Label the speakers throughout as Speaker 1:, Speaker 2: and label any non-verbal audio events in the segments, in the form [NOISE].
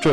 Speaker 1: 这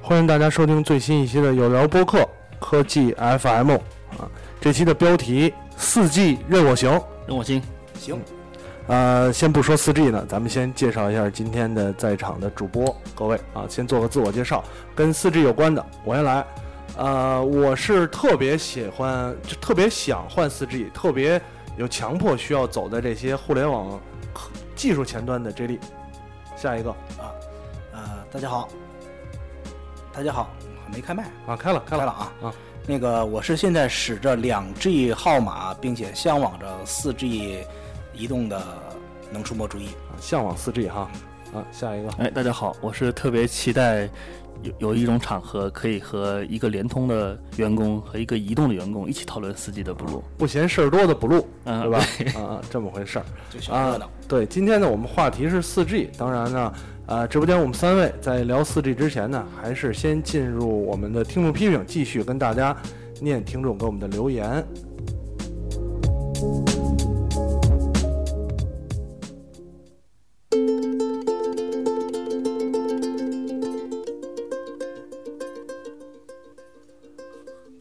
Speaker 1: 欢迎大家收听最新一期的有聊播客科技 FM 啊，这期的标题“四 G 任我行
Speaker 2: 任我行。
Speaker 3: 行，”。
Speaker 1: 呃，先不说四 G 呢，咱们先介绍一下今天的在场的主播各位啊，先做个自我介绍，跟四 G 有关的，我先来。呃，我是特别喜欢，就特别想换四 G，特别有强迫需要走在这些互联网科技术前端的 J 力。下一个嗯
Speaker 3: 呃，大家好，大家好，还没开麦，
Speaker 1: 啊，开了开
Speaker 3: 开
Speaker 1: 了
Speaker 3: 了啊
Speaker 1: 啊！
Speaker 3: 那个，我是现在使着两 G 号码，并且向往着四 G 移动的能出没注意。
Speaker 1: 啊向往四 G 哈啊，下一个
Speaker 2: 哎，大家好，我是特别期待有有一种场合可以和一个联通的员工和一个移动的员工一起讨论四 G 的 blue。
Speaker 1: 不嫌事儿多的 blue。
Speaker 2: 嗯，
Speaker 1: 对吧？啊啊，这么回事儿
Speaker 3: 就小热
Speaker 1: 啊
Speaker 3: 闹。。
Speaker 1: 对，今天呢，我们话题是四 G。当然呢，呃，直播间我们三位在聊四 G 之前呢，还是先进入我们的听众批评，继续跟大家念听众给我们的留言。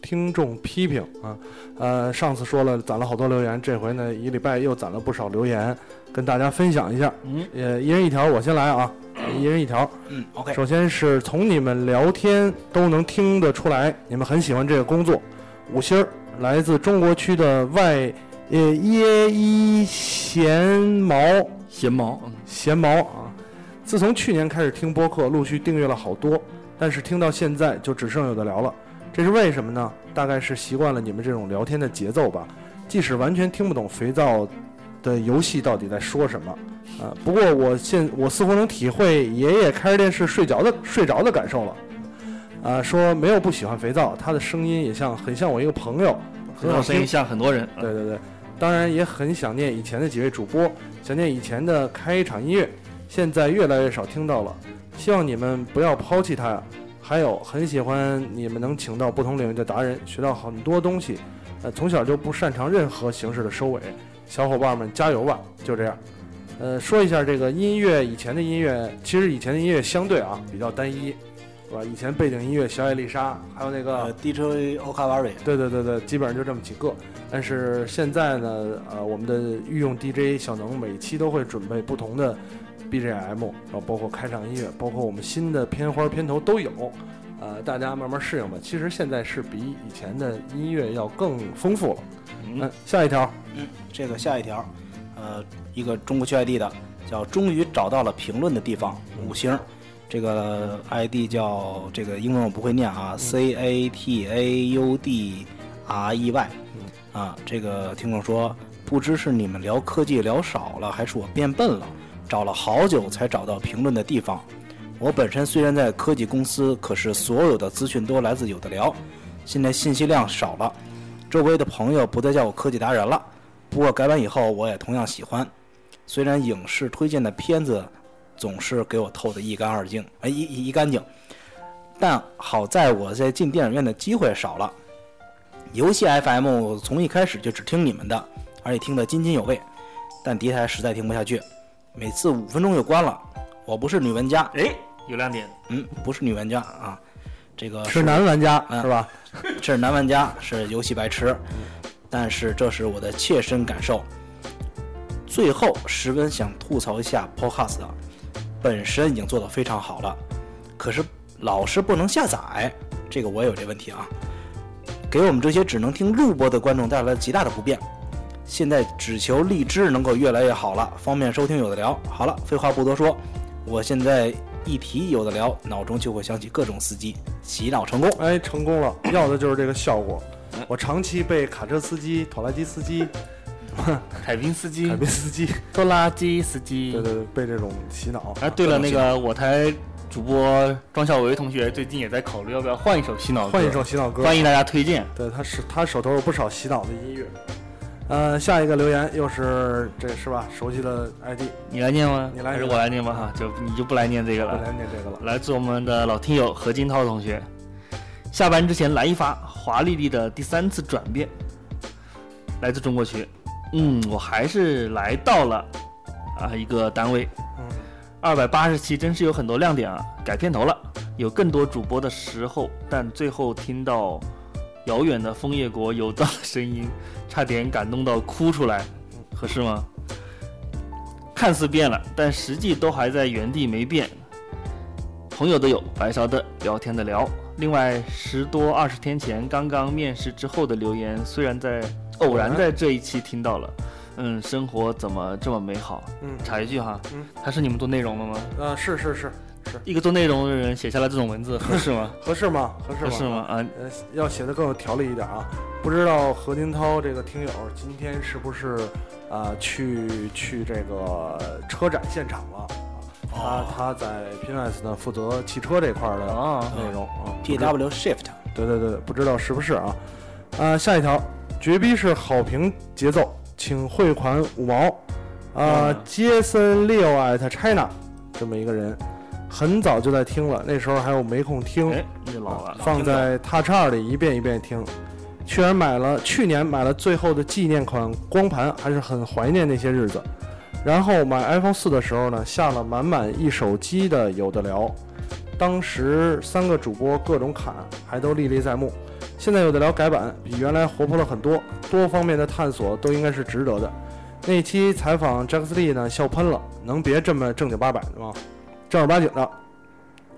Speaker 1: 听众批评啊，呃，上次说了攒了好多留言，这回呢一礼拜又攒了不少留言，跟大家分享一下。
Speaker 2: 嗯，
Speaker 1: 呃，一人一条，我先来啊，一人一条。
Speaker 3: 嗯，OK，
Speaker 1: 首先是从你们聊天都能听得出来，你们很喜欢这个工作，五星儿，来自中国区的外呃耶一贤毛
Speaker 2: 闲毛，嗯
Speaker 1: 闲毛啊。自从去年开始听播客，陆续订阅了好多，但是听到现在就只剩有的聊了。这是为什么呢？大概是习惯了你们这种聊天的节奏吧，即使完全听不懂肥皂的游戏到底在说什么。啊、不过我现我似乎能体会爷爷开着电视睡着的睡着的感受了。啊、说没有不喜欢肥皂，他的声音也像很像我一个朋友，很好
Speaker 2: 我声
Speaker 1: 听
Speaker 2: 音。像很多人。嗯
Speaker 1: 对对对，当然也很想念以前的几位主播，想念以前的开场音乐，现在越来越少听到了。希望你们不要抛弃它呀。还有，很喜欢你们能请到不同领域的达人，学到很多东西。呃，从小就不擅长任何形式的收尾，小伙伴们加油吧！就这样。呃，说一下这个音乐，以前的音乐，其实以前的音乐相对啊比较单一，对吧？以前背景音乐小野丽莎，还有那个
Speaker 3: 呃，DJ Okawari，
Speaker 1: 对对对对，基本上就这么几个。但是现在呢，呃，我们的御用 DJ 小能每期都会准备不同的 BGM，然后包括开场音乐，包括我们新的片花片头都有。呃，大家慢慢适应吧。其实现在是比以前的音乐要更丰富了。
Speaker 2: 嗯
Speaker 1: 嗯、下一条，
Speaker 3: 嗯，这个下一条，呃，一个中国区 ID 的叫“终于找到了评论的地方”，五星儿。这个 ID 叫这个英文我不会念啊，C A T A U D R E Y，啊，这个听众说，不知是你们聊科技聊少了，还是我变笨了，找了好久才找到评论的地方。我本身虽然在科技公司，可是所有的资讯都来自有的聊，现在信息量少了，周围的朋友不再叫我科技达人了。不过改版以后，我也同样喜欢。虽然影视推荐的片子总是给我透得一干二净，哎，一一一干净，但好在我在进电影院的机会少了。游戏 FM 从一开始就只听你们的，而且听得津津有味，但敌台实在听不下去，每次五分钟就关了。我不是女玩家，
Speaker 2: 哎，有亮点。
Speaker 3: 嗯，不是女玩家啊，这个
Speaker 1: 是男玩家、
Speaker 3: 嗯
Speaker 1: 是吧？
Speaker 3: 这是男玩家，是游戏白痴，但是这是我的切身感受。最后，十分想吐槽一下 Podcast，本身已经做得非常好了，可是老是不能下载，这个我也有这问题啊，给我们这些只能听录播的观众带来了极大的不便。现在只求荔枝能够越来越好了，方便收听有的聊。好了，废话不多说，我现在一提有的聊，脑中就会想起各种司机，洗脑成功。
Speaker 1: 哎，成功了，要的就是这个效果。我长期被卡车司机、拖拉机司机、
Speaker 2: 凯宾斯基
Speaker 1: 改、变司机，
Speaker 2: 拖拉机司机。
Speaker 1: 对对对，被这种洗脑。
Speaker 2: 嗯哎，对了，那个我台主播庄小维同学最近也在考虑要不要换一首洗脑歌，
Speaker 1: 换一首，洗脑歌，
Speaker 2: 欢迎大家推荐。
Speaker 1: 对，他是他手头有不少洗脑的音乐。呃，下一个留言又是这是吧？熟悉的 ID，
Speaker 2: 你来念吗？
Speaker 1: 你来
Speaker 2: 还是我来念吧？哈，就你就不来念这个
Speaker 1: 不
Speaker 2: 了。
Speaker 1: 来念这个了。
Speaker 2: 来自我们的老听友何金涛同学，下班之前来一发华丽丽的第三次转变，来自中国区，嗯，我还是来到了啊一个单位，
Speaker 1: 嗯，
Speaker 2: 二百八十期真是有很多亮点啊，改片头了，有更多主播的时候，但最后听到遥远的枫叶国游荡的声音，差点感动到哭出来，合适吗？看似变了，但实际都还在原地没变，朋友的友，白勺的聊天的聊。另外，十多二十天前刚刚面试之后的留言，虽然在偶然在这一期听到了，嗯，生活怎么这么美好？
Speaker 1: 嗯
Speaker 2: 插一句哈，
Speaker 1: 嗯
Speaker 2: 他是你们做内容的吗？
Speaker 1: 呃，是是是，
Speaker 2: 一个做内容的人写下来这种文字合适吗？
Speaker 1: 合适吗？合适
Speaker 2: 合
Speaker 1: 吗？
Speaker 2: 适吗？啊，
Speaker 1: 呃，要写的更有条理一点啊。不知道何金涛这个听友今天是不是啊、去去这个车展现场了？啊，他他在 PNS 呢负责汽车这块儿的
Speaker 2: 哦，
Speaker 1: 内容啊。不知道
Speaker 3: PW Shift
Speaker 1: 对对对，不知道是不是啊？啊，下一条，绝逼是好评节奏，请汇款五毛。啊、
Speaker 2: 嗯
Speaker 1: 杰森 Leo at China 这么一个人，很早就在听了，那时候还有没空听。
Speaker 2: 哎，你老了，
Speaker 1: 放在 Touch 二里一遍一遍听，居然买了去年买了最后的纪念款光盘，还是很怀念那些日子。然后买 iPhone 四的时候呢，下了满满一手机的有的聊，当时三个主播各种砍，还都历历在目。现在有的聊改版，比原来活泼了很多，多方面的探索都应该是值得的。那期采访 Jax Lee 呢，笑喷了，能别这么正经八百的吗？正儿八经的。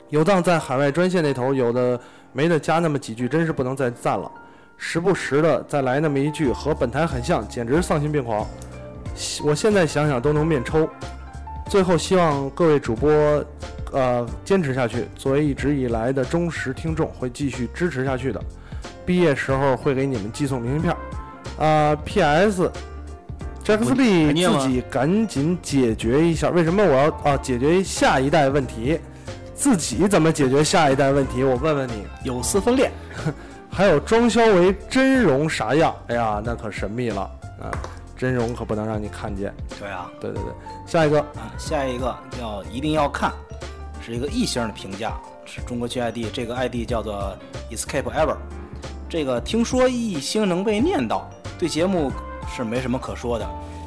Speaker 1: 游荡在海外专线那头，有的没得加那么几句，真是不能再赞了。时不时的再来那么一句，和本台很像，简直丧心病狂。希我现在想想都能面抽。最后，希望各位主播，呃，坚持下去。作为一直以来的忠实听众，会继续支持下去的。毕业时候会给你们寄送明信片。啊、p s 杰克斯利
Speaker 2: 还念吗
Speaker 1: 自己赶紧解决一下，为什么我要啊解决下一代问题？自己怎么解决下一代问题？我问问你。
Speaker 3: 有丝分裂，
Speaker 1: 还有庄修为真容啥样？哎呀，那可神秘了啊！真容可不能让你看见。
Speaker 3: 对啊，
Speaker 1: 对对对，下一个，
Speaker 3: 啊，下一个叫一定要看，是一个异星的评价，是中国区 ID，这个 ID 叫做 Escape Ever。这个听说异星能被念叨，对节目是没什么可说的，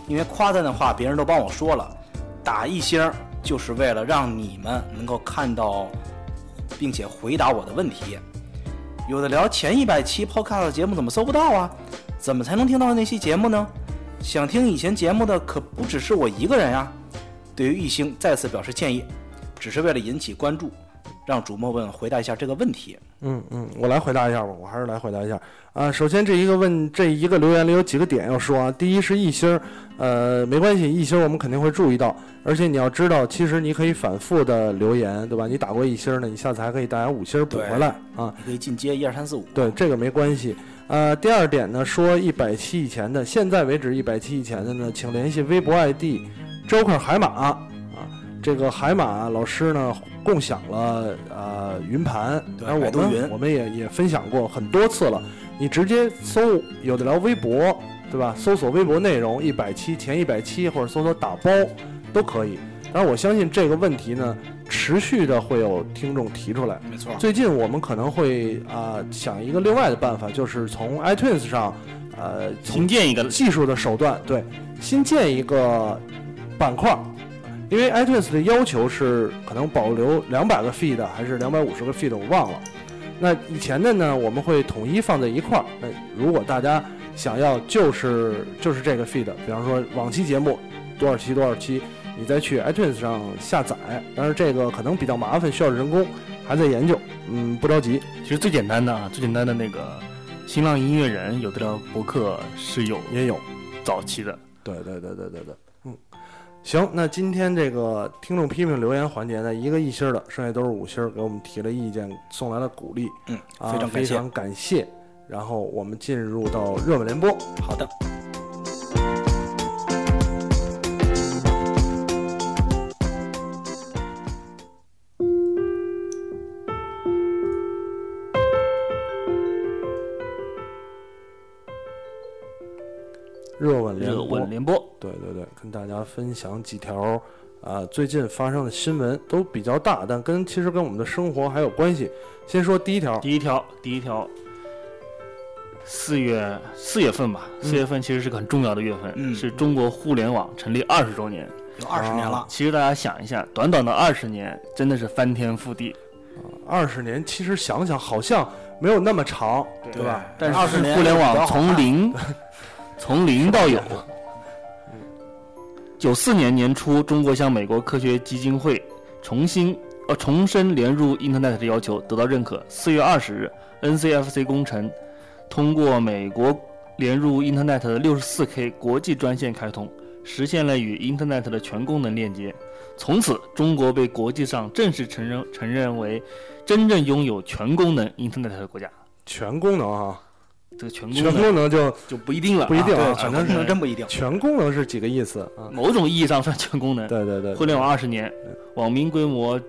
Speaker 3: 因为夸赞的话别人都帮我说了。打一星就是为了让你们能够看到，并且回答我的问题。有的聊前一百期 Podcast 的节目怎么搜不到啊？怎么才能听到那期节目呢？想听以前节目的可不只是我一个人啊呀、对于一星再次表示歉意，只是为了引起关注，让主播们回答一下这个问题。
Speaker 1: 嗯嗯，我来回答一下吧，我还是来回答一下啊、首先这一个问这一个留言里有几个点要说啊，第一是一星儿，呃，没关系，一星儿我们肯定会注意到，而且你要知道，其实你可以反复的留言，对吧？你打过一星儿呢，你下次还可以打五星儿补回来啊。
Speaker 3: 你可以进阶一二三四五。
Speaker 1: 对，这个没关系。呃，第二点呢，说一百期以前的，现在为止一百期以前的呢，请联系微博 ID Joker 海马啊。这个海马老师呢，共享了呃云盘，
Speaker 3: 对
Speaker 1: 然后我
Speaker 3: 百度
Speaker 1: 们
Speaker 3: 云
Speaker 1: 我们也也分享过很多次了。你直接搜有的聊微博，对吧？搜索微博内容一百期前一百期，或者搜索打包都可以。当然，我相信这个问题呢，持续的会有听众提出来。
Speaker 3: 没错，
Speaker 1: 最近我们可能会啊、想一个另外的办法，就是从 iTunes 上，呃，
Speaker 2: 重
Speaker 1: 从
Speaker 2: 建一个，
Speaker 1: 技术的手段，对，新建一个板块儿，因为 iTunes 的要求是可能保留两百个 feed 还是两百五十个 feed，我忘了。那以前的呢，我们会统一放在一块儿。那如果大家想要就是就是这个 feed，比方说往期节目多少期多少期，你再去 iTunes 上下载。但是这个可能比较麻烦，需要人工，还在研究。嗯，不着急，
Speaker 2: 其实最简单的啊，最简单的那个新浪音乐人有的聊博客是有
Speaker 1: 也有。
Speaker 2: 早期的，
Speaker 1: 对对对对对对，嗯，行，那今天这个听众批评留言环节呢，一个一星儿的，剩下都是五星儿，给我们提了意见，送来了鼓励，
Speaker 3: 嗯，
Speaker 1: 啊，
Speaker 3: 非常感
Speaker 1: 非
Speaker 3: 谢。
Speaker 1: 常感谢。然后我们进入到热门联播。
Speaker 3: 好的，
Speaker 1: 热吻联
Speaker 2: 热
Speaker 1: 播，
Speaker 2: 吻联播，
Speaker 1: 对对对，跟大家分享几条啊、最近发生的新闻都比较大，但跟其实跟我们的生活还有关系。先说第一条，
Speaker 2: 第一条，第一条，四月四月份吧，
Speaker 1: 嗯
Speaker 2: 四月份其实是个很重要的月份，
Speaker 3: 嗯
Speaker 2: 是中国互联网成立二十周年。
Speaker 3: 有二十年了，
Speaker 2: 其实大家想一下，短短的二十年，真的是翻天覆地，
Speaker 1: 二十年，其实想想好像没有那么长，
Speaker 2: 对吧？但
Speaker 3: 对二十
Speaker 2: 是
Speaker 3: 年
Speaker 2: 互联网
Speaker 3: 比较好啊
Speaker 2: 从
Speaker 3: 看 [LAUGHS]
Speaker 2: 零从零到有。九四年年初，中国向美国科学基金会重新呃重申连入 Internet 的要求得到认可。四月二十日，NCFC 工程通过美国连入 Internet 的六十四 K 国际专线开通，实现了与 Internet 的全功能链接。从此，中国被国际上正式承认承认为真正拥有全功能 Internet 的国家。
Speaker 1: 全功能啊，
Speaker 2: 这个全功
Speaker 1: 全
Speaker 2: 能
Speaker 1: 功能就
Speaker 2: 就不一定
Speaker 1: [LAUGHS]
Speaker 2: 了、
Speaker 1: 不一定
Speaker 3: 对，
Speaker 1: 啊，反
Speaker 3: 全功
Speaker 1: 正
Speaker 3: 能
Speaker 1: 是
Speaker 3: 真不一定。
Speaker 1: 全功能是几个意思啊？
Speaker 2: 某种意义上算全功能。
Speaker 1: 对对对，
Speaker 2: 互联网二十年，网民规模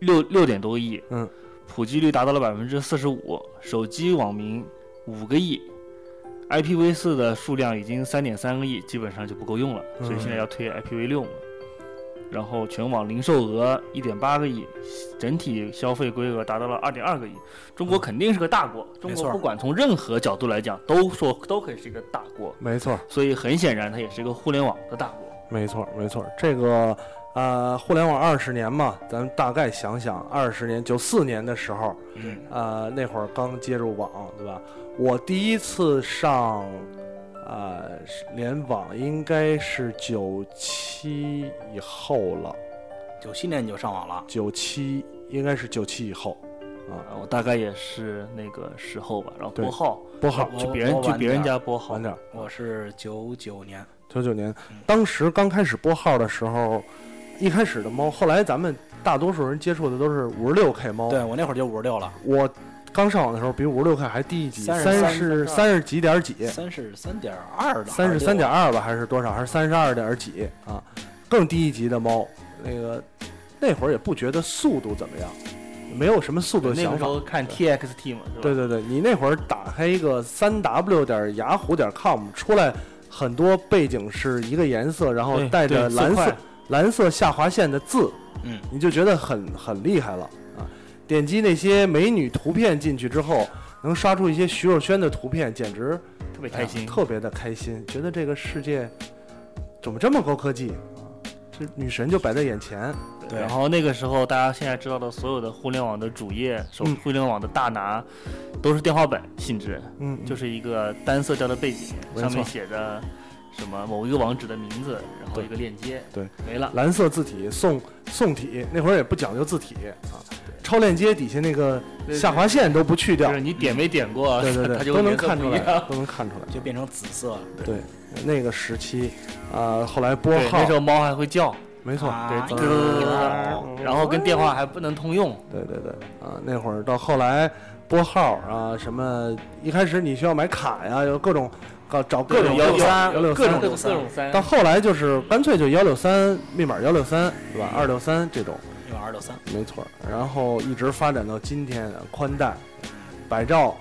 Speaker 2: 六六点多个亿，
Speaker 1: 嗯，
Speaker 2: 普及率达到了百分之四十五，手机网民五个亿，IPv 四的数量已经三点三个亿，基本上就不够用了，所以
Speaker 1: 嗯
Speaker 2: 现在要推 IPv 六嘛。然后全网零售额一点八个亿，整体消费规额达到了二点二个亿。中
Speaker 1: 嗯
Speaker 2: 国肯定是个大国，中
Speaker 3: 没
Speaker 2: 国
Speaker 3: 错
Speaker 2: 不管从任何角度来讲，都说都可以是一个大国。
Speaker 1: 没错。
Speaker 2: 所以很显然，它也是一个互联网的大国。
Speaker 1: 没错，没错，这个呃，互联网二十年嘛，咱们大概想想，二十年九四年的时候，
Speaker 3: 嗯，
Speaker 1: 呃，那会儿刚接入网，对吧？我第一次上呃是联网应该是九七以后了，
Speaker 3: 九七年你就上网了，
Speaker 1: 九七应该是九七以后啊，
Speaker 2: 啊，我大概也是那个时候吧，然后
Speaker 1: 对
Speaker 2: 拨号
Speaker 1: 拨号
Speaker 3: 我
Speaker 2: 去别人
Speaker 3: 我
Speaker 2: 去
Speaker 3: 晚
Speaker 2: 别人
Speaker 3: 点儿
Speaker 2: 家拨号
Speaker 1: 晚，点儿，
Speaker 3: 我是九九年，
Speaker 1: 九九年，当时刚开始拨号的时候，一开始的猫，后来咱们大多数人接触的都是五十六 K 猫，
Speaker 3: 对我那会儿就五十六了，
Speaker 1: 我刚上网的时候比五十六 K 还低一级，
Speaker 3: 33
Speaker 1: 十三十几点几，
Speaker 3: 三十三点二的，
Speaker 1: 三十三点二吧，还是多少？还是三十二点几啊？更低一级的猫，那个那会儿也不觉得速度怎么样，没有什么速度的
Speaker 2: 那
Speaker 1: 想
Speaker 2: 个时
Speaker 1: 法。
Speaker 2: 候看 TXT 嘛，是吧？
Speaker 1: 对对对，你那会儿打开一个三 w 点雅虎点
Speaker 2: 哎
Speaker 1: com 出来，很多背景是一个颜色，然后
Speaker 2: 对
Speaker 1: 带着
Speaker 2: 对
Speaker 1: 蓝
Speaker 2: 四
Speaker 1: 色
Speaker 2: 块
Speaker 1: 蓝色下划线的字，
Speaker 3: 嗯，
Speaker 1: 你就觉得很很厉害了啊！点击那些美女图片进去之后，能刷出一些徐若瑄的图片，简直
Speaker 2: 特别开
Speaker 1: 哎呀
Speaker 2: 心。
Speaker 1: 特别的开心，觉得这个世界怎么这么高科技啊？这女神就摆在眼前，
Speaker 3: 对
Speaker 2: 然后那个时候大家现在知道的所有的互联网的主页、手
Speaker 1: 嗯
Speaker 2: 互联网的大拿，都是电话本性质，
Speaker 1: 嗯，
Speaker 2: 就是是一个单色调的背景，
Speaker 1: 没
Speaker 2: 上面
Speaker 1: 错
Speaker 2: 写着什么某一个网址的名字，然后
Speaker 1: 对
Speaker 2: 一个链接，
Speaker 1: 对，
Speaker 2: 没了。
Speaker 1: 蓝色字体宋宋体，那会儿也不讲究字体啊，超链接底下那个下划线都不去掉
Speaker 2: 就，是你点没点过，
Speaker 1: 对对
Speaker 2: 它
Speaker 1: 对，
Speaker 2: 就
Speaker 1: 都能
Speaker 2: 颜色
Speaker 1: 看
Speaker 2: 不
Speaker 1: 出
Speaker 2: 一
Speaker 1: 来
Speaker 2: 样，
Speaker 1: 都能看出来。
Speaker 3: 就变成紫色了，
Speaker 1: 对，那个时期，啊，后来拨
Speaker 2: 对，
Speaker 1: 号
Speaker 2: 那时，候猫还会叫，
Speaker 1: 没错，
Speaker 3: 啊
Speaker 2: 对
Speaker 3: 嗯
Speaker 2: 然后跟电话还不能通用，
Speaker 1: 对对对，啊，那会儿到后来拨号啊，什么一开始你需要买卡呀，有各种搞找各种
Speaker 2: 幺六
Speaker 1: 三幺六
Speaker 2: 各种
Speaker 1: 三，
Speaker 2: 各种三
Speaker 1: 到后来就是干脆就幺六三密码幺六三对吧？二六三这种
Speaker 3: 六二六三，
Speaker 1: 没错，然后一直发展到今天，宽带、百兆，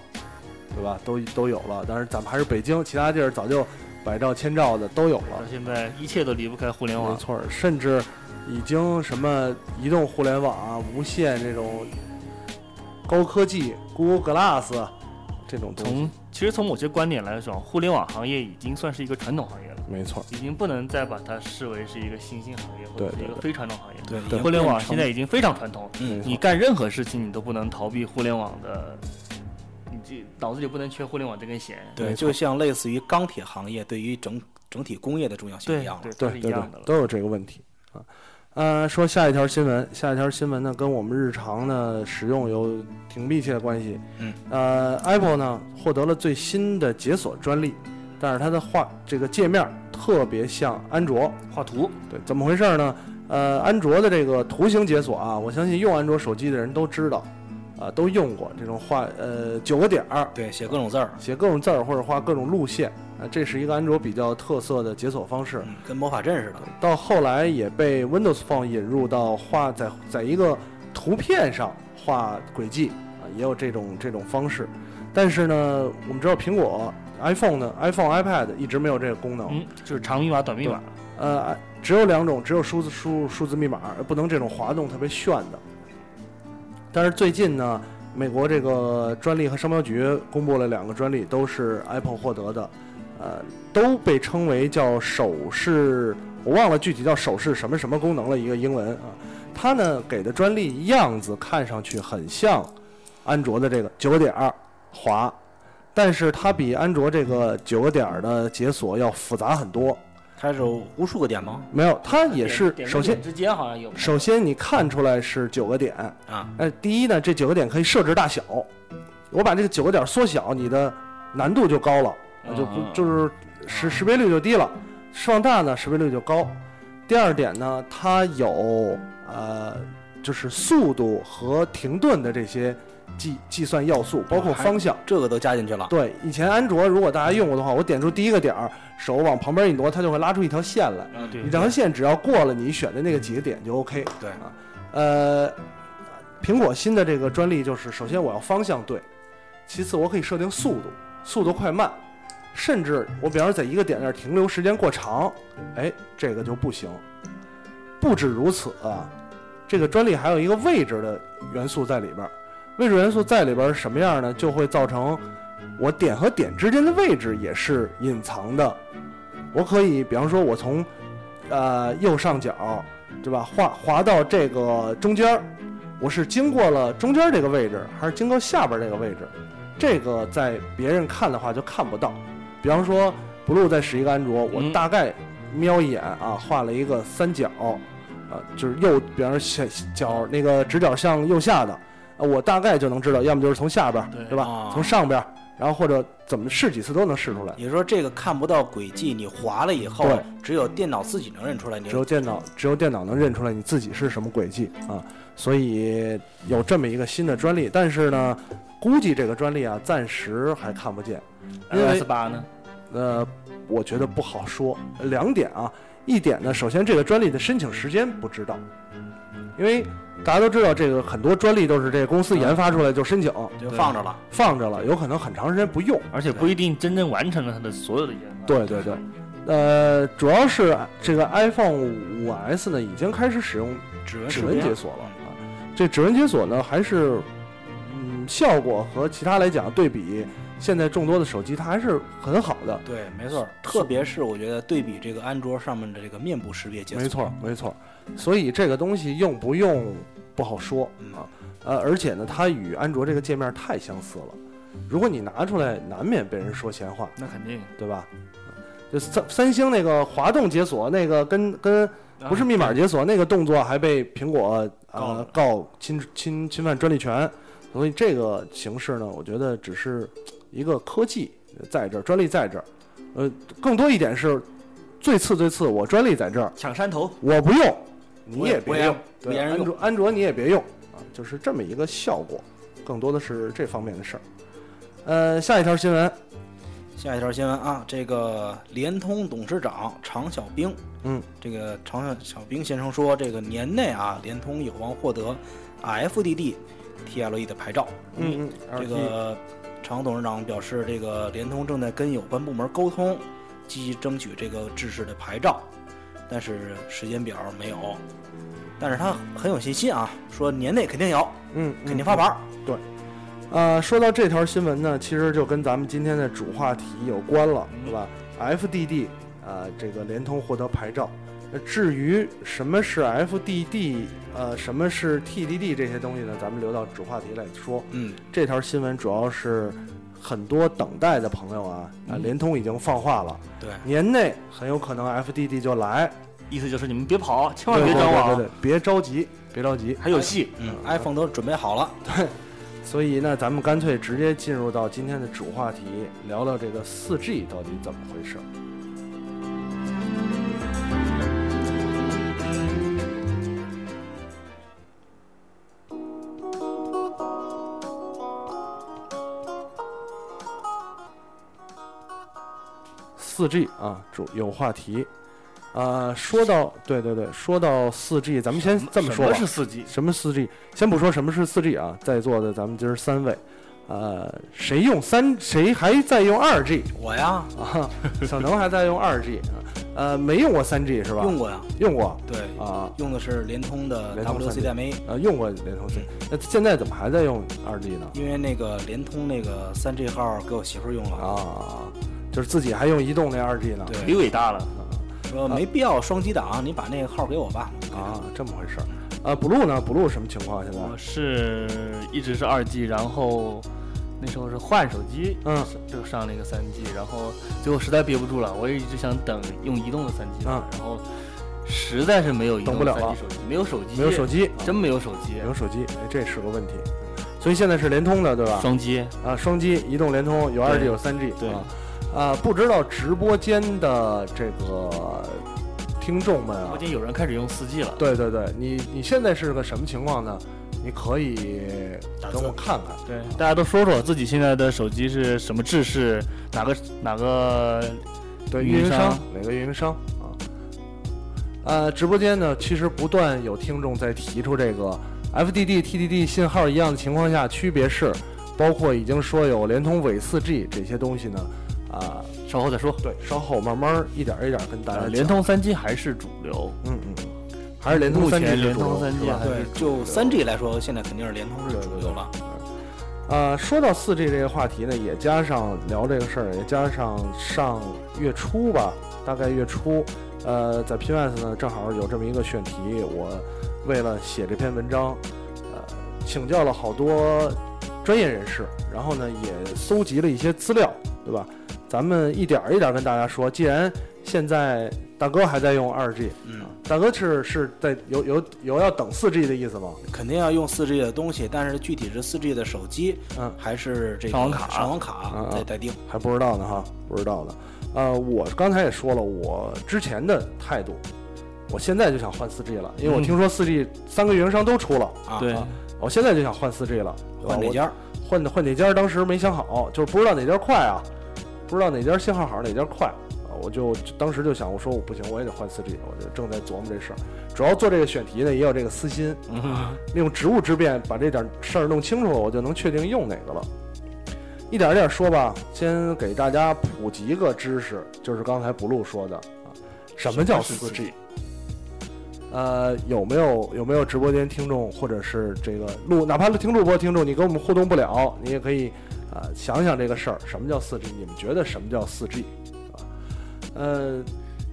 Speaker 1: 对吧？都都有了，但是咱们还是北京，其他地儿早就百兆、千兆的都有了
Speaker 2: 到。现在一切都离不开互联
Speaker 1: 没
Speaker 2: 网。
Speaker 1: 错儿，甚至已经什么移动互联网啊、无线这种高科技，Google Glass 啊这种东西，
Speaker 2: 从其实从某些观点来说，互联网行业已经算是一个传统行业了，
Speaker 1: 没错儿，
Speaker 2: 已经不能再把它视为是一个新兴行业或者
Speaker 1: 对
Speaker 2: 是一
Speaker 1: 对
Speaker 2: 个
Speaker 1: 对
Speaker 2: 非传统行业。
Speaker 3: 对，
Speaker 1: 对
Speaker 3: 已经
Speaker 2: 互联网
Speaker 3: 变成
Speaker 2: 现在已经非常传统，
Speaker 3: 嗯
Speaker 1: 没错
Speaker 2: 你干任何事情你都不能逃避互联网的，你这脑子里不能缺互联网这根弦。
Speaker 3: 对，
Speaker 1: 没
Speaker 3: 就
Speaker 1: 错
Speaker 3: 像类似于钢铁行业对于整整体工业的重要性
Speaker 2: 对
Speaker 3: 一样了
Speaker 2: 对，
Speaker 1: 对
Speaker 2: 都是一
Speaker 1: 对对
Speaker 2: 样的，了。
Speaker 1: 都有这个问题啊。呃，说下一条新闻，下一条新闻呢，跟我们日常的使用有挺密切的关系。
Speaker 3: 嗯，
Speaker 1: 呃，Apple 呢获得了最新的解锁专利，但是它的画这个界面儿特别像安卓，
Speaker 2: 画图
Speaker 1: 对，怎么回事儿呢？呃，安卓的这个图形解锁啊，我相信用安卓手机的人都知道，啊都用过这种画呃九个点儿，
Speaker 3: 对，写各种字儿，
Speaker 1: 写各种字儿或者画各种路线啊，这是一个安卓比较特色的解锁方式。
Speaker 3: 嗯，跟魔法阵似的。
Speaker 1: 到后来也被 Windows Phone 引入到画在在一个图片上画轨迹啊，也有这种这种方式。但是呢，我们知道苹果 iPhone 呢，iPhone、iPad 一直没有这个功能，
Speaker 2: 嗯，就是长密码、短密码，
Speaker 1: 呃，只有两种，只有数字数数字密码，呃不能这种滑动特别炫的。但是最近呢，美国这个专利和商标局公布了两个专利，都是 Apple 获得的，呃，都被称为叫手势，我忘了具体叫手势什么什么功能了，一个英文啊。它呢给的专利样子看上去很像安卓的这个九个点儿滑，但是它比安卓这个九个点儿的解锁要复杂很多。
Speaker 3: 它是无数个点吗？
Speaker 1: 没有，它也是首先
Speaker 2: 之间好像有
Speaker 1: 首先你看出来是九个点
Speaker 3: 啊，
Speaker 1: 呃，第一呢，这九个点可以设置大小，我把这个九个点缩小，你的难度就高了，呃
Speaker 2: 嗯
Speaker 1: 就不就是识识别率就低了，释放大呢识别率就高。第二点呢，它有呃就是速度和停顿的这些计计算要素，包括
Speaker 3: 还
Speaker 1: 方向。
Speaker 3: 这个都加进去了。
Speaker 1: 对，以前安卓如果大家用过的话，我点出第一个点儿，手往旁边一挪，它就会拉出一条线来。
Speaker 2: 嗯对嗯
Speaker 1: 你这条线只要过了你选的那个几个点就 OK。
Speaker 3: 对
Speaker 1: 啊，呃，苹果新的这个专利就是，首先我要方向对，其次我可以设定速度，速度快慢，甚至我比方说在一个点那儿停留时间过长，哎，这个就不行。不止如此啊，这个专利还有一个位置的元素在里边儿。位置元素在里边儿是什么样呢？就会造成我点和点之间的位置也是隐藏的。我可以，比方说，我从呃右上角，对吧？滑滑到这个中间儿，我是经过了中间儿这个位置，还是经过下边儿这个位置？这个在别人看的话就看不到。比方说，blue 在使一个安卓，我
Speaker 2: 嗯
Speaker 1: 大概瞄一眼啊，画了一个三角，呃，就是右，比方说小角那个直角向右下的，呃我大概就能知道，要么就是从下边儿，
Speaker 2: 对
Speaker 1: 对吧？
Speaker 3: 啊
Speaker 1: 从上边儿，然后或者怎么试几次都能试出来。
Speaker 3: 也就是说，这个看不到轨迹，你划了以后
Speaker 1: 对，
Speaker 3: 只有电脑自己能认出来。你
Speaker 1: 只有电脑，只有电脑能认出来你自己是什么轨迹啊，所以有这么一个新的专利。但是呢，估计这个专利啊，暂时还看不见。因为
Speaker 2: ，iOS 八呢？
Speaker 1: 呃，我觉得不好说。两点啊，一点呢，首先这个专利的申请时间不知道，因为大家都知道，这个很多专利都是这个公司研发出来就申请，
Speaker 3: 就放着了。
Speaker 1: 放着了，有可能很长时间不用。
Speaker 2: 而且不一定真正完成了它的所有的研发。
Speaker 1: 对对对，呃，主要是这个 iPhone 五 S 呢，已经开始使用
Speaker 3: 指纹
Speaker 1: 指
Speaker 3: 识
Speaker 1: 纹
Speaker 3: 别嗯
Speaker 1: 解锁了啊。这指纹解锁呢，还是嗯效果和其他来讲对比，现在众多的手机它还是很好的。
Speaker 3: 对，没错儿。特别是我觉得对比这个安卓上面的这个面部识别解锁，
Speaker 1: 没错，没错。所以这个东西用不用不好说
Speaker 3: 嗯
Speaker 1: 啊。呃，而且呢，它与安卓这个界面太相似了，如果你拿出来，难免被人说闲话。
Speaker 2: 那肯定
Speaker 1: 对吧？就三三星那个滑动解锁那个跟跟
Speaker 3: 啊
Speaker 2: 啊
Speaker 1: 不是密码解锁那个动作还被苹果
Speaker 2: 告
Speaker 1: 呃
Speaker 2: 了
Speaker 1: 告侵侵侵犯专利权，所以这个形式呢，我觉得只是一个科技在这儿，专利在这儿，呃，更多一点是最次最次，我专利在这儿，
Speaker 2: 抢山头。
Speaker 1: 我不用，你
Speaker 3: 我也我
Speaker 1: 别
Speaker 3: 也
Speaker 1: 用，
Speaker 3: 没
Speaker 1: 对，
Speaker 3: 人
Speaker 1: 安
Speaker 3: 用
Speaker 1: 卓安卓你也别用啊，就是这么一个效果，更多的是这方面的事儿。呃，下一条新闻，
Speaker 3: 下一条新闻啊，这个联通董事长常小兵，
Speaker 1: 嗯，
Speaker 3: 这个常小小兵先生说，这个年内啊，联通有望获得 FDD TLE E 的牌照。
Speaker 1: 嗯嗯，
Speaker 3: 这个常董事长表示，这个联通正在跟有关部门沟通，积极争取这个制式的牌照，但是时间表没有。但是他很有信心啊，说年内肯定有，
Speaker 1: 嗯，
Speaker 3: 肯定发牌。儿。
Speaker 1: 呃，说到这条新闻呢，其实就跟咱们今天的主话题有关了，
Speaker 2: 嗯
Speaker 1: 对吧？FDD 啊、呃这个联通获得牌照。呃至于什么是 FDD，呃，什么是 TDD 这些东西呢，咱们留到主话题来说。
Speaker 3: 嗯，
Speaker 1: 这条新闻主要是很多等待的朋友啊，啊、
Speaker 2: 嗯
Speaker 1: 联通已经放话了，
Speaker 3: 嗯对，
Speaker 1: 年内很有可能 FDD 就来，
Speaker 2: 意思就是你们别跑，千万
Speaker 1: 对
Speaker 2: 别
Speaker 1: 对
Speaker 2: 张
Speaker 1: 对
Speaker 2: 网
Speaker 1: 对，对，别着急，别着急。
Speaker 2: 还有戏。
Speaker 3: 嗯，iPhone 都准备好了。
Speaker 1: 所以呢，咱们干脆直接进入到今天的主话题，聊聊这个四 G 到底怎么回事。四 G 啊，主有话题啊。说到对对对，说到四 G，咱们先这么说
Speaker 2: 什
Speaker 1: 吧
Speaker 2: 么。是四 G？
Speaker 1: 什么四 G？先不说什么是四 G 啊，在座的咱们今儿三位，呃，谁用三？谁还在用二 G
Speaker 3: 我呀，
Speaker 1: 啊？小能还在用二 G 啊？呃，没用过三 G 是吧？
Speaker 3: 用过呀，
Speaker 1: 用过
Speaker 3: 对，
Speaker 1: 啊，
Speaker 3: 用的是联通的
Speaker 1: 联通
Speaker 3: WC
Speaker 1: 3G
Speaker 3: 带媒，
Speaker 1: 呃，用过联通 C，那现在怎么还在用二 G 呢？
Speaker 3: 因为那个联通那个三 G 号给我媳妇儿用了，
Speaker 1: 啊，就是自己还用移动那二 G 呢？啊
Speaker 2: 忒
Speaker 3: 对，
Speaker 2: 伟大了，
Speaker 3: 说没必要双击档，你把那个号给我吧。
Speaker 1: 啊，这么回事儿。呃，blue 呢？blue 什么情况现在？
Speaker 2: 我是一直是二 G，然后那时候是换手机，
Speaker 1: 嗯
Speaker 2: 就上了一个三 G，然后最后实在憋不住了，我也一直想等用移动的三 G，
Speaker 1: 嗯
Speaker 2: 然后实在是没有移动
Speaker 1: 等不了
Speaker 2: 三
Speaker 1: 了
Speaker 2: G 手机，没有手机，
Speaker 1: 没有手
Speaker 2: 机，
Speaker 1: 机，啊
Speaker 2: 真没有手机
Speaker 1: 没，有手机，哎，这是个问题。所以现在是联通的，对吧？
Speaker 2: 双击，
Speaker 1: 啊，双击，移动、联通有二 G
Speaker 2: 对
Speaker 1: 有三 G，
Speaker 2: 对
Speaker 1: 啊，啊，不知道直播间的这个听众们啊
Speaker 2: 我已，经有人开始用四 G 了，
Speaker 1: 对对对，你你现在是个什么情况呢？你可以跟我看看，
Speaker 2: 对，大家都说说自己现在的手机是什么制式，哪个哪个
Speaker 1: 对，
Speaker 2: 运营
Speaker 1: 运营商
Speaker 2: 商
Speaker 1: 哪个运营商啊？呃，直播间呢，其实不断有听众在提出这个 FDD、TDD 信号一样的情况下，区别是包括已经说有联通伪 4G 这些东西呢，啊、
Speaker 2: 稍后再说。
Speaker 1: 对，稍后慢慢一点一点跟大家
Speaker 2: 呃
Speaker 1: 讲
Speaker 2: 联通三 G 还是主流，
Speaker 1: 嗯嗯，嗯，还是联通
Speaker 2: 目
Speaker 1: 三 G
Speaker 2: 前联通三 G 还
Speaker 3: 对
Speaker 2: 是，
Speaker 3: 就三 G 来说，现在肯定是联通是主流了。
Speaker 1: 呃，说到四 G 这个话题呢，也加上聊这个事儿，也加上上月初吧，大概月初，呃，在 p m s 呢正好有这么一个选题，我为了写这篇文章，呃，请教了好多专业人士，然后呢也搜集了一些资料，对吧？咱们一点儿一点儿跟大家说，既然现在大哥还在用二 G，
Speaker 3: 嗯，
Speaker 1: 大哥是是在有有有要等四 G 的意思吗？
Speaker 3: 肯定要用四 G 的东西，但是具体是四 G 的手机，
Speaker 1: 嗯
Speaker 3: 还是这个
Speaker 2: 上网卡
Speaker 3: 上
Speaker 1: 啊
Speaker 3: 网卡
Speaker 1: 啊
Speaker 3: 再待定。
Speaker 1: 还不知道呢哈，不知道呢。呃，我刚才也说了，我之前的态度，我现在就想换四 G 了，因为我
Speaker 2: 嗯
Speaker 1: 听说四 G 三个运营商都出了，
Speaker 3: 啊，
Speaker 2: 对，
Speaker 1: 我现在就想换四 G 了。对吧
Speaker 3: 换哪？家？
Speaker 1: 我换换哪家？当时没想好，就是不知道哪家快啊，不知道哪家信号好，哪家快啊，我就当时就想，我说我不行，我也得换四 G，我就正在琢磨这事儿。主要做这个选题呢，也有这个私心，
Speaker 2: 嗯
Speaker 1: 利用职务之便把这点事儿弄清楚了，我就能确定用哪个了。一点一点说吧，先给大家普及个知识，就是刚才不露说的啊，什么叫四 G？呃，有没有有没有直播间听众或者是这个录，哪怕听录播听众，你跟我们互动不了，你也可以呃想想这个事儿，什么叫四 G？你们觉得什么叫四 G？啊，呃，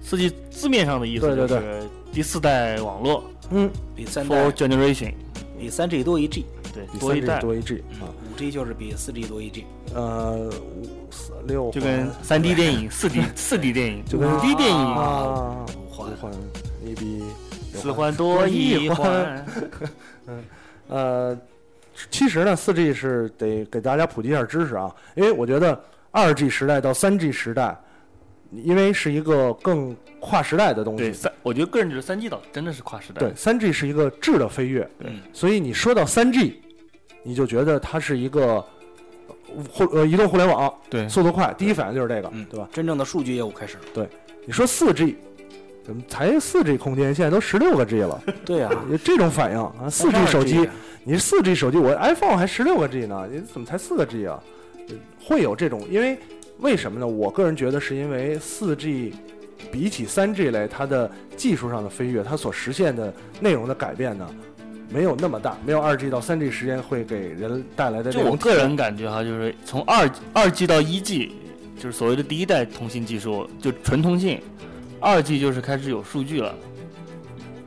Speaker 2: 四 G 字面上的意思
Speaker 1: 对对对
Speaker 2: 就是第四代网络
Speaker 1: 嗯，
Speaker 3: 比三代
Speaker 2: ，Four Generation，
Speaker 3: 比三 G 多一 G，
Speaker 2: 对，
Speaker 1: 比
Speaker 2: 多
Speaker 1: 三
Speaker 2: 一
Speaker 1: G
Speaker 2: 代，嗯
Speaker 1: 多一 G 啊，
Speaker 3: 五 G 就是比四 G 多一 G。
Speaker 1: 呃，五四六
Speaker 2: 就跟
Speaker 1: 环
Speaker 2: 三 D 电
Speaker 1: [LAUGHS]
Speaker 2: 影、四 D 四 D 电影、
Speaker 1: 就跟
Speaker 2: 五 D 电影，
Speaker 1: 啊，
Speaker 3: 五环
Speaker 1: 五环，你比六
Speaker 2: 四环多一环，
Speaker 1: 呃，其实呢，四 G 是得给大家普及一下知识啊，因为我觉得二 G 时代到三 G 时代，因为是一个更跨时代的东
Speaker 2: 对
Speaker 1: 西，
Speaker 2: 三，我觉得个人觉得三 G 岛真的是跨时代，
Speaker 1: 对，三 G 是一个质的飞跃，
Speaker 3: 嗯，
Speaker 1: 所以你说到三 G，你就觉得它是一个呃互呃移动互联网
Speaker 2: 对
Speaker 1: 速度快，第一反应就是这个，
Speaker 3: 嗯
Speaker 1: 对吧？
Speaker 3: 真正的数据业务开始。
Speaker 1: 你说四 G，怎么才四 G 空间，现在都十六个 G 了，
Speaker 3: 对啊，
Speaker 1: 这种反应啊，四 G 手机。你四 G 手机，我 iPhone 还十六个 G 呢，你怎么才四个 G 啊？会有这种，因为为什么呢？我个人觉得是因为四 G 比起三 G 来，它的技术上的飞跃，它所实现的内容的改变呢，没有那么大，没有二 G 到三 G 时间会给人带来的
Speaker 2: 就
Speaker 1: 这
Speaker 2: 我
Speaker 1: 种
Speaker 2: 个人感觉哈，就是从二二 G 到一 G，就是所谓的第一代通信技术，就纯通信。二 G 就是开始有数据了，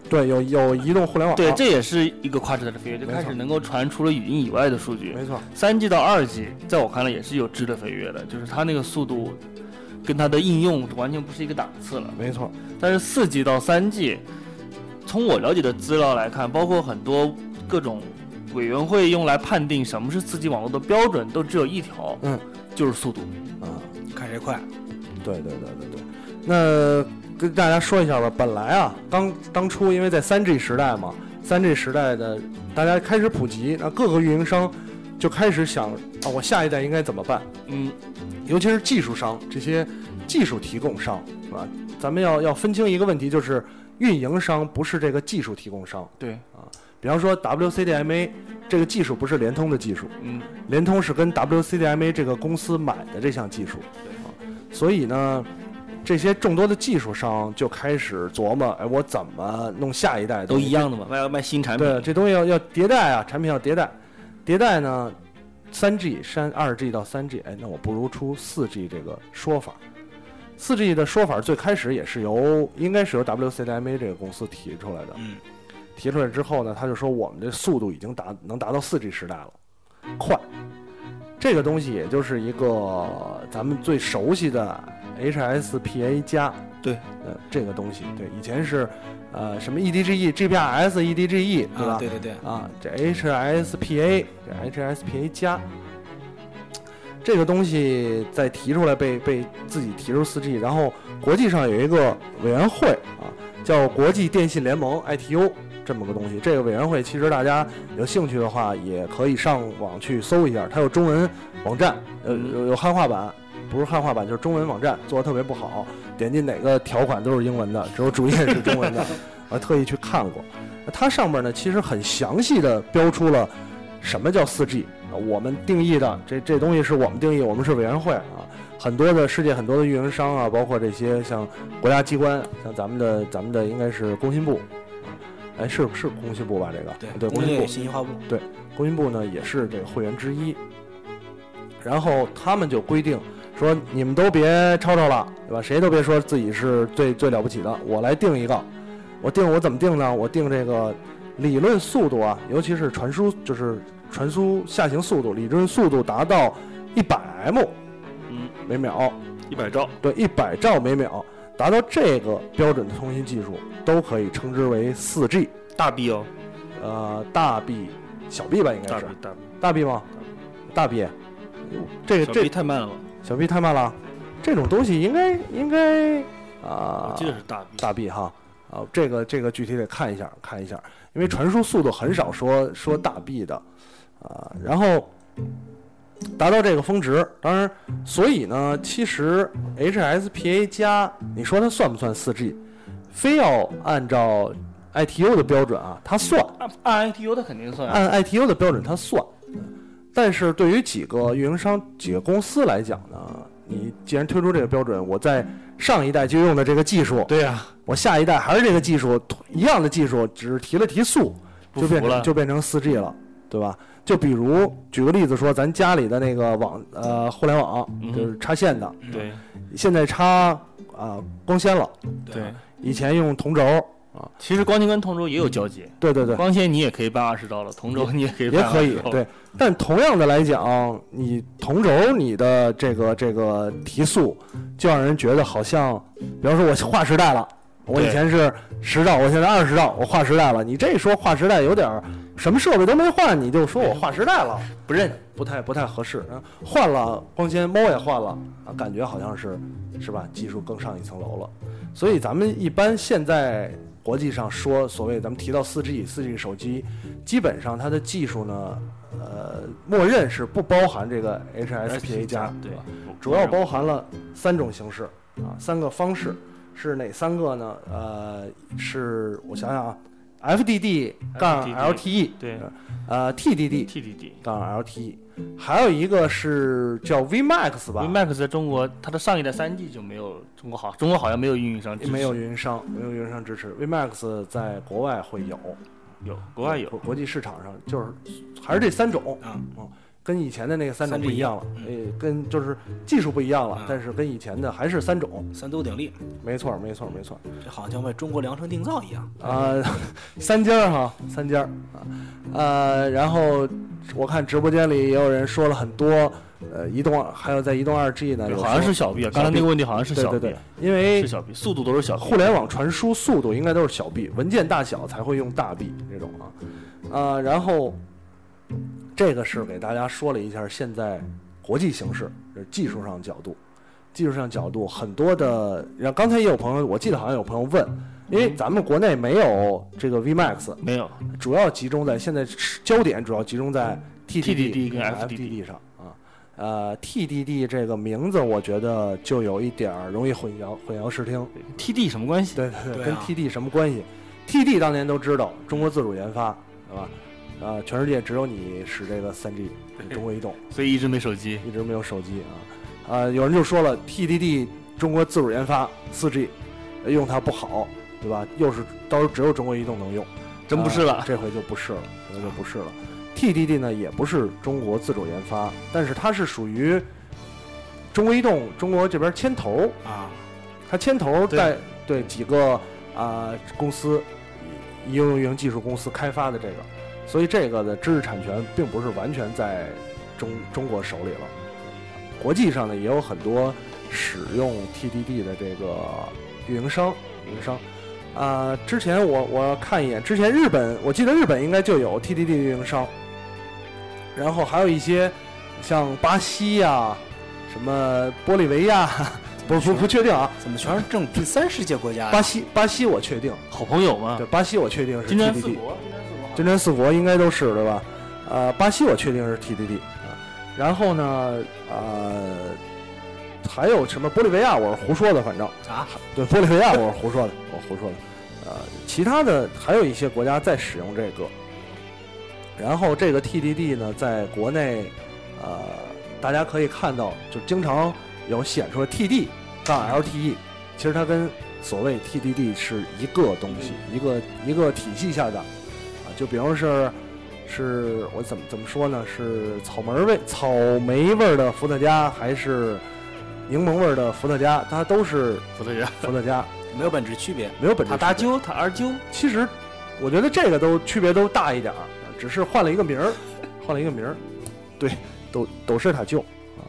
Speaker 1: 对有有移动互联网，啊
Speaker 2: 对，这也是一个跨时代的飞跃，就
Speaker 1: 没
Speaker 2: 开始
Speaker 1: 错
Speaker 2: 能够传除了语音以外的数据。
Speaker 1: 没错，
Speaker 2: 三 G 到二 G，在我看来也是有质的飞跃的，就是它那个速度跟它的应用完全不是一个档次了。
Speaker 1: 没错，
Speaker 2: 但是四 G 到三 G，从我了解的资料来看，包括很多各种委员会用来判定什么是四 G 网络的标准，都只有一条，
Speaker 1: 嗯，
Speaker 2: 就是速度。
Speaker 1: 啊、
Speaker 3: 看谁快。
Speaker 1: 对对对对对，那跟大家说一下吧。本来啊，当当初因为在三 G 时代嘛，三 G 时代的大家开始普及，那各个运营商哦就开始想啊，我下一代应该怎么办？
Speaker 2: 嗯，
Speaker 1: 尤其是技术商这些技术提供商，是吧？咱们要要分清一个问题，就是运营商不是这个技术提供商。
Speaker 2: 对，
Speaker 1: 比方说 WCDMA 这个技术不是联通的技术，
Speaker 2: 嗯，
Speaker 1: 联通是跟 WCDMA 这个公司买的这项技术，啊，所以呢，这些众多的技术商就开始琢磨，哎，我怎么弄下一代的
Speaker 2: 都
Speaker 1: 东西
Speaker 2: 一样的嘛，卖卖新产品，
Speaker 1: 对，这东西要要迭代啊，产品要迭代，迭代呢，三 G 删二 G 到三 G，哎，那我不如出四 G 这个说法。四 G 的说法最开始也是由应该是由 WCDMA 这个公司提出来的，
Speaker 3: 嗯，
Speaker 1: 提出来之后呢，他就说我们这速度已经达能达到四 G 时代了，快。这个东西也就是一个咱们最熟悉的 HSPA 加，
Speaker 2: 对，
Speaker 1: 呃，这个东西，对，以前是，呃，什么 EDGE、GPRS、EDGE，对 E，吧？
Speaker 3: 啊，对对对，
Speaker 1: 啊，这 HSPA 这 HSPA 加这个东西再提出来被被自己提出 4G，然后国际上有一个委员会啊，叫国际电信联盟 ITU 这么个东西。这个委员会其实大家有兴趣的话，也可以上网去搜一下，它有中文网站，呃，
Speaker 2: 嗯
Speaker 1: 有有汉化版。不是汉化版就是中文网站做的特别不好，点进哪个条款都是英文的，只有主页是中文的。我还特意去看过，它上面呢其实很详细的标出了什么叫4 G，啊我们定义的这这东西是我们定义，我们是委员会啊，很多的世界很多的运营商啊，包括这些像国家机关，像咱们的咱们的应该是工信部，啊哎是是工信部吧这个对
Speaker 3: 工
Speaker 1: 工信部
Speaker 3: 业信息化部，
Speaker 1: 工信部呢也是这个会员之一。然后他们就规定说，你们都别吵吵了，对吧？谁都别说自己是最最了不起的，我来定一个。我定我怎么定呢？我定这个理论速度啊，尤其是传输，就是传输下行速度，理论速度达到一百 m
Speaker 2: 嗯，
Speaker 1: 每秒，
Speaker 2: 一百兆，
Speaker 1: 对，一百兆每秒，达到这个标准的通信技术，都可以称之为4 G，
Speaker 2: 大 B 哦，
Speaker 1: 呃，大 B 小 B 吧，应该
Speaker 2: 大
Speaker 1: 是
Speaker 2: B 大 B，
Speaker 1: 大 B 吗？大 B，这
Speaker 2: 小
Speaker 1: 这
Speaker 2: B 太慢了吧？
Speaker 1: 小 B 太慢了，这种东西应该应该啊
Speaker 2: 我，记得是大 B，
Speaker 1: 大 B 哈啊，这个这个具体得看一下看一下，因为传输速度很少说说大 B 的啊，然后达到这个峰值，当然，所以呢，其实 HSPA 加，你说它算不算4 G？非要按照 ITU 的标准啊，它算，
Speaker 2: 按 ITU 它肯定算啊，
Speaker 1: 按 ITU 的标准它算，但是对于几个运营商、几个公司来讲呢，你既然推出这个标准，我在上一代就用的这个技术，
Speaker 2: 对呀，
Speaker 1: 我下一代还是这个技术，一样的技术，只是提了提速，
Speaker 2: 不
Speaker 1: 就变
Speaker 2: 服
Speaker 1: 成
Speaker 2: 了，
Speaker 1: 就变成4 G 了，对吧？就比如举个例子说，咱家里的那个网呃互联网
Speaker 2: 嗯
Speaker 1: 就是插线的，
Speaker 2: 对
Speaker 1: 现在插啊、光纤了，
Speaker 2: 对，
Speaker 1: 以前用铜轴，啊
Speaker 2: 其实光纤跟同轴也有交集，
Speaker 1: 对对对，
Speaker 2: 光纤你也可以办二十兆了，同轴你也可以
Speaker 1: 也
Speaker 2: 办
Speaker 1: 可以
Speaker 2: 20兆，
Speaker 1: 对。但同样的来讲，你同轴你的这个这个提速，就让人觉得好像，比方说我划时代了，我以
Speaker 2: 对
Speaker 1: 前是十兆，我现在二十兆，我划时代了。你这一说划时代有点儿什么设备都没换，你就说我划时代了，
Speaker 2: 不认，
Speaker 1: 不太不太合适。啊换了光纤，猫也换了啊，感觉好像是是吧？技术更上一层楼了。所以咱们一般现在国际上说所谓咱们提到4 G、4 G 手机，基本上它的技术呢，呃，默认是不包含这个 HSPA 加，
Speaker 2: 对，
Speaker 1: 主要包含了三种形式啊，三个方式是哪三个呢？呃，是我想想啊，FDD 杠 E LTE，
Speaker 2: 对
Speaker 1: 呃，TDD
Speaker 2: TDD。
Speaker 1: 杠 LTE，还 E 有一个是叫 VMAX 吧
Speaker 2: VMAX 在中国，它的上一代三 G 就没有中国好，中国好像没有运营商支持，
Speaker 1: 没有运营商，没有运营商支持，VMAX 在国外会有。
Speaker 2: 有国外有
Speaker 1: 国国际市场上就是还是这三种，
Speaker 3: 啊，
Speaker 1: 跟以前的那个三种
Speaker 3: 三
Speaker 1: 不
Speaker 3: 种
Speaker 1: 一样了，
Speaker 3: 一
Speaker 2: 嗯
Speaker 1: 呃，跟就是技术不一样了
Speaker 3: 啊，
Speaker 1: 但是跟以前的还是三种，
Speaker 3: 三足鼎立，
Speaker 1: 没错儿，没错儿，没错
Speaker 2: 嗯
Speaker 1: 儿。
Speaker 3: 这好像为中国量身定造一样。
Speaker 1: 啊、 [LAUGHS] 三家儿哈，三家儿啊，呃，然后我看直播间里也有人说了很多，呃，移动二还有在移动二 G 呢，有
Speaker 2: 好像
Speaker 1: 说
Speaker 2: 是小 B 啊，刚才那个问题好像是
Speaker 1: 对
Speaker 2: 小
Speaker 1: 对
Speaker 2: B，
Speaker 1: 对哎
Speaker 2: 啊，
Speaker 1: 因为
Speaker 2: 是小 B，速度都是小 B，
Speaker 1: 互联网传输速度应该都是小 b，文件大小才会用大 b 这种啊，啊、然后这个是给大家说了一下现在国际形势，就是技术上角度，技术上角度很多的，然后刚才也有朋友，我记得好像有朋友问，因为咱们国内没有这个 VMAX，
Speaker 2: 没有
Speaker 1: 主要集中在现在焦点主要集中在 TDD
Speaker 2: TDD 跟
Speaker 1: FDD 上啊。呃，TDD 这个名字，我觉得就有一点儿容易混淆混淆视听。
Speaker 2: TD 什么关
Speaker 3: [LAUGHS]
Speaker 2: 系？
Speaker 1: 对对
Speaker 3: 对
Speaker 1: 跟
Speaker 3: 啊
Speaker 1: TD 什么关系？TD 当年都知道，中国自主研发，对吧？
Speaker 3: 嗯
Speaker 1: 呃，全世界只有你使这个 3G，中国移动
Speaker 2: 所以一直没手机。
Speaker 1: 一直没有手机啊。呃，有人就说了，TDD 中国自主研发 4G，呃用它不好，对吧？又是到时候只有中国移动能用，
Speaker 2: 真不是了啊
Speaker 1: 呃这回就不是了，这回就不是了。TDD 呢也不是中国自主研发，但是它是属于中国移动中国这边牵头儿
Speaker 3: 啊，
Speaker 1: 它牵头
Speaker 2: 对
Speaker 1: 在对几个啊、公司应用云技术公司开发的这个，所以这个的知识产权并不是完全在中中国手里了。国际上呢，也有很多使用 TDD 的这个运营商，运营商。啊、之前我我看一眼，之前日本，我记得日本应该就有 TDD 的运营商，然后还有一些像巴西呀、什么玻利维亚，不不不确定啊，
Speaker 3: 怎么全是这种第三世界国家
Speaker 1: 巴
Speaker 3: 呀？
Speaker 1: 西，巴西我确定，
Speaker 2: 好朋友嘛
Speaker 1: 对，，巴西我确定是
Speaker 2: 金砖四
Speaker 1: TDD，
Speaker 2: 国，
Speaker 1: 金砖四国应该都是对吧？呃，巴西我确定是 TDD 啊，然后呢，呃，还有什么玻利维亚我是胡说的，反正
Speaker 3: 啊，
Speaker 1: 对，玻利维亚我是胡说的，我胡说的，呃，其他的还有一些国家在使用这个，然后这个 TDD 呢，在国内，呃，大家可以看到，就经常有显出来 TD 杠 LTE，其 E 实它跟所谓 TDD 是一个东西，一个一个体系下的，啊，就比方是是我怎么怎么说呢？是草莓味草莓味儿的伏特加，还是柠檬味儿的伏特加？它都是
Speaker 2: 葡萄牙，
Speaker 1: 伏特加，
Speaker 3: 没有本质区别。
Speaker 1: 没有本质
Speaker 2: 塔
Speaker 1: 区别。
Speaker 2: 达鸠，塔尔鸠，
Speaker 1: 其实我觉得这个都区别都大一点儿，只是换了一个名儿，换了一个名儿。对，斗斗士塔旧啊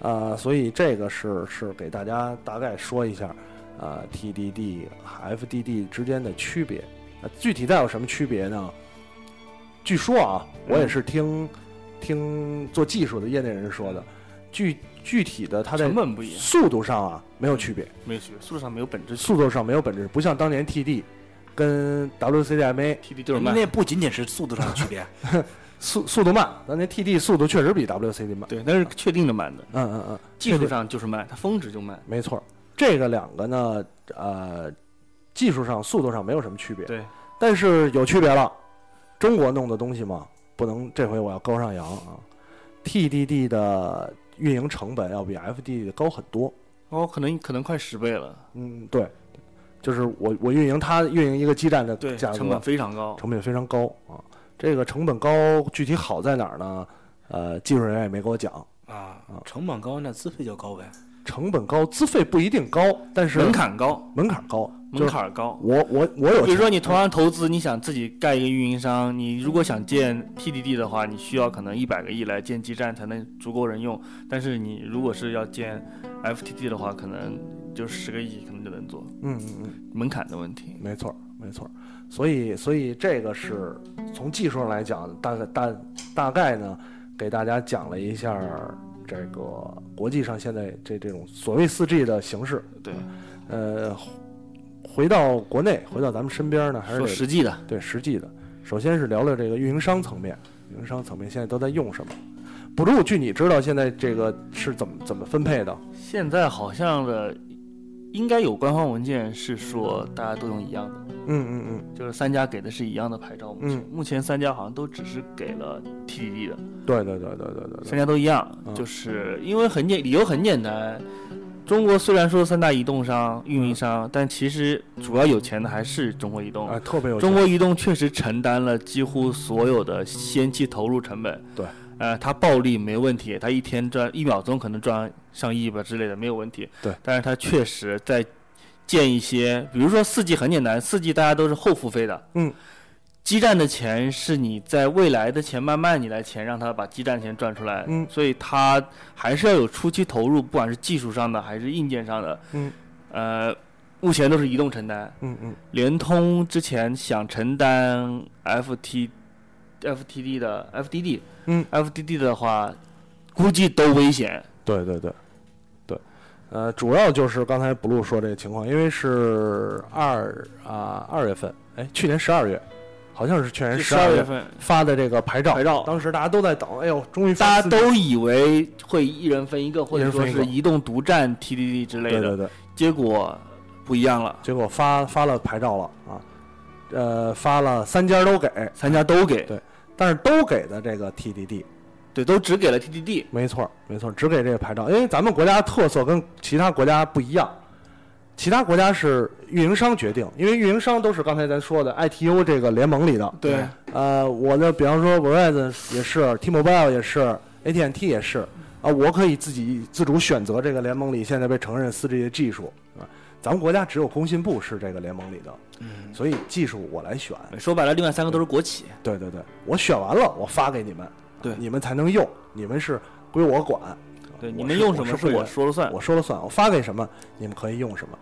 Speaker 1: 啊、所以这个是是给大家大概说一下啊、TDD 和 FDD 之间的区别。啊，具体再有什么区别呢？据说啊，我也是听、听做技术的业内人说的，具具体的它在
Speaker 2: 成本不一样，
Speaker 1: 速度上啊没有区别。
Speaker 2: 没有区别，速度上没有本质区
Speaker 1: 呃速度上没有本质，不像当年 TD 跟 WCDMA
Speaker 2: 别，TD 就是慢，
Speaker 3: 那不仅仅是速度上的区别，
Speaker 1: 速速度慢，当年 TD 速度确实比 WCD 慢。
Speaker 2: 对，那是确定的慢的，
Speaker 1: 嗯嗯嗯，
Speaker 2: 技术上就是慢，它峰值就慢，
Speaker 1: 没错，这个两个呢，呃，技术上、速度上没有什么区别，
Speaker 2: 对，
Speaker 1: 但是有区别了。中国弄的东西嘛，不能这回我要高上扬啊。TDD 的运营成本要比 FDD 高很多。
Speaker 2: 哦，可能可能快十倍了，
Speaker 1: 嗯，对，就是我我运营它运营一个基站的
Speaker 2: 对，
Speaker 1: 价格
Speaker 2: 成本非常高，
Speaker 1: 成本非常高啊。这个成本高具体好在哪儿呢？呃，技术人员也没给我讲。
Speaker 3: 啊，成本高，那资费就高呗。
Speaker 1: 成本高，资费不一定高，但是
Speaker 2: 门槛高，
Speaker 1: 门槛高，
Speaker 2: 门。槛儿高。
Speaker 1: 我我我有，
Speaker 2: 比如说你同样投资，你想自己盖一个运营商，你如果想建 TDD 的话，你需要可能一百个亿来建基站才能足够人用。但是你如果是要建 FTT 的话，可能就十个亿可能就能做，
Speaker 1: 嗯嗯嗯，
Speaker 2: 门槛的问题。
Speaker 1: 没错儿没错儿。所以所以这个是从技术上来讲，大概大大概呢，给大家讲了一下儿这个国际上现在这这种所谓四 G 的形式。
Speaker 2: 对，
Speaker 1: 呃，回到国内，回到咱们身边儿呢，还是
Speaker 2: 说
Speaker 1: 得
Speaker 2: 实际的，
Speaker 1: 对实际的。首先是聊聊这个运营商层面，运营商层面现在都在用什么？Blue，据你知道现在这个是怎么怎么分配的？
Speaker 2: 现在好像的应该有官方文件是说大家都用一样的，
Speaker 1: 嗯嗯嗯，
Speaker 2: 就是三家给的是一样的牌照。目前、
Speaker 1: 嗯
Speaker 2: 目前三家好像都只是给了 TDD 的。
Speaker 1: 对对对对对对对
Speaker 2: 三，家都一样
Speaker 1: 嗯，
Speaker 2: 就是因为很简，理由很简单。中国虽然说三大移动商、运营商，但其实主要有钱的还是中国移动。
Speaker 1: 啊，特别有
Speaker 2: 中国移动确实承担了几乎所有的先期投入成本。
Speaker 1: 对，
Speaker 2: 呃，它暴利没问题，它一天赚一秒钟可能赚上亿吧之类的，没有问题。
Speaker 1: 对，
Speaker 2: 但是它确实在建一些，比如说四 G 很简单，四 G 大家都是后付费的。
Speaker 1: 嗯。
Speaker 2: 基站的钱是你在未来的钱，慢慢你来钱，让他把基站钱赚出来。
Speaker 1: 嗯
Speaker 2: 所以它还是要有初期投入，不管是技术上的还是硬件上的。
Speaker 1: 嗯，
Speaker 2: 呃，目前都是移动承担。
Speaker 1: 嗯嗯
Speaker 2: 联通之前想承担 FT FTD 的 FDD，
Speaker 1: 嗯
Speaker 2: ，FDD 的话，估计都危险。
Speaker 1: 对对对对，呃，主要就是刚才 Blue 说这个情况，因为是二啊二月份，哎，去年十二月，好像是去年
Speaker 2: 十
Speaker 1: 十二
Speaker 2: 二月
Speaker 1: 月
Speaker 2: 份，
Speaker 1: 发的这个牌照，
Speaker 2: 牌照
Speaker 1: 当时大家都在等，哎呦，终于
Speaker 2: 大
Speaker 1: 发
Speaker 2: 家
Speaker 1: 四
Speaker 2: 都以为会一人分一个，或者说
Speaker 1: 一人
Speaker 2: 是
Speaker 1: 分一
Speaker 2: 移动独占 TDD 之类
Speaker 1: 对对
Speaker 2: 的，
Speaker 1: 对，
Speaker 2: 结果不一样了，
Speaker 1: 结果发发了牌照了啊，呃，发了三家都给，
Speaker 2: 三家都给，
Speaker 1: 但是都给的这个 TDD，
Speaker 2: 对，都只给了 TDD，
Speaker 1: 没错儿没错儿，只给这个牌照，因为咱们国家特色跟其他国家不一样，其他国家是运营商决定，因为运营商都是刚才咱说的 ITU 这个联盟里的，
Speaker 2: 对，
Speaker 1: 呃，我的比方说 Verizon 也是，T-Mobile 也是，AT&T 也是，啊，我可以自己自主选择这个联盟里现在被承认 4G 的技术啊。咱们国家只有工信部是这个联盟里的，
Speaker 3: 嗯，
Speaker 1: 所以技术我来选。
Speaker 2: 说白了，另外三个都是国企，
Speaker 1: 对对对，我选完了我发给你们，
Speaker 2: 对
Speaker 1: 你们才能用，你们是归我管。
Speaker 2: 对，
Speaker 1: 我
Speaker 2: 你们
Speaker 1: 是
Speaker 2: 用
Speaker 1: 我
Speaker 2: 什么
Speaker 1: 是
Speaker 2: 是
Speaker 1: 会
Speaker 2: 我
Speaker 1: 员
Speaker 2: 说了 [LAUGHS] 算，
Speaker 1: 我说了算，我发给什么，你们可以用什么。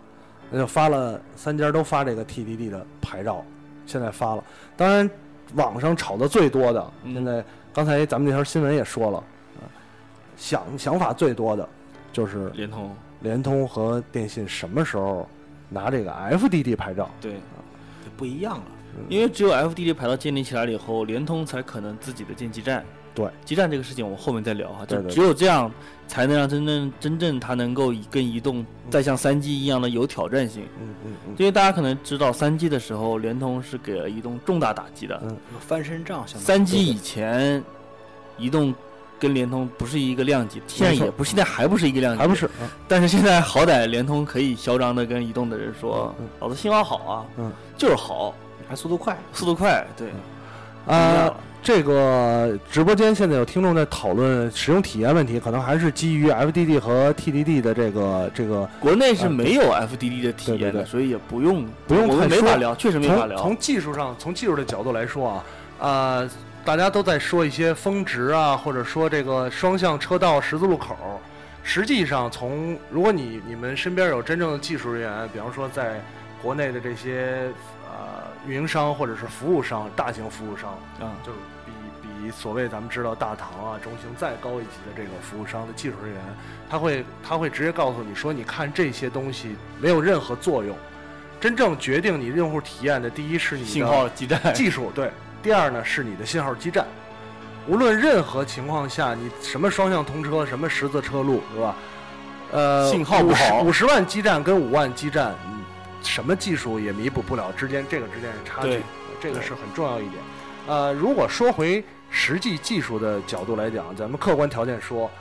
Speaker 1: 那就发了三家都发这个 TDD 的牌照，现在发了。当然，网上炒的最多的，
Speaker 2: 嗯
Speaker 1: 现在刚才咱们那条新闻也说了，啊想想法最多的就是
Speaker 2: 联通，
Speaker 1: 联通和电信什么时候拿这个 FDD 牌照？
Speaker 2: 对，
Speaker 3: 就不一样了。
Speaker 2: 因为只有 FDD 牌照建立起来了以后，联通才可能自己的建基站。
Speaker 1: 对，
Speaker 2: 基站这个事情我后面再聊哈，
Speaker 1: 对
Speaker 2: 就
Speaker 1: 对对
Speaker 2: 只有这样才能让真正真正它能够以跟移动再像三 G 一样的有挑战性。
Speaker 1: 嗯嗯嗯
Speaker 2: 因为大家可能知道，三 G 的时候，联通是给了移动重大打击的。
Speaker 1: 嗯
Speaker 3: 有翻身仗，相当于
Speaker 2: 三 G 以前，移动跟联通不是一个量级，现在
Speaker 1: 没错
Speaker 2: 也不，现在还不是一个量级，
Speaker 1: 还不。是？
Speaker 2: 但是现在好歹联通可以嚣张的跟移动的人说
Speaker 1: 嗯，
Speaker 2: 老子信号好啊，
Speaker 1: 嗯，
Speaker 2: 就是好，
Speaker 3: 还速度快，
Speaker 2: 速度快，对，
Speaker 1: 啊、
Speaker 2: 啊，
Speaker 1: 这个直播间现在有听众在讨论使用体验问题，可能还是基于 FDD 和 TDD 的这个这个
Speaker 2: 国内是没有 FDD 的体
Speaker 1: 对
Speaker 2: 验的，
Speaker 1: 对对
Speaker 2: 所以也不用
Speaker 1: 不用
Speaker 2: 我
Speaker 1: 太
Speaker 2: 们没
Speaker 1: 说
Speaker 2: 法聊，确实没法
Speaker 1: 从
Speaker 2: 聊。
Speaker 1: 从技术上，从技术的角度来说啊，呃，大家都在说一些峰值啊，或者说这个双向车道十字路口。实际上从，如果你你们身边有真正的技术人员，比方说在国内的这些呃运营商或者是服务商、大型服务商，
Speaker 2: 啊，
Speaker 1: 就是比比所谓咱们知道大堂啊、中兴再高一级的这个服务商的技术人员，他会他会直接告诉你说，你看这些东西没有任何作用。真正决定你用户体验的，第一是你的
Speaker 2: 信号基站，
Speaker 1: 技术，对；第二呢是你的信号基站。无论任何情况下，你什么双向通车，什么十字车路，是吧？呃，
Speaker 2: 信号不好
Speaker 1: 五十万基站跟五万基站，嗯什么技术也弥补不了之间这个之间的差距
Speaker 2: 对，
Speaker 1: 这个是很重要一点。呃，如果说回实际技术的角度来讲，咱们客观条件说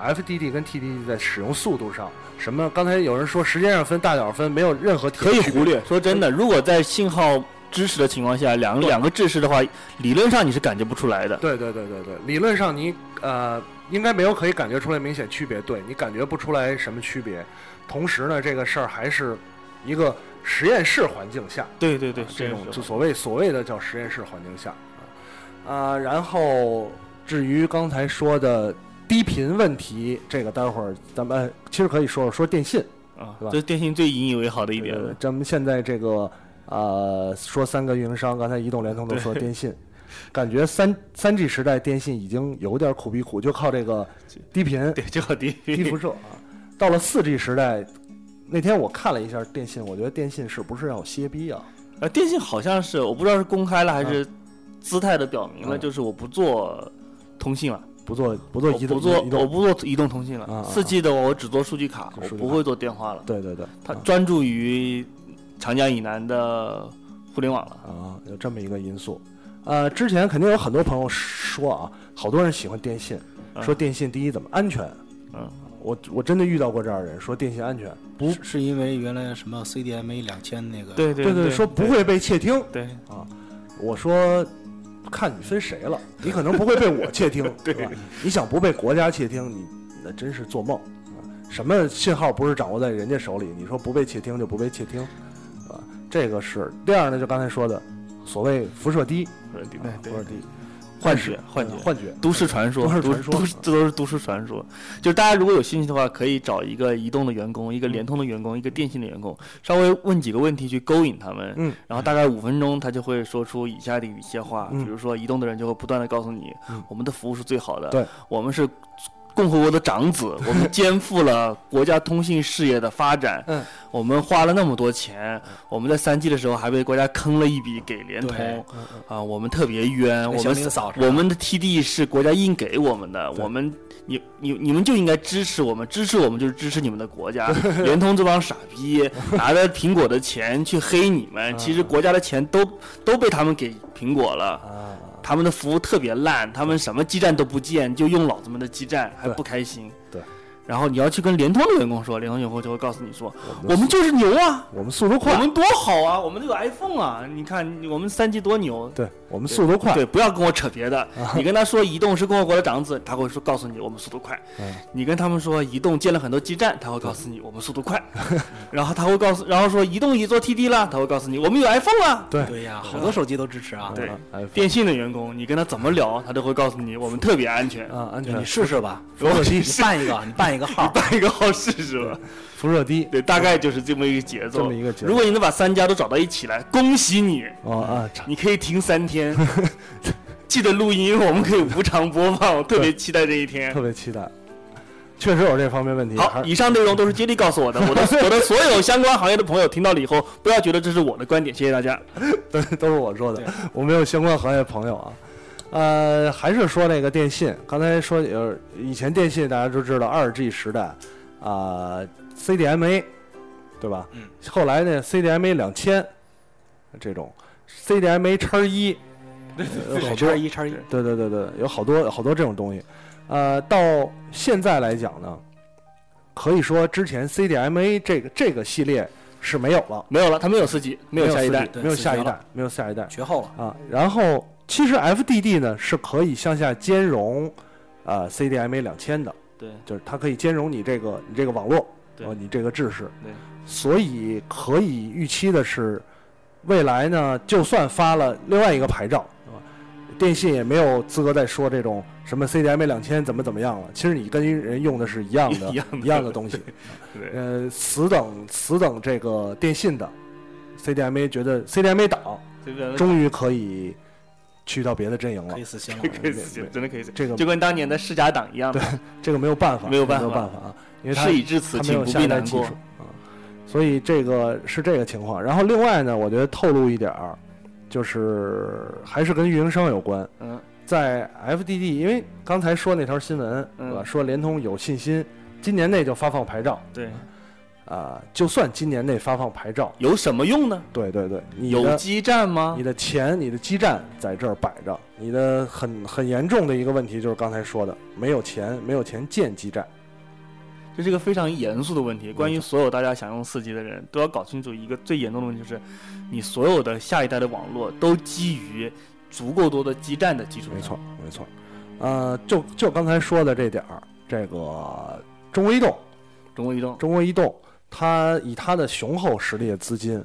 Speaker 1: ，FDD 跟 TDD 在使用速度上，什么刚才有人说时间上分、大小分，没有任何
Speaker 2: [LAUGHS] 可以
Speaker 1: 区别
Speaker 2: 忽略。 [LAUGHS] 说真的，如果在信号支持的情况下，两两个制式的话，理论上你是感觉不出来的。
Speaker 1: 对对对对对，理论上你呃应该没有可以感觉出来明显区别，对你感觉不出来什么区别。同时呢，这个事儿还是一个实验室环境下，
Speaker 2: 对对对，
Speaker 1: 啊这种就
Speaker 2: 就
Speaker 1: 所谓所谓的叫实验室环境下啊、呃然后至于刚才说的低频问题，这个待会儿咱们、呃其实可以说说说电信。
Speaker 2: 啊
Speaker 1: 是，吧
Speaker 2: 这是电信最引以为豪的一点
Speaker 1: 呃
Speaker 2: 了。
Speaker 1: 咱们现在这个呃，说三个运营商，刚才移动、联通都说电信，感觉三三 G 时代电信已经有点苦逼苦，就靠这个低频、
Speaker 2: [LAUGHS] 对，这个低
Speaker 1: 低辐射啊。到了四 G 时代，那天我看了一下电信，我觉得电信是不是要歇逼啊？
Speaker 2: 呃，电信好像是我不知道是公开了还是姿态的表明了，
Speaker 1: 嗯
Speaker 2: 就是我不做通信了。
Speaker 1: 不做不做
Speaker 2: 我
Speaker 1: 移动，
Speaker 2: 啊不做
Speaker 1: 移
Speaker 2: 我
Speaker 1: 动，
Speaker 2: 不做移动通信
Speaker 1: 啊啊
Speaker 2: 了
Speaker 1: 啊，
Speaker 2: 四 G 的我只做数据卡，
Speaker 1: 就
Speaker 2: 我
Speaker 1: 数据
Speaker 2: 不
Speaker 1: 卡
Speaker 2: 会做电话了。
Speaker 1: 对对对，
Speaker 2: 他
Speaker 1: 啊
Speaker 2: 专注于长江以南的互联网了。
Speaker 1: 啊，有这么一个因素。呃，之前肯定有很多朋友说啊，好多人喜欢电信，
Speaker 2: 嗯
Speaker 1: 说电信第一怎么安全。
Speaker 2: 嗯，
Speaker 1: 我我真的遇到过这样的人，说电信安全，
Speaker 3: 不是因为原来什么 CDMA 两千那个，
Speaker 2: 对对
Speaker 1: 对对，说不会被窃听。
Speaker 2: 对
Speaker 1: 我说，看你分谁了，你可能不会被我窃听， [LAUGHS] 对吧？你想不被国家窃听，你那真是做梦。啊什么信号不是掌握在人家手里？你说不被窃听就不被窃听，啊，这个是。第二呢，就刚才说的，所谓辐射低，
Speaker 2: 哎对
Speaker 1: 啊辐射低，
Speaker 2: 幻
Speaker 1: 视
Speaker 2: 觉幻觉
Speaker 1: 幻觉，
Speaker 2: 都市传说，
Speaker 1: 都市
Speaker 2: 都
Speaker 1: 传说
Speaker 2: 都市这都是都市传说。就是大家如果有兴趣的话，可以找一个移动的员工，一个联通的员工，一个电信的员工，稍微问几个问题去勾引他们。
Speaker 1: 嗯，
Speaker 2: 然后大概五分钟，他就会说出以下的一些话，
Speaker 1: 嗯
Speaker 2: 比如说移动的人就会不断的告诉你，
Speaker 1: 嗯
Speaker 2: 我们的服务是最好的，
Speaker 1: 对，
Speaker 2: 我们是共和国的
Speaker 1: [LAUGHS]
Speaker 2: 长子，我们肩负了国家通信事业的发展，
Speaker 1: 嗯，
Speaker 2: 我们花了那么多钱，我们在三 G 的时候还被国家坑了一笔给联
Speaker 3: 对哎
Speaker 2: 通，
Speaker 1: 嗯
Speaker 2: 啊，我们特别冤，我
Speaker 3: 小
Speaker 2: 们
Speaker 3: 明嫂是吧
Speaker 2: 我们的 TD 是国家硬给我们的，我们你你你们就应该支持我们，支持我们就是支持你们的国 [LAUGHS] 家。联通这帮傻 [LAUGHS] 逼拿着苹果的钱去黑你们，其实国家的钱都都被他们给苹果了，
Speaker 1: 啊，
Speaker 2: 他们的服务特别烂，他们什么基站都不建，就用老子们的基站，还
Speaker 1: 对
Speaker 2: 不开心。
Speaker 1: 对。
Speaker 2: 然后你要去跟联通的员工说，联通员工就会告诉你说，
Speaker 1: 我
Speaker 2: 我们就是牛啊，
Speaker 1: 我们速度
Speaker 2: 我
Speaker 1: 快，
Speaker 2: 们多好啊，我们都有 iPhone 啊，你看我们三 G 多牛，
Speaker 1: 对我们速度快，啊
Speaker 2: 对，不要跟我扯别的。你跟他说移动是共和国的长子，他会说告诉你我们速度快
Speaker 1: 嗯。
Speaker 2: 你跟他们说移动建了很多基站，他会告诉你我们速度快。
Speaker 1: 嗯
Speaker 2: [LAUGHS] 然后他会告诉，然后说移动也做 TD 了，他会告诉你我们有 iPhone 了。
Speaker 1: 对
Speaker 3: 对呀，好多手机都支持啊。
Speaker 2: 对
Speaker 1: 嗯，哎
Speaker 2: 电信的员工，你跟他怎么聊，他都会告诉你我们特别安全。
Speaker 1: 啊，安
Speaker 3: 对
Speaker 1: 全
Speaker 3: 你试试吧，
Speaker 2: 我
Speaker 3: 你
Speaker 2: 是
Speaker 3: 办一个，你办一
Speaker 2: [LAUGHS]
Speaker 3: 个号，
Speaker 2: 办一个号试试吧。
Speaker 1: 辐射低，
Speaker 2: 对，大概就是这么一个节
Speaker 1: 这
Speaker 2: 奏
Speaker 1: 么。一个节
Speaker 2: 如
Speaker 1: 目。
Speaker 2: 果你能把三家都找到一起来，恭喜你，
Speaker 1: 哦
Speaker 2: [LAUGHS]
Speaker 1: 啊，差
Speaker 2: 你可以停
Speaker 1: [LAUGHS]
Speaker 2: 三天。记得录音，我们可以无偿播放，我特别期待这一天。
Speaker 1: 特别期待，确实有这方面问题。
Speaker 2: 好，
Speaker 1: 还
Speaker 2: 以上内容都是接力告诉我的，
Speaker 1: [LAUGHS]
Speaker 2: 我的我的所有相关行业的朋友听到了以后，不要觉得这是我的观点，谢谢大家。
Speaker 1: 都都是我说的
Speaker 3: 对，
Speaker 1: 我没有相关行业朋友啊。呃，还是说那个电信，刚才说有以前电信大家都知道二 G 时代啊、c d m a 对吧？
Speaker 3: 嗯。
Speaker 1: 后来呢，CDMA 两千这种，CDMA 叉一，呃好多
Speaker 3: 叉一叉一，
Speaker 1: 对对对对，有好多好多这种东西。呃，到现在来讲呢，可以说之前 CDMA 这个这个系列是没有了，
Speaker 2: 没有了，他没有四 G，没有下一代
Speaker 1: 四 G，
Speaker 3: 对
Speaker 1: 没有
Speaker 3: 死
Speaker 1: 下一
Speaker 3: 绝
Speaker 1: 代，没有下一代
Speaker 3: 绝后了。
Speaker 1: 啊。然后其实 FDD 呢是可以向下兼容呃 CDMA 两千的，
Speaker 2: 对
Speaker 1: 就是它可以兼容你这个你这个网络，
Speaker 2: 对
Speaker 1: 呃你这个制式，
Speaker 2: 对
Speaker 1: 所以可以预期的是，未来呢，就算发了另外一个牌照，对吧电信也没有资格再说这种什么 CDMA 两千怎么怎么样了。其实你跟人用的是一样的，
Speaker 2: [LAUGHS] 一样的
Speaker 1: 一样的东西，
Speaker 2: 对
Speaker 1: 呃，死等死等这个电信的 CDMA 觉得 CDMA 党
Speaker 2: 这个
Speaker 1: 终于可以去到别的阵营了
Speaker 3: 可以，死心了，
Speaker 2: [LAUGHS] 可以四 G，真的可以四 G，
Speaker 1: 这个
Speaker 2: 就跟当年的世家党一样的。
Speaker 1: 这个没有办法，
Speaker 2: 没有办法
Speaker 1: 没有办法啊，因为它
Speaker 2: 事已至此，
Speaker 1: 他没
Speaker 2: 请
Speaker 1: 有
Speaker 2: 不
Speaker 1: 下
Speaker 2: 必
Speaker 1: 一代
Speaker 2: 难
Speaker 1: 技
Speaker 2: 过
Speaker 1: 术。啊。所以这个是这个情况。然后另外呢，我觉得透露一点儿，就是还是跟运营商有关。
Speaker 2: 嗯，
Speaker 1: 在 FDD，因为刚才说那条新闻，
Speaker 2: 嗯
Speaker 1: 对吧？说联通有信心今年内就发放牌照
Speaker 2: 对，
Speaker 1: 啊、就算今年内发放牌照，
Speaker 2: 有什么用呢？
Speaker 1: 对对对，你
Speaker 2: 有
Speaker 1: 的
Speaker 2: 基站吗
Speaker 1: 你？的钱、你的基站在这儿摆着，你的很很严重的一个问题就是刚才说的，没有钱，没有钱建基站。
Speaker 2: 这是一个非常严肃的问题。关于所有大家想用四 G 的人都要搞清楚一个最严重的问题，就是你所有的下一代的网络都基于足够多的基站的基础上。
Speaker 1: 没错，没错。呃，就就刚才说的这点儿，这个中国移动，
Speaker 2: 中国移动
Speaker 1: 中国移动，它以它的雄厚实力的资金，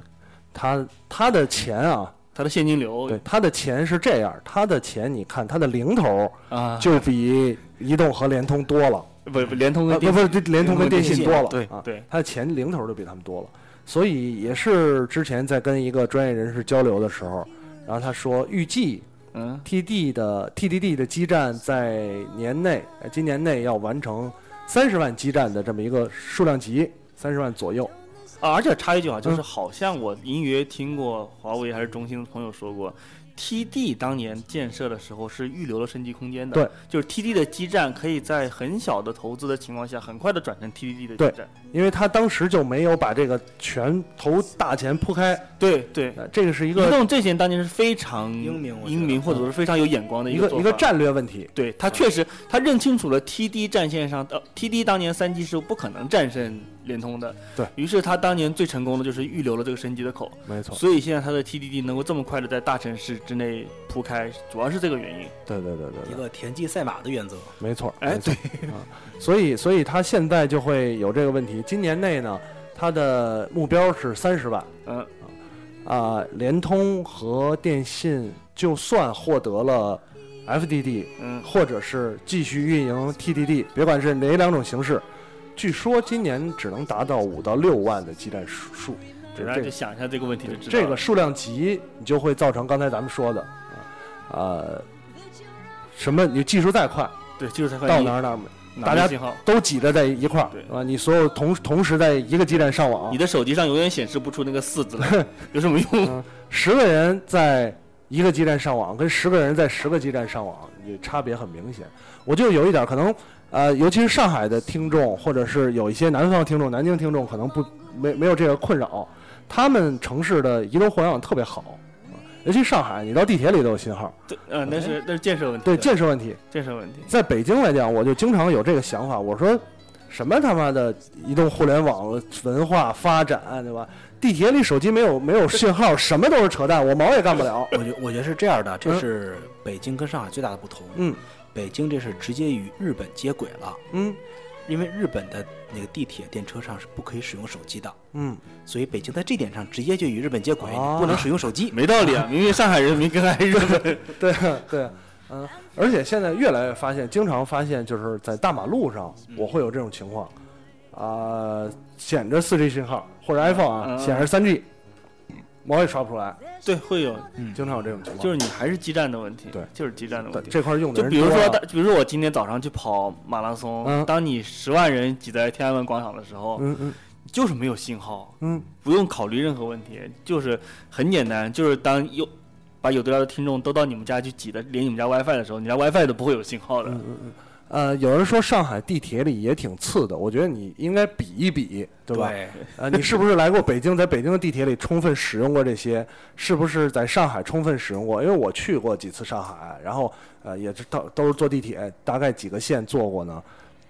Speaker 1: 它它的钱啊，
Speaker 2: 它的现金流
Speaker 1: 对，它的钱是这样，它的钱你看它的零头
Speaker 2: 啊，
Speaker 1: 就比移动和联通多了，
Speaker 2: 不不，联通
Speaker 1: 啊
Speaker 2: 跟
Speaker 1: 不
Speaker 2: 电
Speaker 1: 不，这联通跟电信多了，
Speaker 2: 对
Speaker 1: 啊，
Speaker 2: 对
Speaker 1: 它的钱零头就比他们多了，所以也是之前在跟一个专业人士交流的时候，然后他说预计
Speaker 2: 嗯
Speaker 1: TD 的 TDD 的基站在年内，呃今年内要完成三十万基站的这么一个数量级，三十万左右。
Speaker 2: 啊，而且插一句啊，
Speaker 1: 嗯
Speaker 2: 就是好像我隐约听过华为还是中兴的朋友说过。TD 当年建设的时候是预留了升级空间的，
Speaker 1: 对，
Speaker 2: 就是 TD 的基站可以在很小的投资的情况下，很快的转成 TDD 的
Speaker 1: 对
Speaker 2: 基站，
Speaker 1: 因为他当时就没有把这个全投大钱铺开，
Speaker 2: 对对。
Speaker 1: 呃这个是一
Speaker 2: 移
Speaker 1: 个嗯
Speaker 2: 动这些人当年是非常
Speaker 3: 英明我觉得
Speaker 2: 英明或者是非常有眼光的
Speaker 1: 一
Speaker 2: 个
Speaker 1: 个
Speaker 2: 做
Speaker 1: 一个
Speaker 2: 法，
Speaker 1: 战略问题。
Speaker 2: 对他确实他认清楚了 TD 战线上的、呃 TD 当年三 G 是不可能战胜联通的，
Speaker 1: 对
Speaker 2: 于是他当年最成功的就是预留了这个升级的口，
Speaker 1: 没错，
Speaker 2: 所以现在它的 TDD 能够这么快的在大城市之内铺开，主要是这个原因。
Speaker 1: 对对对对
Speaker 3: 一
Speaker 1: 对，
Speaker 3: 个田忌赛马的原则。
Speaker 1: 没错，
Speaker 2: 哎
Speaker 1: 没错啊，所以所以他现在就会有这个问题。今年内呢，他的目标是三十万，
Speaker 2: 嗯，
Speaker 1: 啊、联通和电信就算获得了 FDD，
Speaker 2: 嗯，
Speaker 1: 或者是继续运营 TDD，别管是哪两种形式，据说今年只能达到五到六万的基站数数，
Speaker 2: 对，
Speaker 1: 这
Speaker 2: 大家
Speaker 1: 这
Speaker 2: 就
Speaker 1: 个
Speaker 2: 想一下这个问题就知道了。
Speaker 1: 这个数量级，你就会造成刚才咱们说的，啊呃，什么你技术再快，
Speaker 2: 对，就是它
Speaker 1: 到哪儿哪儿
Speaker 2: 哪
Speaker 1: 大
Speaker 2: 没
Speaker 1: 家
Speaker 2: 信号，
Speaker 1: 都挤得在一块儿，
Speaker 2: 对
Speaker 1: 啊，你所有同同时在一个基站上网
Speaker 2: 你，的手机上永远显示不出那个四字来， [LAUGHS] 有什么用？
Speaker 1: 嗯十个人在一个基站上网，跟十个人在十个基站上网，也差别很明显。我就有一点可能，呃，尤其是上海的听众，或者是有一些南方听众、南京听众，可能不没没有这个困扰。他们城市的移动互联网特别好，啊尤其上海，你到地铁里都有信号。
Speaker 2: 对，呃，那是那是建设问题，
Speaker 1: 哎对建设问题，
Speaker 2: 建设问题，
Speaker 1: 在北京来讲，我就经常有这个想法，我说什么他妈的移动互联网文化发展，对吧？地铁里手机没有没有信号，什么都是扯淡，我毛也干不了。
Speaker 3: 我觉我觉得是这样的，这
Speaker 1: 嗯
Speaker 3: 是北京跟上海最大的不同。
Speaker 1: 嗯，
Speaker 3: 北京这是直接与日本接轨了，
Speaker 1: 嗯
Speaker 3: 因为日本的那个地铁、电车上是不可以使用手机的，
Speaker 1: 嗯，
Speaker 3: 所以北京在这点上直接就与日本接轨，
Speaker 1: 哦
Speaker 3: 你不能使用手机。
Speaker 2: 没道理啊！明明上海人民跟来日
Speaker 1: [LAUGHS]
Speaker 2: 本，
Speaker 1: 对对，嗯，而且现在越来越发现，经常发现就是在大马路上，
Speaker 2: 嗯
Speaker 1: 我会有这种情况，啊、显着四 G 信号或者 iPhone 啊，
Speaker 2: 嗯嗯
Speaker 1: 显示三 G，毛也刷不出来，
Speaker 2: 对，会有，
Speaker 1: 经常有这种情况。
Speaker 2: 就是你还是基站的问题，
Speaker 1: 对
Speaker 2: 就是基站的问
Speaker 1: 但
Speaker 2: 题。
Speaker 1: 这块用的
Speaker 2: 就
Speaker 1: 人
Speaker 2: 比如
Speaker 1: 多啊
Speaker 2: 说
Speaker 1: 了
Speaker 2: 大，比如说我今天早上去跑马拉松，
Speaker 1: 嗯
Speaker 2: 当你十万人挤在天安门广场的时候，
Speaker 1: 嗯嗯
Speaker 2: 就是没有信号，
Speaker 1: 嗯
Speaker 2: 不用考虑任何问题，就是很简单，就是当有把有对聊的听众都到你们家去挤的，连你们家 WiFi 的时候，你家 WiFi 都不会有信号的。
Speaker 1: 嗯嗯嗯，呃，有人说上海地铁里也挺次的，我觉得你应该比一比，对吧？
Speaker 3: 对，
Speaker 1: 呃，你是不是来过北京？在北京的地铁里充分使用过这些？是不是在上海充分使用过？因为我去过几次上海，然后呃，也是到都是坐地铁，大概几个线坐过呢。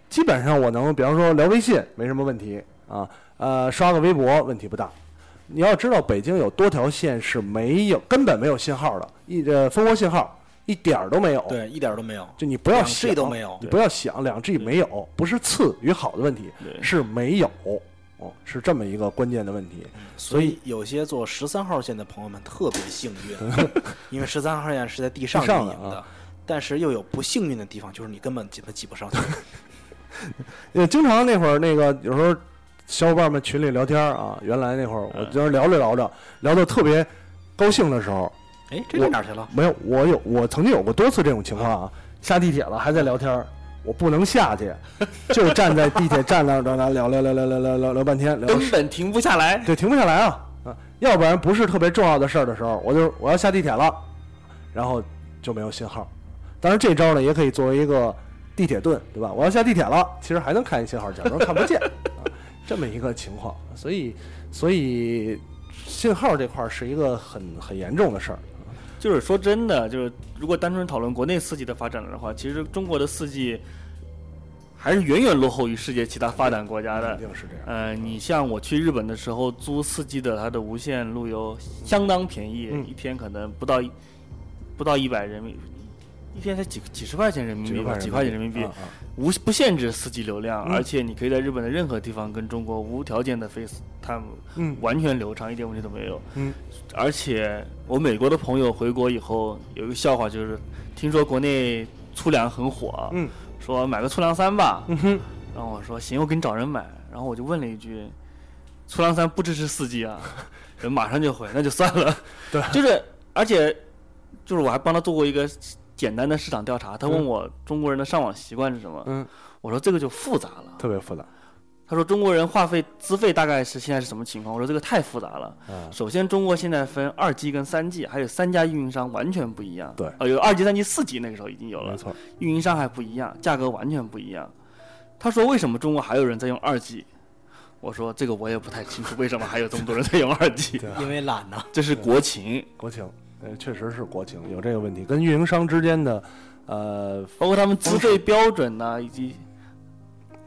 Speaker 1: 基本上我能，比方说聊微信没什么问题啊，呃，刷个微博问题不大。你要知道，北京有多条线是没有根本没有信号的，一呃蜂窝信号一点儿都没有。，
Speaker 3: 对，一点都没有，
Speaker 1: 就你不要
Speaker 3: 两 G
Speaker 1: 想
Speaker 3: 都没有
Speaker 1: 你不要想两 G 没有，不是次与好的问题，
Speaker 2: 对
Speaker 1: 是没有，哦，是这么一个关键的问题。
Speaker 3: 所以有些坐十三号线的朋友们特别幸 [LAUGHS] 运，因为十三号线是在地上
Speaker 1: 地
Speaker 3: 运
Speaker 1: 上的
Speaker 3: 营的
Speaker 1: 啊。
Speaker 3: 但是又有不幸运的地方，就是你根本挤挤不上去。嗯
Speaker 1: 也呃经常那会儿那个有时候小伙伴们群里聊天儿啊，原来那会儿我
Speaker 3: 嗯
Speaker 1: 就是聊着聊着聊到特别高兴的时候，
Speaker 3: [LAUGHS] 哎，这是哪儿去了？
Speaker 1: 没有我有我曾经有过多次这种情况啊，下地铁了还在聊天儿。我不能下去，就站在地铁站那儿，聊聊聊聊聊聊聊聊半天，聊
Speaker 2: 根本停不
Speaker 1: [LAUGHS]
Speaker 2: 下来。
Speaker 1: 对，停不下来啊啊！要不然不是特别重要的事儿的时候，我就我要下地铁了，然后就没有信号。当然这招呢也可以作为一个地铁盾，对吧？我要下地铁了，其实还能看见信号，假装看不见、啊，这么一个情况。所以所以信号这块儿是一个很很严重的事儿。
Speaker 2: 就是说真的，就是如果单纯讨论国内四 G 的发展的话，其实中国的四 G 还是远远落后于世界其他发展国家的
Speaker 1: 肯。定是这样。
Speaker 2: 呃，你像我去日本的时候租四 G 的，它的无线路由相当便宜，
Speaker 1: 嗯
Speaker 2: 一天可能不到一不到一百人民币，一天才几几十块钱人民币吧，几块钱人民币， [LAUGHS]
Speaker 1: 啊啊
Speaker 2: 无不限制四 G 流量，
Speaker 1: 嗯
Speaker 2: 而且你可以在日本的任何地方跟中国无条件的 FaceTime，
Speaker 1: 嗯
Speaker 2: 完全流畅，一点问题都没有。
Speaker 1: 嗯，
Speaker 2: 而且我美国的朋友回国以后有一个笑话，就是听说国内粗粮很火，
Speaker 1: 嗯，
Speaker 2: 说买个粗粮三吧，
Speaker 1: 嗯哼，
Speaker 2: 然后我说行，我给你找人买，然后我就问了一句，粗粮三不支持四 G
Speaker 1: [LAUGHS]
Speaker 2: 啊？人马上就回，那就算了。
Speaker 1: 对，
Speaker 2: 就是而且就是我还帮他做过一个简单的市场调查，他问我中国人的上网习惯是什么，
Speaker 1: 嗯，
Speaker 2: 我说这个就复杂了。
Speaker 1: 特别复
Speaker 2: [LAUGHS]
Speaker 1: 杂。
Speaker 2: 他说中国人话费资费大概是现在是什么情况？我说这个太复杂了。
Speaker 1: 嗯
Speaker 2: 首先，中国现在分二 G 跟三 G，还有三家运营商完全不一样。
Speaker 1: 对
Speaker 2: 呃，有二 G、三 G、四 G 那个时候已经有了
Speaker 1: 啊没，
Speaker 2: [LAUGHS]
Speaker 1: 错，
Speaker 2: 运营商还不一样，价格完全不一样。他说为什么中国还有人在用二 G？我说这个我也不太清楚，为什么还有这么多人在用二 G？
Speaker 1: 对啊
Speaker 3: 因为懒 [LAUGHS] 呢。
Speaker 2: 这是国情，
Speaker 1: 国情，呃，确实是国情有这个问题，跟运营商之间的呃
Speaker 2: 包括他们资费标准呐、以及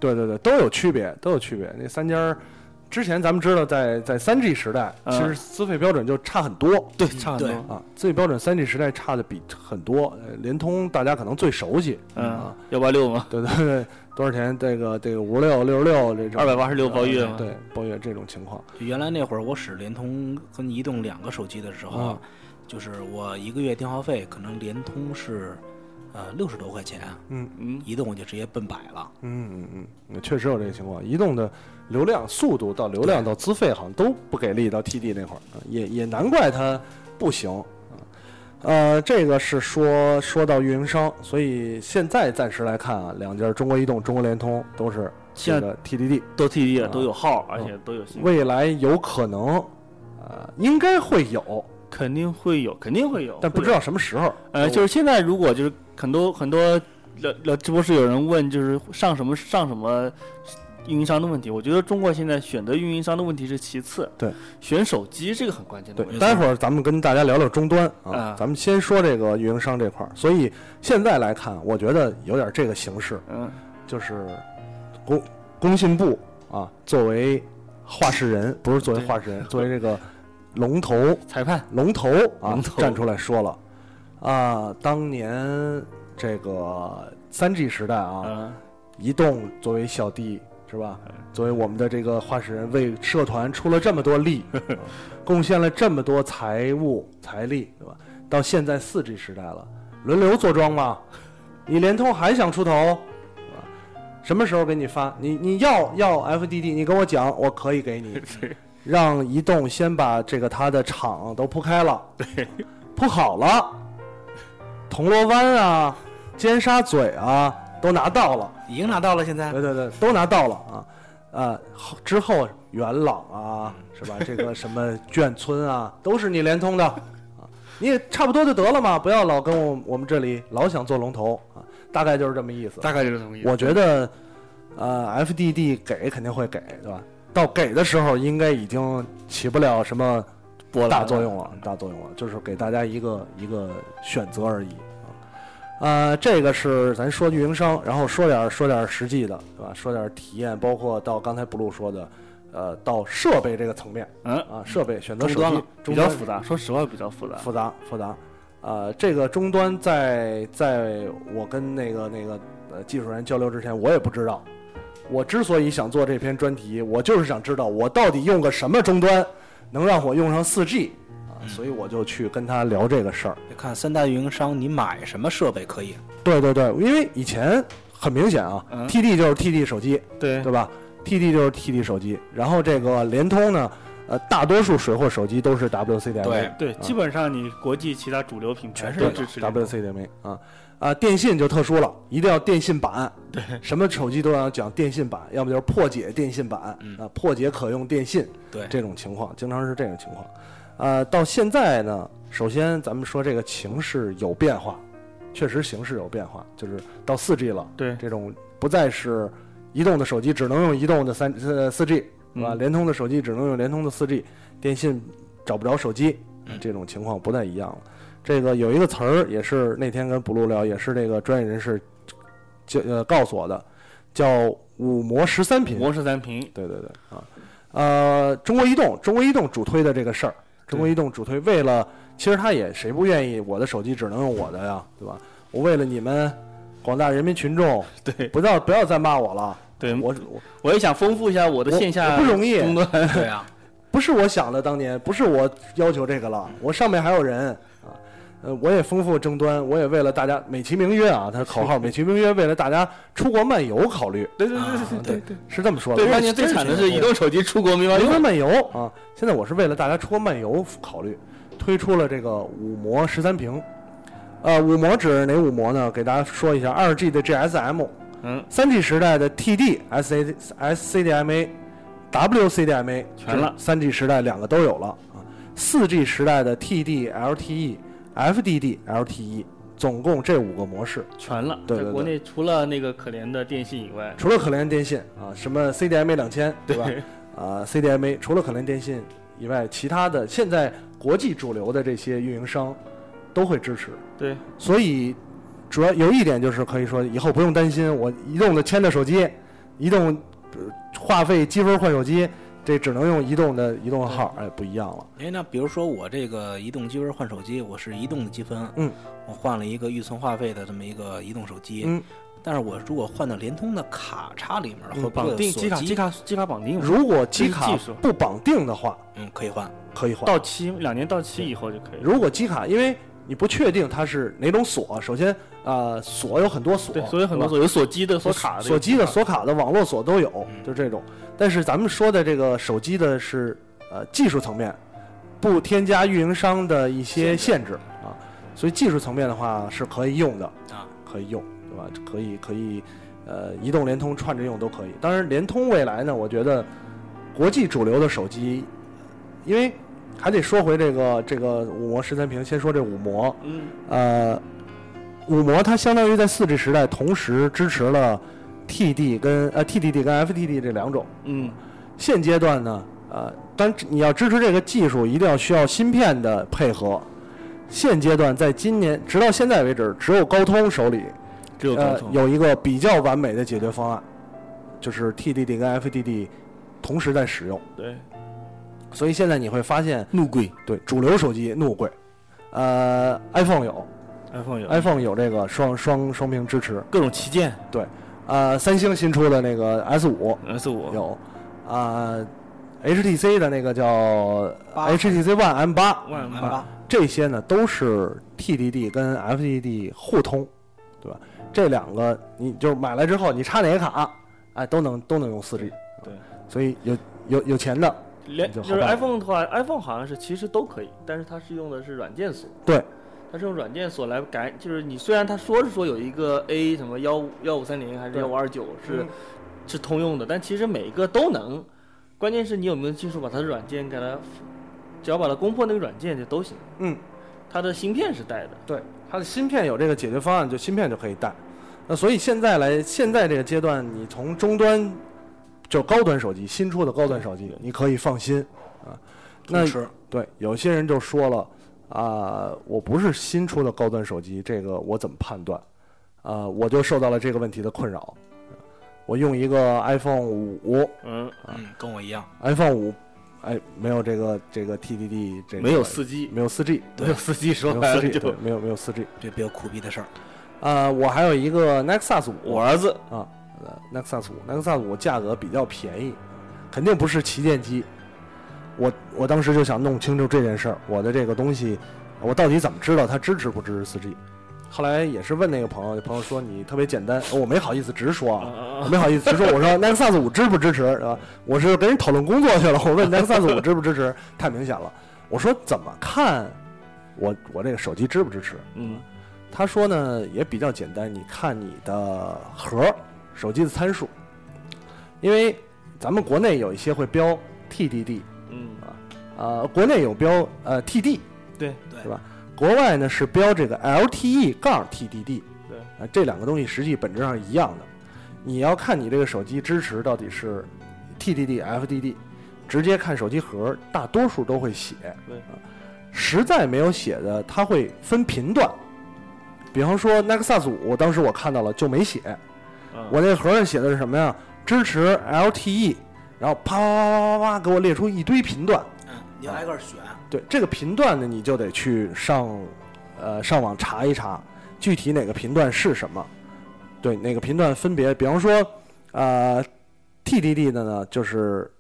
Speaker 1: 对对对，都有区别，都有区别。那三家儿之前咱们知道在，在三 G 时代，
Speaker 2: 嗯
Speaker 1: 其实资费标准就差很多、
Speaker 2: 对差很
Speaker 3: 对
Speaker 2: 多。嗯
Speaker 1: 啊，资费标准三 G 时代差的比很多。呃联通大家可能最熟悉，
Speaker 2: 嗯
Speaker 1: 啊，，
Speaker 2: 幺八六嘛，
Speaker 1: 对对对，多少钱？这个这个五十六、六十六这种，
Speaker 2: 二百八十六包月
Speaker 1: 呃
Speaker 2: 嘛。
Speaker 1: 对包月这种情况，
Speaker 3: 原来那会儿我使联通跟移动两个手机的时候
Speaker 2: 嗯
Speaker 3: 啊，就是我一个月电话费可能联通是呃六十多块钱，
Speaker 2: 嗯，
Speaker 3: 移动我就直接奔百了。
Speaker 1: 嗯嗯嗯，确实有这个情况。移动的流量、速度到流量到资费好像都不给力，到 TD 那会儿啊也也难怪它不行啊。呃，这个是说说到运营商，所以现在暂时来看啊，两家中国移动、中国联通都是这
Speaker 2: 现在
Speaker 1: 个 TDD，
Speaker 2: 都 TD 了，
Speaker 1: 啊
Speaker 2: 都有号，而且都有信号，
Speaker 1: 未来有可能，呃，应该会有，
Speaker 2: 肯定会有，肯定会有，
Speaker 1: 但不
Speaker 2: 会有
Speaker 1: 知道什么时候。
Speaker 2: 呃，就是现在如果就是很多很多聊聊直播室有人问，就是上什么上什么运营商的问题，我觉得中国现在选择运营商的问题是其次，
Speaker 1: 对，
Speaker 2: 选手机这个很关键的
Speaker 1: 对
Speaker 2: 问，题。
Speaker 1: 待会儿咱们跟大家聊聊终端
Speaker 2: 啊
Speaker 1: 啊，咱们先说这个运营商这块儿。所以现在来看，我觉得有点这个形式，
Speaker 2: 嗯，
Speaker 1: 就是工工信部啊，作为话事人，不是作为
Speaker 2: 对
Speaker 1: 话事人，作为这
Speaker 2: [LAUGHS]
Speaker 1: 个龙头
Speaker 2: 裁判
Speaker 1: 龙头啊
Speaker 2: 龙头
Speaker 1: 站出来说了啊，当年这个三 G 时代啊，
Speaker 2: 嗯，
Speaker 1: 移动作为小弟是吧？作为我们的这个话事人，为社团出了这么多力，啊贡献了这么多财物财力，对吧？到现在四 G 时代了，轮流坐庄嘛，你联通还想出头，啊什么时候给你发？你你要要 FDD，你跟我讲，我可以给你。让移动先把这个它的厂都铺开了，铺好了，铜锣湾啊、尖沙咀啊都拿到了。
Speaker 3: 已经拿到了，现在
Speaker 1: 对对对，都拿到了啊，呃，后之后元朗啊，
Speaker 2: 嗯
Speaker 1: 是吧？这个什么眷村啊，都是你联通的啊，你也差不多就得了嘛，不要老跟我我们这里老想做龙头啊，大概就是这么意思。
Speaker 2: 概就是这么意
Speaker 1: 我觉得，呃，FDD 给肯定会给，对吧？到给的时候，应该已经起不了什么
Speaker 2: 波
Speaker 1: 大作用了，大作用了，就是给大家一个一个选择而已啊。呃，这个是咱说运营商，然后说点儿说点儿实际的，对吧？说点儿体验，包括到刚才布鲁说的，呃，到设备这个层面
Speaker 2: 嗯，
Speaker 1: 啊，设备选择
Speaker 2: 终
Speaker 1: 手
Speaker 2: 端
Speaker 1: 机
Speaker 2: 了，比较复杂，说实话比较复杂。
Speaker 1: 复杂复杂。呃，这个终端在在我跟那个那个呃技术人交流之前，我也不知道。我之所以想做这篇专题，我就是想知道我到底用个什么终端能让我用上四 G 啊，
Speaker 2: 嗯
Speaker 1: 所以我就去跟他聊这个事儿。
Speaker 3: 得看三大运营商你买什么设备可以，
Speaker 1: 对对对，因为以前很明显啊、
Speaker 2: 嗯
Speaker 1: t d 就是 TD 手机，
Speaker 2: 对
Speaker 1: 对吧？TD 就是 TD 手机，然后这个联通呢，呃，大多数水货手机都是 WC 点
Speaker 3: 对
Speaker 2: 对，基本上你国际其他主流品牌
Speaker 3: 全是
Speaker 2: 都
Speaker 3: 这
Speaker 2: 支
Speaker 3: 个
Speaker 2: 持联通
Speaker 1: WC 点没啊啊，电信就特殊了，一定要电信版，对，什么手机都要讲电信版，要么就是破解电信版，
Speaker 3: 嗯
Speaker 1: 啊，破解可用电信，
Speaker 3: 对
Speaker 1: 这种情况经常是这种情况，呃，到现在呢，首先咱们说这个形势有变化，确实形势有变化，就是到四 G 了，
Speaker 2: 对
Speaker 1: 这种不再是移动的手机只能用移动的三呃四 G 是吧？
Speaker 2: 嗯
Speaker 1: 联通的手机只能用联通的四 G，电信找不着手机
Speaker 3: 嗯，
Speaker 1: 这种情况不太一样了。这个有一个词儿也是那天跟补录聊，也是这个专业人士就呃告诉我的，叫五模十三频。
Speaker 2: 模式三屏，
Speaker 1: 对对对啊，呃，中国移动，中国移动主推的这个事儿，中国移动主推为了，其实他也谁不愿意我的手机只能用我的呀，对吧？我为了你们广大人民群众，
Speaker 2: [LAUGHS] 对
Speaker 1: 不要不要再骂我了，
Speaker 2: 对
Speaker 1: 我我
Speaker 2: 我也想丰富一下我的
Speaker 1: 我
Speaker 2: 线下
Speaker 1: 我不容易
Speaker 2: 终端，
Speaker 3: 对啊，
Speaker 1: 不是我想的当年，不是我要求这个了，我上面还有人啊，呃，我也丰富争端，我也为了大家美其名曰啊，他口
Speaker 2: [LAUGHS]
Speaker 1: 号美其名曰为了大家出国漫游考虑，
Speaker 2: 对对
Speaker 3: 啊
Speaker 2: 对对对
Speaker 1: 是这么说的。
Speaker 2: 对，当年最惨的是移动手机出国没法
Speaker 1: 灵魂
Speaker 2: 用，
Speaker 1: 漫游啊！现在我是为了大家出国漫游考虑，推出了这个五模十三屏。呃，五模指哪五模呢？给大家说一下：二 G 的 GSM，
Speaker 2: 嗯，
Speaker 1: 三 G 时代的 TD、SA、SCDMA、WCDMA，
Speaker 2: 全了
Speaker 1: 三 G 时代两个都有了啊。四 G 时代的 TD、LTE、FDD、LTE，总 E，共这五个模式。
Speaker 2: 全了。
Speaker 1: 对对
Speaker 2: 在
Speaker 1: 对
Speaker 2: 国内除了那个可怜的电信以外，
Speaker 1: 除了可怜电信啊，什么 CDMA 两千，对吧？啊、c d m a 除了可怜电信以外，其他的现在国际主流的这些运营商都会支持，
Speaker 2: 对，
Speaker 1: 所以主要有一点就是可以说以后不用担心，我移动的牵着手机，移动、呃话费积分换手机，这只能用移动的移动号，
Speaker 2: 嗯
Speaker 1: 哎，不一样了。
Speaker 3: 哎，那比如说我这个移动积分换手机，我是移动的积分，
Speaker 1: 嗯，
Speaker 3: 我换了一个预存话费的这么一个移动手机，
Speaker 1: 嗯，
Speaker 3: 但是我如果换到联通的卡插里面了，
Speaker 1: 嗯
Speaker 3: 会不会
Speaker 2: 绑
Speaker 3: 有
Speaker 2: 定
Speaker 3: 锁
Speaker 2: 机卡
Speaker 3: 机
Speaker 2: 机卡机卡绑定嘛，
Speaker 1: 如果机卡
Speaker 2: 技术
Speaker 1: 不绑定的话，
Speaker 3: 嗯，可以换，
Speaker 1: 可以换。
Speaker 2: 到期两年到期以后就可以了。
Speaker 1: 如果机卡，因为你不确定它是哪种锁，首先啊、呃锁有很多锁，
Speaker 2: 对，所以很
Speaker 1: 对吧
Speaker 2: 多锁有锁机的、锁卡的、
Speaker 1: 锁机的、
Speaker 2: 有
Speaker 1: 锁卡的、网络锁都有，
Speaker 3: 嗯
Speaker 1: 就这种。但是咱们说的这个手机的是呃技术层面，不添加运营商的一些限制啊。所以技术层面的话是可以用的
Speaker 3: 啊，
Speaker 1: 可以用，对吧？可以可以，呃，移动、联通串着用都可以。当然，联通未来呢，我觉得国际主流的手机，因为还得说回这个这个五模十三屏，先说这五模，
Speaker 2: 嗯，
Speaker 1: 呃，五模它相当于在4 G 时代同时支持了 TD 跟呃 TDD 跟 FTD 这两种。
Speaker 2: 嗯，
Speaker 1: 现阶段呢，呃，当然你要支持这个技术，一定要需要芯片的配合。现阶段，在今年直到现在为止，只有高通手里
Speaker 2: 只有高
Speaker 1: 呃
Speaker 2: 通、
Speaker 1: 有一个比较完美的解决方案，就是 TDD 跟 FTD 同时在使用。
Speaker 2: 对，
Speaker 1: 所以现在你会发现，
Speaker 3: 怒贵
Speaker 1: 对主流手机怒贵，呃，iPhone 有
Speaker 2: iPhone 有
Speaker 1: iPhone 有这个双双双屏支持，
Speaker 3: 各种旗舰，
Speaker 1: 呃，三星新出的那个 S 五
Speaker 2: S 五
Speaker 1: 有，啊、h t c 的那个叫
Speaker 3: 八
Speaker 1: HTC One M 八，
Speaker 2: 万
Speaker 3: 万八，
Speaker 1: 这些呢都是 TDD 跟 FDD 互通，对吧？这两个你就买来之后，你插哪个卡，哎，都能都能用 4G，
Speaker 2: 对，
Speaker 1: 所以有有有钱的，
Speaker 2: 连
Speaker 1: 就好
Speaker 2: 就是
Speaker 1: 办了
Speaker 2: iPhone 的话，iPhone 好像是其实都可以，但是它是用的是软件锁。
Speaker 1: 对，
Speaker 2: 它是用软件锁来改，就是你虽然它说是说有一个 A 什么幺五幺五三零还是
Speaker 1: 对
Speaker 2: 幺五二九是、
Speaker 1: 嗯
Speaker 2: 是通用的，但其实每一个都能，关键是你有没有技术把它的软件给它，只要把它攻破那个软件就都行。
Speaker 1: 嗯，
Speaker 2: 它的芯片是带的，
Speaker 1: 对，它的芯片有这个解决方案，就芯片就可以带。那所以现在来，现在这个阶段，你从终端就高端手机新出的高端手机，你可以放心啊。那
Speaker 3: 同时
Speaker 1: 对有些人就说了啊、我不是新出的高端手机，这个我怎么判断？啊、我就受到了这个问题的困扰。我用一个 iPhone 五
Speaker 2: 嗯，
Speaker 3: 嗯，跟我一样，
Speaker 1: ，iPhone 五，哎，没有这个这个 TDD 这个
Speaker 2: 没有四 G，
Speaker 1: 没有四 G，
Speaker 2: 没有四 G
Speaker 1: 没
Speaker 2: 说
Speaker 1: 有
Speaker 2: 白
Speaker 1: 四
Speaker 2: 了
Speaker 1: G，
Speaker 2: 就
Speaker 1: 对，没有没有四 G。
Speaker 3: 这比较苦逼的事儿。
Speaker 1: 啊，我还有一个 Nexus 五，
Speaker 2: 我儿子
Speaker 1: 啊呃，Nexus 五，Nexus 五价格比较便宜，肯定不是旗舰机。我我当时就想弄清楚这件事儿，我的这个东西，我到底怎么知道它支持不支持 4G？后来也是问那个朋友，朋友说你特别简单，哦我没好意思直说啊，我
Speaker 2: 啊，
Speaker 1: 没好意思直说，我说 Nexus 五支不支持啊？我是跟人讨论工作去了，我问 Nexus 五支不支持，太明显了。我说怎么看我我这个手机支不支持？
Speaker 2: 嗯
Speaker 1: 他说呢也比较简单，你看你的盒儿手机的参数，因为咱们国内有一些会标 TDD，
Speaker 2: 嗯，
Speaker 1: 呃，国内有标呃 TD，
Speaker 2: 对
Speaker 3: 对
Speaker 1: 是吧？国外呢是标这个 LTE 杠 TDD，
Speaker 2: 对
Speaker 1: 呃，这两个东西实际本质上是一样的。你要看你这个手机支持到底是 TDD、FDD，直接看手机盒儿，大多数都会写。
Speaker 2: 对
Speaker 1: 啊实在没有写的，它会分频段。比方说 Nexus 五，当时我看到了就没写，
Speaker 2: 啊
Speaker 1: 我那盒上写的是什么呀？支持 LTE，然后啪啪啪啪啪啪给我列出一堆频段。
Speaker 3: 嗯，你要挨个儿选，
Speaker 1: 对这个频段呢，你就得去上，呃，上网查一查具体哪个频段是什么，对哪个频段分别，比方说，呃，TDD 的呢，就是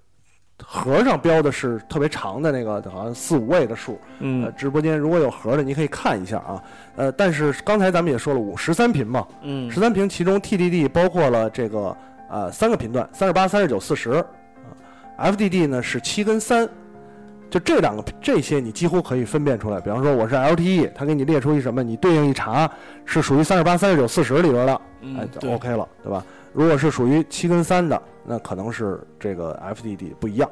Speaker 1: 盒上标的是特别长的那个，好像四五位的数。呃，
Speaker 2: 嗯
Speaker 1: 直播间如果有盒的，你可以看一下啊。呃，但是刚才咱们也说了五十三频嘛，
Speaker 2: 嗯
Speaker 1: 十三屏，其中 TDD 包括了这个呃三个频段，三十八、三十九、四十。FDD 啊呢是七跟三，就这两个这些你几乎可以分辨出来。比方说我是 LTE，它给你列出一什么，你对应一查是属于三十八、三十九、四十里边的，
Speaker 2: 嗯
Speaker 1: 哎
Speaker 2: 对
Speaker 1: 就，OK 了，对吧？如果是属于七跟三的，那可能是这个 FDD 不一样。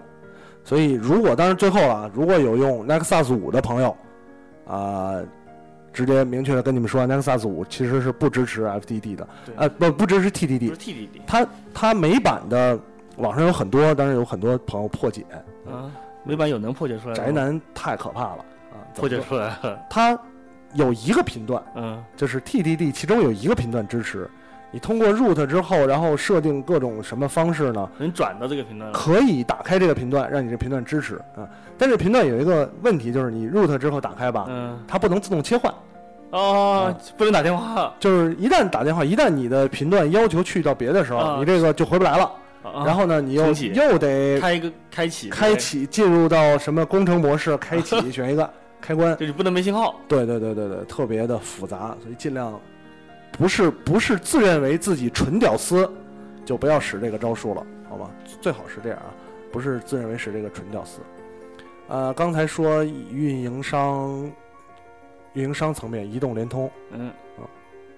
Speaker 1: 所以如果当然最后啊，如果有用 Nexus 五的朋友，啊、直接明确的跟你们说，Nexus 五其实是不支持 FDD 的，
Speaker 2: 对
Speaker 1: 呃，不不支持
Speaker 2: 不
Speaker 1: TDD
Speaker 2: 是。TDD
Speaker 1: 它它美版的网上有很多，当然有很多朋友破解，
Speaker 2: 啊，美版有能破解出来的吗
Speaker 1: 宅男太可怕了啊！怎么
Speaker 2: 破解
Speaker 1: 说
Speaker 2: 出来了， [LAUGHS]
Speaker 1: 它有一个频段，
Speaker 2: 嗯。
Speaker 1: 就是 TDD，其中有一个频段支持。你通过 root 之后，然后设定各种什么方式呢？
Speaker 2: 能转到这个频段了。
Speaker 1: 可以打开这个频段，让你这频段支持啊。但是频段有一个问题，就是你 root 之后打开吧，
Speaker 2: 嗯，
Speaker 1: 它不能自动切换。
Speaker 2: 哦，不能打电话。
Speaker 1: 就是一旦打电话，一旦你的频段要求去到别的时
Speaker 2: 啊
Speaker 1: 候，你这个就回不来了。然
Speaker 2: 然
Speaker 1: 后呢，你又
Speaker 2: 重启
Speaker 1: 又得
Speaker 2: 啊嗯开一个开启，
Speaker 1: 开，启进入到什么工程模式，开
Speaker 2: [LAUGHS]
Speaker 1: 启选一个开关。
Speaker 2: 就是不能没信号。
Speaker 1: 对对对对对，特别的复杂，所以尽量不是不是自认为自己纯屌丝，就不要使这个招数了，好吗？最好是这样啊，不是自认为使这个纯屌丝。呃，刚才说运营商运营商层面，移动、联通，
Speaker 2: 嗯，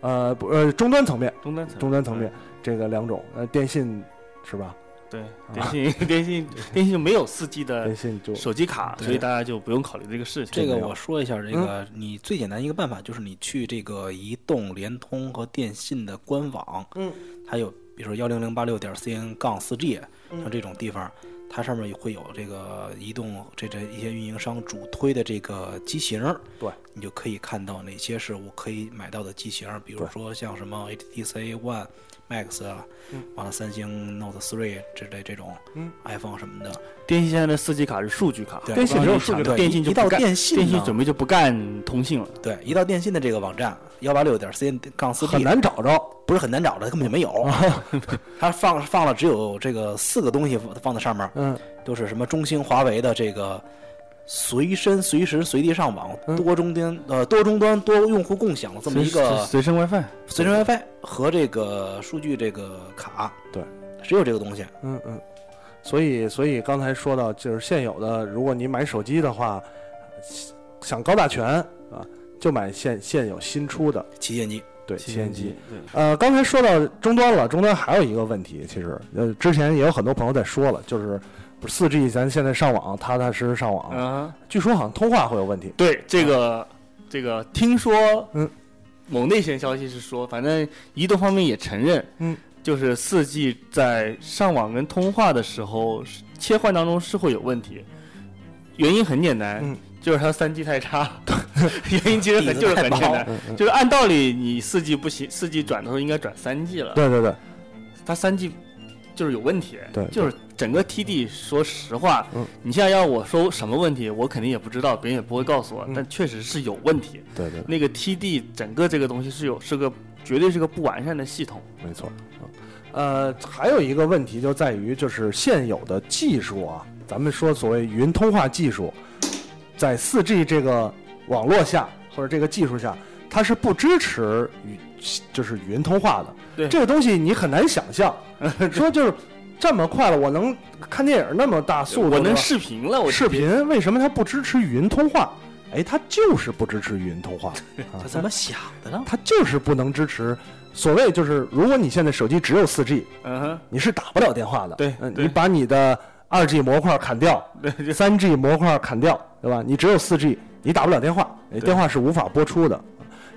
Speaker 1: 呃不呃终端层面，
Speaker 2: 终端层
Speaker 1: 终端层面这个两种，呃电信是吧？
Speaker 2: 对电信 [LAUGHS] 电信电信就没有四 G 的
Speaker 1: 啊电信就
Speaker 2: 手机卡，
Speaker 3: 对
Speaker 2: 所以大家就不用考虑这个事情。
Speaker 3: 这个我说一下，
Speaker 1: 嗯
Speaker 3: 这个你最简单一个办法就是你去这个移动、联通和电信的官网，
Speaker 1: 嗯，
Speaker 3: 它有比如说幺零零八六点 cn 杠四 g，像
Speaker 1: 嗯
Speaker 3: 这种地方，它上面会有这个移动这这一些运营商主推的这个机型，
Speaker 1: 对，
Speaker 3: 你就可以看到哪些是我可以买到的机型，比如
Speaker 1: 对
Speaker 3: 说像什么 HTC One Max 啊，完了三星 Note 3之类这种，
Speaker 1: 嗯
Speaker 3: ，iPhone 什么的，
Speaker 2: 电信现在的四 G 卡是数据卡，
Speaker 3: 对
Speaker 1: 电信只有
Speaker 3: 我刚
Speaker 1: 数据
Speaker 3: 刚
Speaker 1: 卡
Speaker 3: 对
Speaker 2: 电信就
Speaker 3: 一到
Speaker 2: 不干
Speaker 3: 电信
Speaker 2: 电信
Speaker 3: 呢
Speaker 2: 准备就不干通信了。
Speaker 3: 对，一到电信的这个网站幺八六点 cn 杠四 d
Speaker 1: 很难找着，
Speaker 3: 不是很难找的，根本就
Speaker 1: [LAUGHS]
Speaker 3: 没有。它放放了只有这个四个东西放在上面，
Speaker 1: 嗯，
Speaker 3: 都是什么中兴、华为的这个随身、随时、随地上网、
Speaker 1: 嗯
Speaker 3: 多终端呃多终端多用户共享的这么一个
Speaker 2: 随身 WiFi，
Speaker 3: 随身 WiFi 和这个数据这个卡，
Speaker 1: 对，
Speaker 3: 只有这个东西。
Speaker 1: 嗯嗯，所以所以刚才说到，就是现有的，如果你买手机的话，想高大全啊，就买现现有新出的，
Speaker 3: 旗舰机，
Speaker 1: 对，旗舰机。，
Speaker 2: 对，
Speaker 1: 呃，刚才说到终端了，终端还有一个问题，其实呃，之前也有很多朋友在说了，就是不是四 G 咱现在上网踏踏实实上网，
Speaker 2: 嗯，
Speaker 1: 据说好像通话会有问题，
Speaker 2: 对
Speaker 3: 啊
Speaker 2: 这个这个，听说
Speaker 1: 嗯，
Speaker 2: 某内线消息是说，反正移动方面也承认，
Speaker 1: 嗯，
Speaker 2: 就是四 G 在上网跟通话的时候是切换当中是会有问题，原因很简单，
Speaker 1: 嗯
Speaker 2: 就是它三 G 太差，
Speaker 3: [LAUGHS]
Speaker 2: 原因其实很
Speaker 1: [LAUGHS]
Speaker 2: [LAUGHS]
Speaker 3: 底子
Speaker 2: 就是很
Speaker 3: 太薄
Speaker 2: 简单。
Speaker 1: 嗯嗯，
Speaker 2: 就是按道理，你四 G 不行，四 G 转的时候应该转三 G 了。
Speaker 1: 对对对，
Speaker 2: 它三 G 就是有问题，
Speaker 1: 对
Speaker 2: 就是整个 TD，说实话，
Speaker 1: 嗯
Speaker 2: 你现在要我说什么问题，我肯定也不知道，别人也不会告诉我，
Speaker 1: 嗯
Speaker 2: 但确实是有问题。
Speaker 1: 对对，
Speaker 2: 那个 TD 整个这个东西是有是个绝对是个不完善的系统，
Speaker 1: 没错。嗯呃，还有一个问题就在于，就是现有的技术啊，咱们说所谓云通话技术，在四 G 这个网络下或者这个技术下，它是不支持语就是语音通话的。
Speaker 2: 对
Speaker 1: 这个东西你很难想
Speaker 2: [LAUGHS]
Speaker 1: 象，说就是这么快了，我能看电影那么大速度，
Speaker 2: 我能
Speaker 1: 是
Speaker 2: 视频了，
Speaker 1: 吧
Speaker 2: 我
Speaker 1: 视频，为什么它不支持语音通话？哎，它就是不支持语音
Speaker 2: [LAUGHS]
Speaker 1: 通话。啊
Speaker 3: 他怎么想的呢？
Speaker 1: 它就是不能支持。所谓就是，如果你现在手机只有四 G，
Speaker 2: 嗯哼，
Speaker 1: 你是打不了电话的。
Speaker 2: 对
Speaker 1: 嗯
Speaker 2: 对
Speaker 1: 你把你的二 G 模块砍
Speaker 2: [LAUGHS]
Speaker 1: 掉，三 G 模块砍掉，对吧？你只有四 G，你打不了电话，你电话是无法拨出的。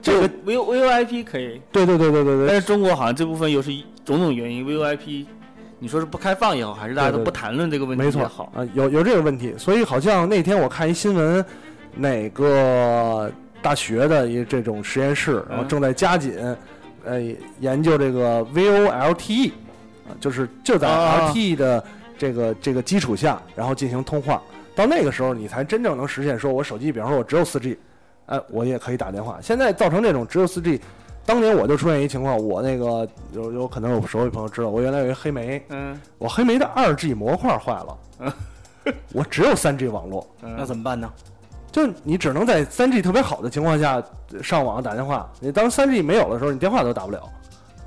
Speaker 2: 这个
Speaker 1: 个，
Speaker 2: V V O I P 可以，
Speaker 1: 对对对对对
Speaker 2: 但
Speaker 1: 对，
Speaker 2: 是中国好像这部分又是种种原因，V O I P，你说是不开放也好，还是大家
Speaker 1: 对
Speaker 2: 都
Speaker 1: 对
Speaker 2: 不谈论这个问题
Speaker 1: 没
Speaker 2: 也
Speaker 1: 错
Speaker 2: 好，
Speaker 1: 啊，有有这个问题。所以好像那天我看一新闻，哪个大学的一这种实验室，然后
Speaker 2: 嗯
Speaker 1: 正在加紧，呃，研究这个 VoLTE，啊，就是就在
Speaker 2: 啊
Speaker 1: LTE 的这个、这个基础下，然后进行通话。到那个时候，你才真正能实现说，我手机，比方说我只有 4G，哎，我也可以打电话。现在造成这种只有 4G，当年我就出现一情况，我那个有有可能有熟悉朋友知道，我原来有一黑莓，
Speaker 2: 嗯
Speaker 1: 我黑莓的二 G 模块坏了， [LAUGHS] 我只有三 G 网络，
Speaker 3: 那
Speaker 2: 嗯，
Speaker 3: 怎么办呢？
Speaker 1: 就你只能在三 G 特别好的情况下呃上网打电话。你当三 G 没有的时候，你电话都打不了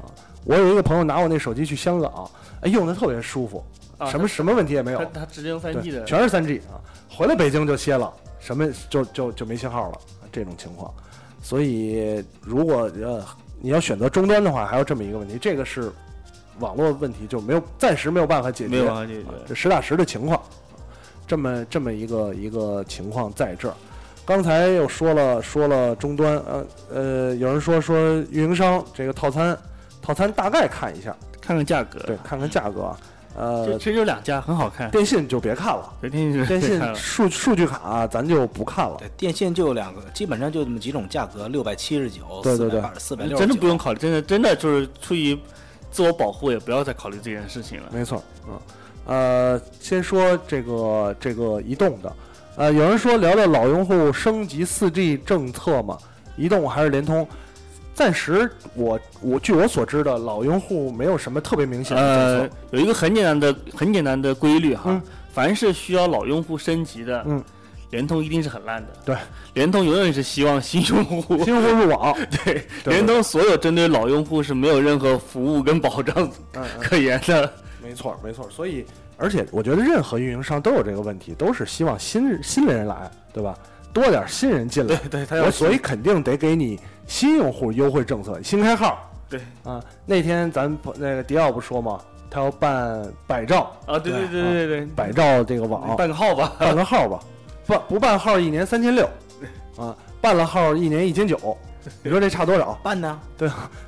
Speaker 1: 啊。我有一个朋友拿我那手机去香港，哎，用的特别舒服，
Speaker 2: 啊
Speaker 1: 什么什么问题也没有
Speaker 2: 它，它直接用三 G
Speaker 1: 对
Speaker 2: 的，
Speaker 1: 全是三 G 啊。回来北京就歇了，什么就就就没信号了啊这种情况。所以如果呃你要选择终端的话，还有这么一个问题，这个是网络问题，就没有暂时没有办法解决，
Speaker 2: 没有办法解决
Speaker 1: 啊。这实打实的情况，这么这么一个一个情况在这儿。刚才又说了说了终端，呃呃，有人说说运营商这个套餐，套餐大概看一下，
Speaker 2: 看看价格，
Speaker 1: 对，看看价格啊，
Speaker 2: 就
Speaker 1: 呃，
Speaker 2: 其实就两家很好看，
Speaker 1: 电信就别看
Speaker 2: [LAUGHS]
Speaker 1: 了，
Speaker 2: 对电信是
Speaker 1: 电
Speaker 2: 最
Speaker 1: 信
Speaker 2: 看了
Speaker 1: 数数据卡、啊咱就不看了，
Speaker 3: 对，电信就有两个，基本上就这么几种价格，六百七十九、
Speaker 1: 对
Speaker 3: 四
Speaker 1: 对对
Speaker 3: 百八、四百六，
Speaker 2: 真的不用考虑，真的真的就是出于自我保护，也不要再考虑这件事情了。
Speaker 1: 没错，嗯，呃，先说这个这个移动的，呃，有人说聊聊老用户升级四 G 政策嘛，移动还是联通？暂时我我据我所知的，老用户没有什么特别明显的
Speaker 2: 呃
Speaker 1: 政策，，
Speaker 2: 有一个很简单的、很简单的规律哈，
Speaker 1: 嗯
Speaker 2: 凡是需要老用户升级的，
Speaker 1: 嗯
Speaker 2: 联通一定是很烂的。
Speaker 1: 对，
Speaker 2: 联通永远是希望新用
Speaker 1: [LAUGHS]
Speaker 2: 户。
Speaker 1: 新用户入网，
Speaker 2: 对，
Speaker 1: 对
Speaker 2: 联通所有针对老用户是没有任何服务跟保障
Speaker 1: 嗯嗯，
Speaker 2: 可言的。
Speaker 1: 没错没错，所以而且我觉得任何运营商都有这个问题，都是希望新新人来，对吧？多点信任进来，
Speaker 2: 对，他
Speaker 1: 我所以肯定得给你新用户优惠政策，新开号。
Speaker 2: 对
Speaker 1: 啊，那天咱朋那个迪奥不说嘛，他要办百兆
Speaker 2: 啊，对对对对对，
Speaker 1: 百兆这个网，
Speaker 2: 办个号吧，
Speaker 1: 办个号吧，办不办号一年三
Speaker 2: [LAUGHS]
Speaker 1: 千六，啊，办了号一年一千九，你说这差多少？
Speaker 3: 办呢？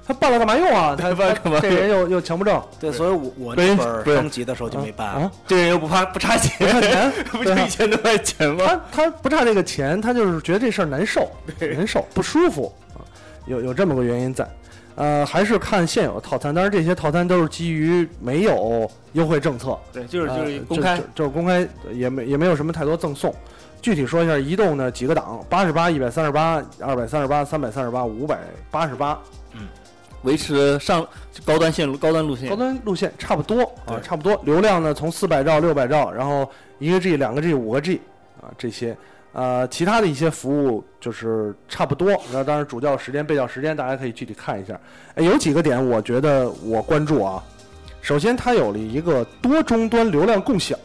Speaker 1: 他办了干嘛用啊？他
Speaker 2: 对 [LAUGHS] 办干嘛
Speaker 1: 这人又又强迫症，
Speaker 3: 对，所以我我
Speaker 2: 对
Speaker 3: 那会儿
Speaker 2: 对
Speaker 3: 升级的时候就没办
Speaker 1: 啊
Speaker 2: 这人又不怕不差
Speaker 1: 不差
Speaker 2: 钱，
Speaker 1: 钱，
Speaker 2: [LAUGHS] 不就
Speaker 1: 对啊
Speaker 2: 一千多块钱吗？
Speaker 1: 他他不差这个钱，他就是觉得这事儿难
Speaker 2: [LAUGHS]
Speaker 1: 受，难受不舒服啊，有有这么个原因在。呃，还是看现有的套餐，当然这些套餐都是基于没有优惠政策，
Speaker 2: 对，就是就
Speaker 1: 呃
Speaker 2: 是公开
Speaker 1: 就，就是公开，也没也没有什么太多赠送。具体说一下，移动呢几个档：八十八、一百三十八、二百三十八、三百三十八、五百八十八，
Speaker 2: 维持上高端线路、高端路线
Speaker 1: 高，端路线差不多啊
Speaker 2: 对，
Speaker 1: 差不多。流量呢从四百兆、六百兆，然后一个 G、两个 G、五个 G 啊这些，呃，其他的一些服务就是差不多。然后当然主教时间、被教时间，大家可以具体看一下。哎，有几个点我觉得我关注啊。首先，它有了一个多终端流量共享。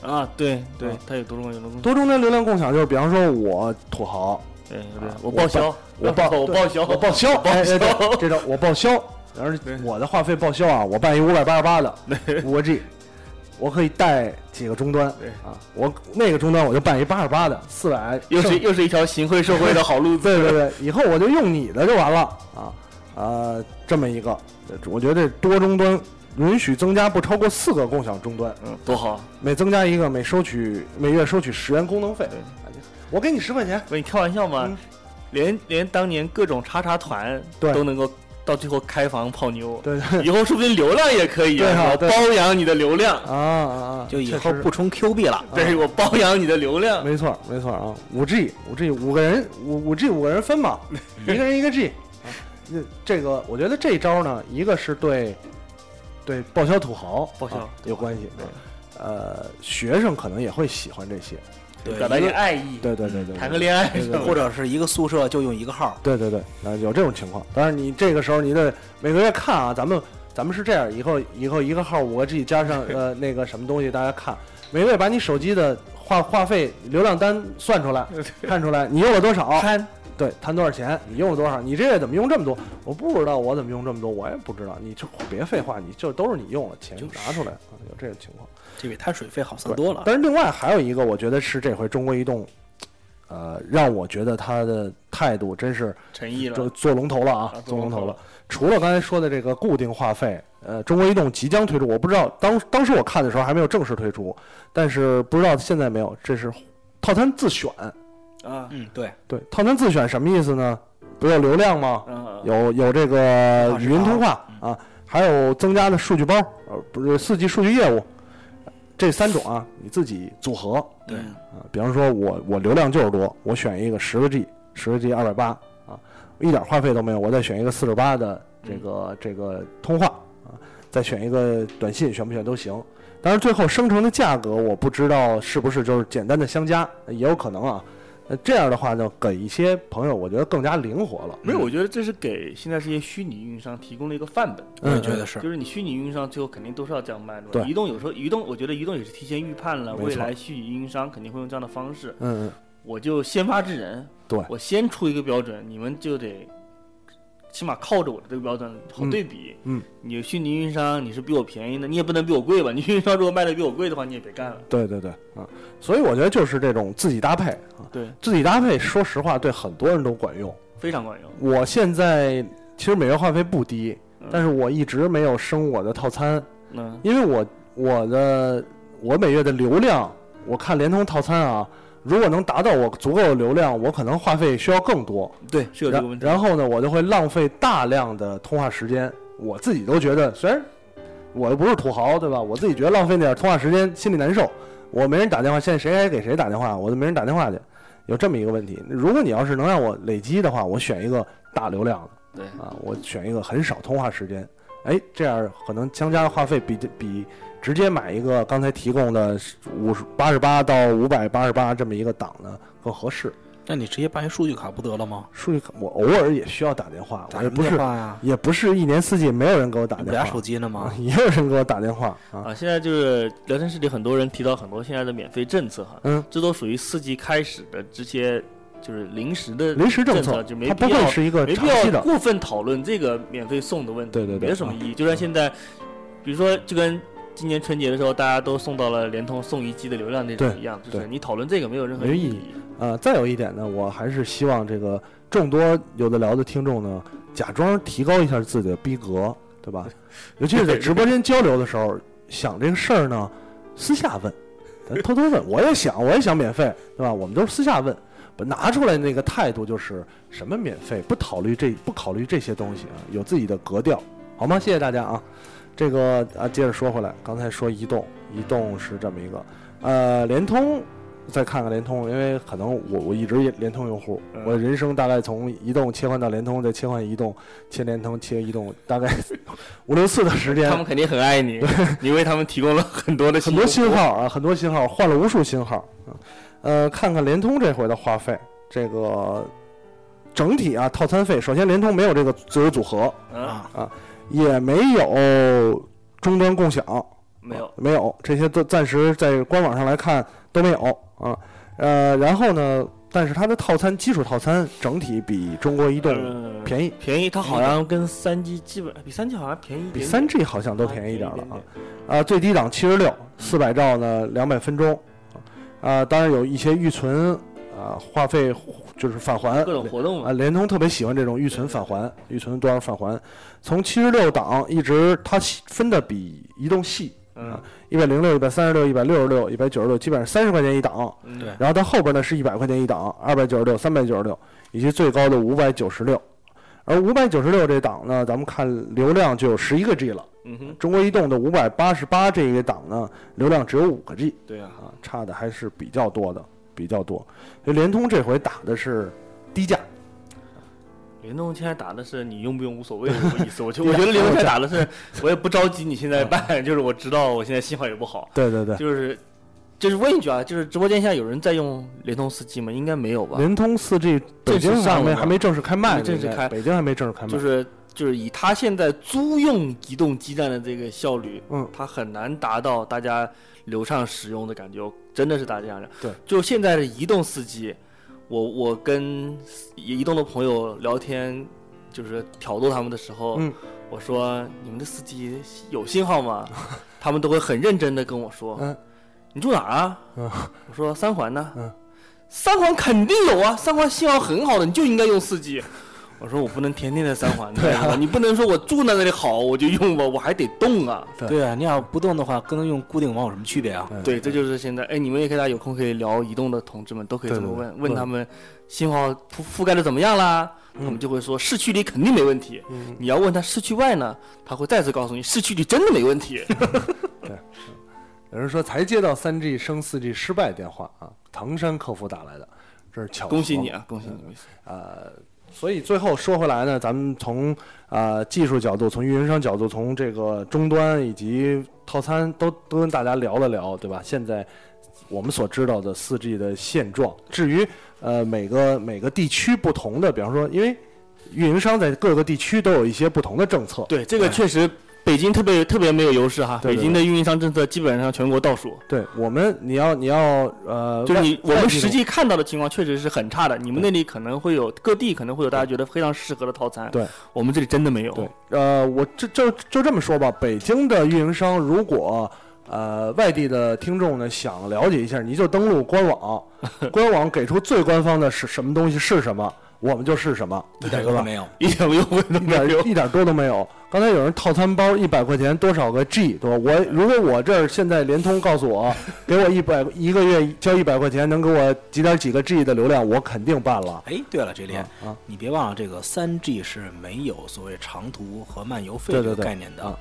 Speaker 2: 啊，对对
Speaker 1: 啊，
Speaker 2: 它有多种有多种，
Speaker 1: 多终端流量共享就是，比方说我土豪，
Speaker 2: 对哎对
Speaker 1: 啊，
Speaker 2: 我
Speaker 1: 我
Speaker 2: 报销，
Speaker 1: 我报
Speaker 2: [LAUGHS] 我报销，
Speaker 1: 我报销，哎哎
Speaker 2: 报销
Speaker 1: 对，这种我报销，然后
Speaker 2: [LAUGHS] 对
Speaker 1: 我的话费报销啊，我办一五百八十八的五个
Speaker 2: [LAUGHS]
Speaker 1: G，我可以带几个终端
Speaker 2: 对
Speaker 1: 啊，我那个终端我就办一八十八的四百，
Speaker 2: [LAUGHS] 又
Speaker 1: 剩
Speaker 2: 是又是一条行贿受贿的好路子，
Speaker 1: [LAUGHS] 对对对，以后我就用你的就完了啊呃，这么一个，我觉得多终端允许增加不超过四个共享终端，
Speaker 2: 嗯，多好。
Speaker 1: 每增加一个每收取每月收取十元功能费，
Speaker 2: 对
Speaker 1: 我给你十块钱， [LAUGHS]
Speaker 2: 不是你开玩笑吗？
Speaker 1: 嗯
Speaker 2: 连连当年各种叉叉团
Speaker 1: 对
Speaker 2: 都能够到最后开房泡妞，
Speaker 1: 对对
Speaker 2: 以后说不定流量也可以、
Speaker 1: 对啊
Speaker 2: 我
Speaker 1: 对
Speaker 2: 包养你的流量，
Speaker 1: 啊啊啊，
Speaker 3: 就以
Speaker 1: 确
Speaker 3: 后
Speaker 1: 实啊
Speaker 3: 不充 Q 币了。
Speaker 2: 对我包养你的流量，
Speaker 1: [LAUGHS] 没错，没错啊，五 G，五 G，五个人，五五 G 五个人分嘛，一个人一个
Speaker 2: [LAUGHS]
Speaker 1: G，啊，那这个我觉得这招呢，一个是对对报销土豪
Speaker 2: 报销
Speaker 1: 啊有关系，呃，学生可能也会喜欢这些，
Speaker 3: 对，
Speaker 2: 表达
Speaker 3: 一
Speaker 2: 一
Speaker 3: 个
Speaker 2: 些爱意，
Speaker 1: 对对对对，
Speaker 2: 嗯谈
Speaker 1: 对
Speaker 2: 个恋爱
Speaker 1: 对
Speaker 2: 是
Speaker 1: 对 [LAUGHS]
Speaker 2: [LAUGHS] 吧
Speaker 1: 对
Speaker 3: 或者是一个宿舍就用一个号，
Speaker 1: 对对对，啊，有这种情况。当然，你这个时候你得每个月看啊，咱们咱们是这样，以后以后一个号五个 G 加上呃那个什么东西，大家看，每个月把你手机的话话费流量单算出来，看出来你用了多少，
Speaker 2: 贪
Speaker 1: 对，摊多少钱，你用了多少，你这月怎么用这么多？我不知道我怎么用这么多，我也不知道，你就别废话，你就都是你用了，钱拿出来啊，有这种情况。
Speaker 3: 这比碳水费好算多了。
Speaker 1: 但是另外还有一个，我觉得是这回中国移动，呃，让我觉得他的态度真是。
Speaker 2: 诚意
Speaker 1: 就
Speaker 2: 了，
Speaker 1: 做龙头了啊
Speaker 2: 啊，
Speaker 1: 做
Speaker 2: 做
Speaker 1: 龙
Speaker 2: 龙
Speaker 1: 头
Speaker 2: 头
Speaker 1: 了
Speaker 2: 了。
Speaker 1: 除了刚才说的这个固定话费，呃，中国移动即将推出，我不知道当当时我看的时候还没有正式推出，但是不知道现在没有，这是套餐自选。
Speaker 2: 啊
Speaker 3: 嗯，对，
Speaker 1: 对，套餐自选什么意思呢？不有流量吗？
Speaker 2: 啊，
Speaker 1: 有有这个语音通话啊，还有增加的数据包，呃，不是四 G 数据业务，这三种啊，你自己组合。
Speaker 3: 对
Speaker 2: 嗯
Speaker 1: 啊，比方说我我流量就是多，我选一个十个 G，十个 G 二百八啊，一点话费都没有，我再选一个四十八的这个、这个通话啊，再选一个短信，选不选都行。当然，最后生成的价格我不知道是不是就是简单的相加，也有可能啊。那这样的话呢，给一些朋友我觉得更加灵活了。
Speaker 2: 没有，我觉得这是给现在这些虚拟运营商提供了一个范本，
Speaker 3: 我也
Speaker 1: 嗯，
Speaker 3: 觉得是。
Speaker 2: 就是你虚拟运营商最后肯定都是要这样卖的。
Speaker 1: 对
Speaker 2: 移动有时候移动，我觉得移动也是提前预判了
Speaker 1: 没错
Speaker 2: 未来虚拟运营商肯定会用这样的方式，
Speaker 1: 嗯嗯
Speaker 2: 我就先发制人，
Speaker 1: 对
Speaker 2: 我先出一个标准，你们就得起码靠着我的这个标准好
Speaker 1: 嗯
Speaker 2: 对比。
Speaker 1: 嗯
Speaker 2: 你虚拟运营商你是比我便宜的，你也不能比我贵吧？你运营商如果卖的比我贵的话，你也别干了。
Speaker 1: 对对对啊，所以我觉得就是这种自己搭配啊，
Speaker 2: 对，
Speaker 1: 自己搭配，说实话对很多人都管用。
Speaker 2: 非常管用。
Speaker 1: 我现在其实每月话费不低，
Speaker 2: 嗯
Speaker 1: 但是我一直没有升我的套餐，
Speaker 2: 嗯，
Speaker 1: 因为我我的我每月的流量，我看联通套餐啊，如果能达到我足够的流量，我可能话费需要更多，
Speaker 2: 对，是有这个问
Speaker 1: 然
Speaker 2: 题。
Speaker 1: 然后呢，我就会浪费大量的通话时间，我自己都觉得，虽然我又不是土豪，对吧？我自己觉得浪费那点通话时间，心里难受。我没人打电话，现在谁该给谁打电话，我都没人打电话去，有这么一个问题。如果你要是能让我累积的话，我选一个大流量的。
Speaker 2: 对，
Speaker 1: 啊，我选一个很少通话时间，哎，这样可能相加的话费比比直接买一个刚才提供的五十八十八到五百八十八这么一个档呢更合适。
Speaker 3: 那你直接办一数据卡不得了吗？
Speaker 1: 数据卡我偶尔也需要打电话，我
Speaker 3: 打
Speaker 1: 也
Speaker 3: 什
Speaker 1: 哎不
Speaker 3: 么
Speaker 1: 是
Speaker 3: 电话呀？
Speaker 1: 也不是一年四季没有人给我打
Speaker 3: 你不
Speaker 1: 电
Speaker 3: 俩
Speaker 1: 话
Speaker 3: 手机呢
Speaker 1: 啊 [LAUGHS]
Speaker 3: 吗，？
Speaker 1: 也有人给我打电话啊，
Speaker 2: 啊，现在就是聊天室里很多人提到很多现在的免费政策哈，
Speaker 1: 嗯，
Speaker 2: 这都属于四季开始的这些就是临时的
Speaker 1: 临时政
Speaker 2: 策，
Speaker 1: 策，
Speaker 2: 就没
Speaker 1: 它不
Speaker 2: 必
Speaker 1: 会
Speaker 2: 要
Speaker 1: 是一个
Speaker 2: 没
Speaker 1: 长
Speaker 2: 必
Speaker 1: 期
Speaker 2: 要
Speaker 1: 的。
Speaker 2: 过分讨论这个免费送的问题，
Speaker 1: 对对对
Speaker 2: 没什么
Speaker 1: 啊
Speaker 2: 意义。就像现在，比如说就跟今年春节的时候，大家都送到了联通送一 G 的流量那种
Speaker 1: 对
Speaker 2: 一样，就是
Speaker 1: 对
Speaker 2: 你讨论这个没有任何
Speaker 1: 没
Speaker 2: 意
Speaker 1: 意义。呃，再有一点呢，我还是希望这个众多有的聊的听众呢，假装提高一下自己的逼格，对吧？尤其是在直播间交流的时候，想这个事儿呢，私下问，咱偷偷问，我也想，我也想免费，对吧？我们都是私下问，不拿出来那个态度就是什么免费，不考虑这不考虑这些东西啊，有自己的格调，好吗？谢谢大家啊。这个啊，接着说回来，刚才说移动，移动是这么一个，呃，联通再看看联通，因为可能我我一直也联通用户，
Speaker 2: 嗯
Speaker 1: 我人生大概从移动切换到联通，再切换移动，切联通，切移动，大概五六次的时间
Speaker 2: 他，们肯定很爱你，你为他们提供了很
Speaker 1: [LAUGHS]
Speaker 2: 多的
Speaker 1: 啊很多
Speaker 2: 信
Speaker 1: 新
Speaker 2: 息。
Speaker 1: 号啊，很多新号，换了无数新号。嗯呃，看看联通这回的话费，这个整体啊套餐费，首先联通没有这个自由组合，
Speaker 2: 嗯，
Speaker 3: 啊，
Speaker 1: 也没有终端共享，
Speaker 2: 没有，
Speaker 1: 没有，这些都暂时在官网上来看都没有啊。呃，然后呢，但是它的套餐基础套餐整体比中国移动
Speaker 2: 嗯
Speaker 1: 便宜，
Speaker 2: 便宜，它好像跟三 G 基本比三 G 好像便宜一点
Speaker 1: 比
Speaker 2: 点，
Speaker 1: 三 G 好像都便宜一点了
Speaker 2: 便
Speaker 1: 啊
Speaker 2: 宜。
Speaker 1: 啊，最低档七十六，四百兆呢两百分钟，啊，当然有一些预存啊话费就是返还
Speaker 2: 各种活动嘛
Speaker 1: 啊，，联通特别喜欢这种预存返还，预存多少返还，从七十六档一直它细分的比移动细，
Speaker 2: 嗯
Speaker 1: 一百零六、一百三十六、一百六十六、一百九十六，基本上三十块钱一档，
Speaker 2: 嗯
Speaker 3: 对
Speaker 1: 然后到后边呢是一百块钱一档，二百九十六、三百九十六，以及最高的五百九十六。而五百九十六这档呢，咱们看流量就有十一个 G 了。
Speaker 2: 嗯哼，
Speaker 1: 中国移动的五百八十八这个档呢，流量只有五个 G
Speaker 2: 对啊，
Speaker 1: 啊，差的还是比较多的，比较多。所以联通这回打的是低价，
Speaker 2: 联动现在打的是你用不用无所 [LAUGHS] 谓的意思，我觉我觉得联动现在打的是我也不着急你现在办， [LAUGHS] 就是我知道我现在信号也不好，
Speaker 1: 对对对。
Speaker 2: 就是就是问一句啊，就是直播间现在有人在用联通四 G 吗？应该没有吧？
Speaker 1: 联通四 G 北京
Speaker 2: 正式上
Speaker 1: 还
Speaker 2: 了
Speaker 1: 没
Speaker 2: 吗
Speaker 1: 还没正式开卖
Speaker 2: 还
Speaker 1: 呢，
Speaker 2: 没正式
Speaker 1: 应该
Speaker 2: 开
Speaker 1: 北京还没正式开卖，
Speaker 2: 就是就是以他现在租用移动基站的这个效率，
Speaker 1: 嗯
Speaker 2: 它很难达到大家流畅使用的感觉，真的是大家这样的。
Speaker 1: 对，
Speaker 2: 就现在的移动四 G，我我跟移移动的朋友聊天，就是挑逗他们的时候，
Speaker 1: 嗯
Speaker 2: 我说你们的四 G 有信号吗？
Speaker 1: [LAUGHS]
Speaker 2: 他们都会很认真的跟我说，
Speaker 1: 嗯
Speaker 2: 你住哪儿啊？
Speaker 1: 嗯
Speaker 2: 我说三环呢。
Speaker 1: 嗯
Speaker 2: 三环肯定有啊，三环信号很好的，你就应该用四 G。我说我不能天天在三环，对啊吧？你不能说我住在那里好我就用吧， [LAUGHS] 我还得动啊。
Speaker 3: 对啊，你要不动的话，跟用固定网有什么区别啊？
Speaker 1: 嗯
Speaker 2: 对，这就是现在。哎，你们也可以，大家有空可以聊移动的同志们都可以这么
Speaker 1: 对对
Speaker 2: 问，
Speaker 1: 对
Speaker 2: 问他们信号覆覆盖的怎么样啦？他们就会说市区里肯定没问题。
Speaker 1: 嗯
Speaker 2: 你要问他市区外呢，他会再次告诉你市区里真的没问 [LAUGHS] 题。
Speaker 1: 有人说才接到三 G 升四 G 失败电话啊，唐山客服打来的，这是巧合
Speaker 2: 恭喜你啊，恭喜你！
Speaker 1: 呃，所以最后说回来呢，咱们从呃技术角度、从运营商角度、从这个终端以及套餐都都跟大家聊了聊，对吧？现在我们所知道的四 G 的现状，至于呃每个每个地区不同的，比方说，因为运营商在各个地区都有一些不同的政策，
Speaker 2: 对，这个确实北京特别特别没有优势哈。
Speaker 1: 对对
Speaker 2: 北京的运营商政策基本上全国倒数，
Speaker 1: 对我们你要你要呃，
Speaker 2: 就是你
Speaker 1: 外
Speaker 2: 我
Speaker 1: 外
Speaker 2: 们
Speaker 1: 地的
Speaker 2: 实际看到的情况确实是很差的。你们那里可能会有各地可能会有大家觉得非常适合的套餐，
Speaker 1: 对，
Speaker 2: 我们这里真的没有。
Speaker 1: 对，呃，我这就就这么说吧，北京的运营商如果呃外地的听众呢想了解一下，你就登录官
Speaker 3: [LAUGHS]
Speaker 1: 网，官网给出最官方的是什么东西是什么，我们就是什么，
Speaker 3: 一
Speaker 1: 对
Speaker 3: 点用都
Speaker 1: 吧？
Speaker 3: 没有。
Speaker 2: [LAUGHS] 一点优惠都
Speaker 1: 一
Speaker 2: 没有
Speaker 1: 点。一点多都没
Speaker 3: [LAUGHS]
Speaker 1: 有。刚才有人套餐包一百块钱多少个 G，对吧？我如果我这儿现在联通告诉我，给我一百一个月交一百块钱能给我几点几个 G 的流量，我肯定办了。
Speaker 3: 哎，对了，这里、
Speaker 1: 啊啊
Speaker 3: 你别忘了，这个三 G 是没有所谓长途和漫游费
Speaker 1: 对
Speaker 3: 这
Speaker 1: 对
Speaker 3: 个
Speaker 1: 对
Speaker 3: 概念的。
Speaker 1: 啊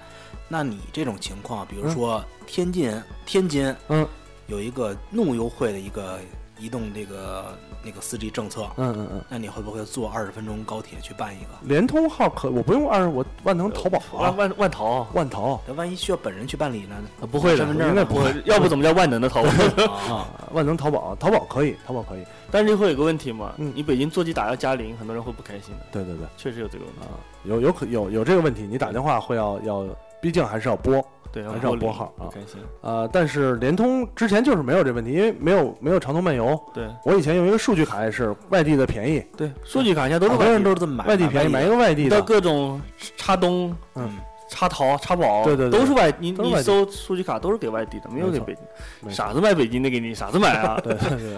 Speaker 3: 那你这种情况，比如
Speaker 1: 嗯
Speaker 3: 说天津，天津
Speaker 1: 嗯
Speaker 3: 有一个怒优惠的一个移动这个那个四 G 政策，
Speaker 1: 嗯嗯嗯，
Speaker 3: 那你会不会坐二十分钟高铁去办一个？
Speaker 1: 联通号可我不用二十，我万能淘宝
Speaker 2: 万
Speaker 1: [LAUGHS]
Speaker 3: [LAUGHS]
Speaker 1: 啊，
Speaker 2: 万万淘呃
Speaker 1: 万淘。
Speaker 3: 那万一需要本人去办理呢？
Speaker 1: 啊
Speaker 2: 不会的，
Speaker 3: 身份证
Speaker 2: 应该
Speaker 3: 呢
Speaker 2: 不会，要不怎么叫万能
Speaker 1: [LAUGHS]
Speaker 2: 的淘宝？
Speaker 3: 啊，
Speaker 1: 啊，万能淘宝，淘宝可以，淘宝可以，
Speaker 2: 但是会有个问题嘛，
Speaker 1: 嗯
Speaker 2: 你北京座机打到嘉陵，很多人会不开心的，
Speaker 1: 对对对，
Speaker 2: 确实有这个问题。
Speaker 1: 啊，有有可有有这个问题，你打电话会要要，毕竟还是要拨，
Speaker 2: 对，
Speaker 1: 还是要
Speaker 2: 要
Speaker 1: 拨
Speaker 2: 播，
Speaker 1: 号啊。
Speaker 3: 开心。
Speaker 1: 呃，但是联通之前就是没有这问题，因为没有没有长途漫游。
Speaker 2: 对
Speaker 1: 我以前用一个数据卡也是外地的便宜，啊
Speaker 2: 对，数据卡现在都
Speaker 3: 好
Speaker 2: 是
Speaker 3: 多
Speaker 2: 外
Speaker 3: 人
Speaker 2: 地
Speaker 3: 都是这么买，
Speaker 1: 外地便宜买一个外地
Speaker 2: 到
Speaker 1: 的，
Speaker 2: 各种插东、
Speaker 1: 嗯
Speaker 2: 插淘、插宝，
Speaker 1: 对对对
Speaker 2: 都是外你
Speaker 1: 都是
Speaker 2: 你
Speaker 1: 外地
Speaker 2: 搜数据卡都是给外地的，没有
Speaker 1: 没
Speaker 2: 给
Speaker 1: 错
Speaker 2: 北京。
Speaker 1: 没错
Speaker 2: 傻子卖北京的给你，傻子买啊
Speaker 1: [LAUGHS] ！对对对，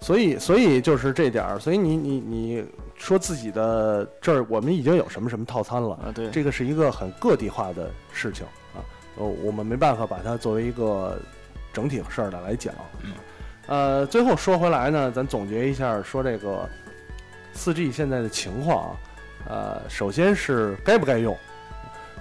Speaker 1: 所以所以就是这点儿，所以你你你说自己的这儿我们已经有什么什么套餐了，
Speaker 2: 啊，对，
Speaker 1: 这个是一个很个体化的事情啊，呃，我们没办法把它作为一个整体事儿的来讲。
Speaker 3: 嗯
Speaker 1: 呃，最后说回来呢，咱总结一下，说这个四 G 现在的情况啊，呃，首先是该不该用。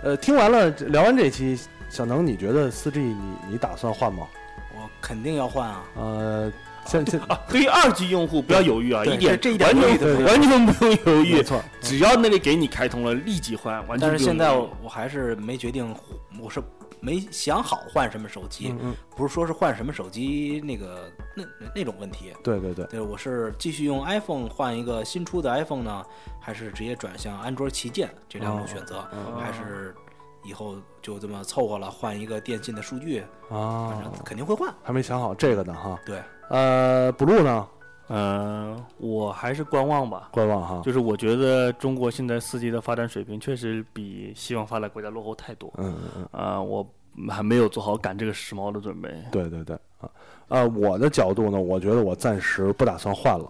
Speaker 1: 呃，听完了聊完这期，小能，你觉得四 G 你你打算换吗？
Speaker 3: 我肯定要换啊。
Speaker 1: 呃，现现
Speaker 2: 啊，对于二级用户不要犹豫啊，
Speaker 3: 对
Speaker 2: 一点
Speaker 3: 这这一点
Speaker 2: 完全
Speaker 1: 对对
Speaker 2: 完全不用犹
Speaker 1: 没
Speaker 2: 豫，
Speaker 1: 错，
Speaker 2: 只要那里给你开通了，立即换，完全
Speaker 3: 但
Speaker 2: 不
Speaker 3: 是
Speaker 2: 用
Speaker 3: 现在
Speaker 2: 犹豫
Speaker 3: 我我还是没决定，我是没想好换什么手机
Speaker 1: 嗯，嗯，
Speaker 3: 不是说是换什么手机那个那那那种问题。
Speaker 1: 对对对，
Speaker 3: 对，我是继续用 iPhone 换一个新出的 iPhone 呢，还是直接转向安卓旗舰这两种选择，
Speaker 1: 嗯
Speaker 3: 还是以后就这么凑合了换一个电信的数据，
Speaker 1: 啊
Speaker 3: 反正肯定会换。
Speaker 1: 还没想好这个呢哈。
Speaker 3: 对，
Speaker 1: 呃，blue 呢？
Speaker 2: 嗯，我还是观望吧。
Speaker 1: 观望哈。
Speaker 2: 就是我觉得中国现在四 G 的发展水平确实比西方发达国家落后太多
Speaker 1: 嗯嗯嗯，
Speaker 2: 啊、我还没有做好赶这个时髦的准备。
Speaker 1: 对对对啊。呃，我的角度呢，我觉得我暂时不打算换了，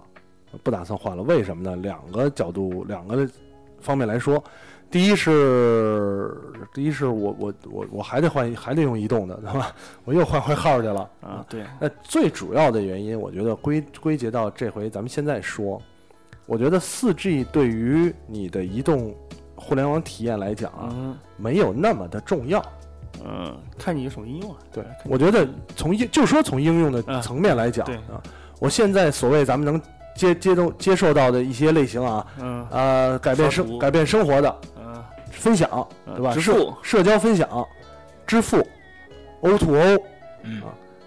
Speaker 1: 不打算换了。为什么呢？两个角度，两个方面来说。第一是，第一是我我我我还得换，还得用移动的，对吧？我又换回号去了。
Speaker 2: 啊，对，
Speaker 1: 那最主要的原因，我觉得归归结到这回咱们现在说，我觉得四 G 对于你的移动互联网体验来讲啊，
Speaker 2: 嗯
Speaker 1: 没有那么的重要。
Speaker 2: 嗯，看你有什么应用了。
Speaker 1: 对，我觉得从应就说从应用的
Speaker 2: 嗯
Speaker 1: 层面来讲
Speaker 2: 对
Speaker 1: 啊，我现在所谓咱们能接接受接受到的一些类型啊，
Speaker 2: 嗯
Speaker 1: 呃，改变
Speaker 2: 刷
Speaker 1: 生
Speaker 2: 图
Speaker 1: 改变生活的
Speaker 2: 嗯，
Speaker 1: 分享，
Speaker 2: 嗯
Speaker 1: 对吧？
Speaker 2: 支
Speaker 1: 社
Speaker 2: 付
Speaker 1: 社交分享、支付、O to O、
Speaker 3: 嗯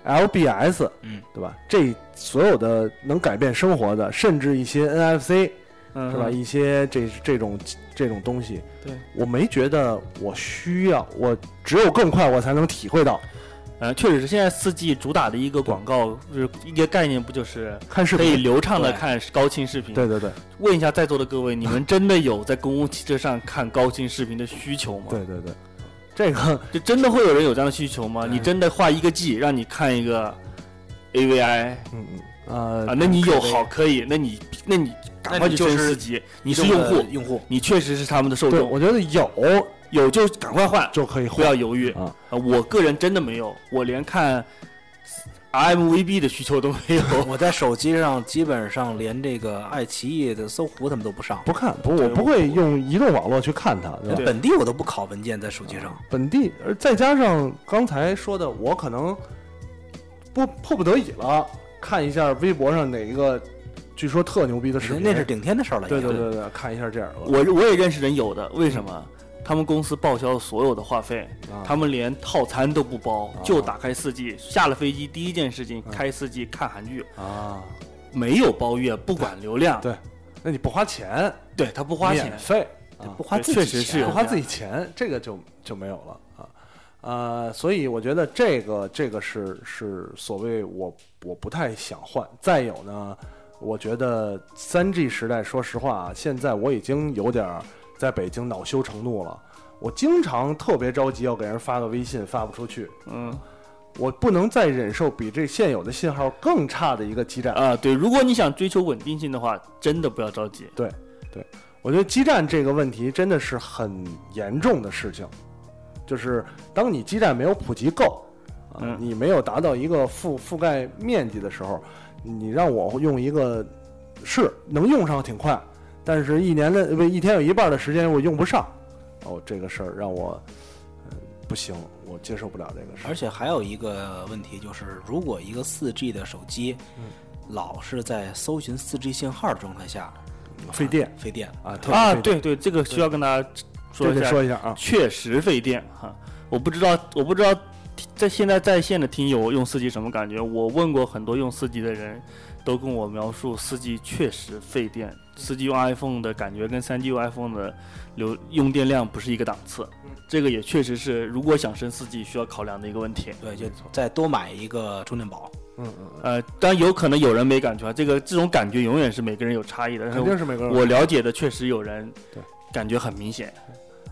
Speaker 1: 啊 LBS，
Speaker 3: 嗯，
Speaker 1: 对吧？这所有的能改变生活的，甚至一些 NFC
Speaker 2: 嗯
Speaker 1: 是吧？？一些这这种这种东西，
Speaker 2: 对，
Speaker 1: 我没觉得我需要，我只有更快我才能体会到
Speaker 2: 呃，确实是现在四 G 主打的一个广告，就是一个概念，不就是
Speaker 1: 看视
Speaker 2: 可以
Speaker 1: 频。
Speaker 2: 流畅的
Speaker 3: 对
Speaker 2: 看高清视频？
Speaker 1: 对对对
Speaker 2: 问一下在座的各位，你们真的有在公共汽车上看高清视频的需求吗？，
Speaker 1: 对对对，这个
Speaker 2: 就真的会有人有这样的需求吗？
Speaker 3: 对
Speaker 2: 你真的花一个 G 让你看一个 AVI
Speaker 1: 嗯嗯
Speaker 2: 啊
Speaker 1: 呃，
Speaker 2: 那你有
Speaker 3: 可以
Speaker 2: 好可以，那你那你赶快去
Speaker 3: 那你
Speaker 2: 升
Speaker 3: 就是
Speaker 2: 四 G，你是用户，
Speaker 3: 用户，
Speaker 2: 你确实是他们的受
Speaker 1: 对，
Speaker 2: 众，
Speaker 1: 我觉得有
Speaker 2: 有就赶快换，
Speaker 1: 就可以
Speaker 2: 不
Speaker 1: 换
Speaker 2: 要犹豫
Speaker 1: 啊。
Speaker 2: 啊！我个人真的没有，我连看 RMVB 的需求都没有。
Speaker 3: 我在手机上基本上连这个爱奇艺的搜狐他们都不上，
Speaker 1: 不看不，我
Speaker 2: 对
Speaker 1: 不会用移动网络去看它，对吧？哦
Speaker 3: 连本地我都不拷文件在手机上。
Speaker 1: 本地，而再加上刚才说的，我可能不迫不得已了，看一下微博上哪一个据说特牛逼的视频，
Speaker 3: 那是顶天的事儿了，
Speaker 1: 对
Speaker 3: 已经
Speaker 1: 对对对，看一下这样的，
Speaker 2: 我我也认识人有的，为什么？他们公司报销所有的话费，
Speaker 1: 啊
Speaker 2: 他们连套餐都不包，
Speaker 1: 啊
Speaker 2: 就打开四 G，下了飞机第一件事情
Speaker 1: 嗯
Speaker 2: 开四 G 看韩剧，
Speaker 1: 啊，
Speaker 2: 没有包月，不管流量，
Speaker 1: 对那你不花钱，
Speaker 2: 对他不花钱
Speaker 1: 免，费啊
Speaker 3: 不，花自己
Speaker 2: 确实是
Speaker 3: 钱
Speaker 1: 不花自己钱，这个就就没有了啊。呃，所以我觉得这个这个是是所谓我我不太想换。再有呢，我觉得三 G 时代，说实话啊，现在我已经有点儿在北京恼羞成怒了。我经常特别着急要给人发个微信，发不出去，
Speaker 2: 嗯
Speaker 1: 我不能再忍受比这现有的信号更差的一个基站。
Speaker 2: 啊，对，如果你想追求稳定性的话，真的不要着急。
Speaker 1: 我觉得基站这个问题真的是很严重的事情，就是当你基站没有普及够，啊、
Speaker 2: 嗯
Speaker 1: 你没有达到一个覆覆盖面积的时候，你让我用一个是能用上挺快，但是一年的不一天有一半的时间我用不上，哦，这个事儿让我、呃不行，我接受不了这个事儿
Speaker 3: 而。且还有一个问题就是，如果一个4 G 的手机，老是在搜寻4 G 信号的状态下，
Speaker 1: 费电
Speaker 3: 嗯费电。
Speaker 1: 啊特别
Speaker 2: 啊，
Speaker 1: 费电
Speaker 2: 对对，这个需要跟大家说
Speaker 1: 这
Speaker 2: 一
Speaker 1: 得
Speaker 2: 下，
Speaker 1: 说一下啊，
Speaker 2: 确实费电哈、我不知道，我不知道在现在在线的听友用四 G 什么感觉？我问过很多用四 G 的人，都跟我描述四 G 确实费电， 4G 用 iPhone 的感觉跟 3G 用 iPhone 的流用电量不是一个档次
Speaker 1: 嗯，
Speaker 2: 这个也确实是如果想升 4G 需要考量的一个问题。
Speaker 3: 对，就再多买一个充电宝。
Speaker 1: 嗯嗯，
Speaker 2: 呃，当然有可能有人没感觉啊，这个这种感觉永远是每个人有差异的。但
Speaker 1: 肯
Speaker 2: 是
Speaker 1: 定是每个人。
Speaker 2: 我了解的确实有人
Speaker 1: 对
Speaker 2: 感觉很明显，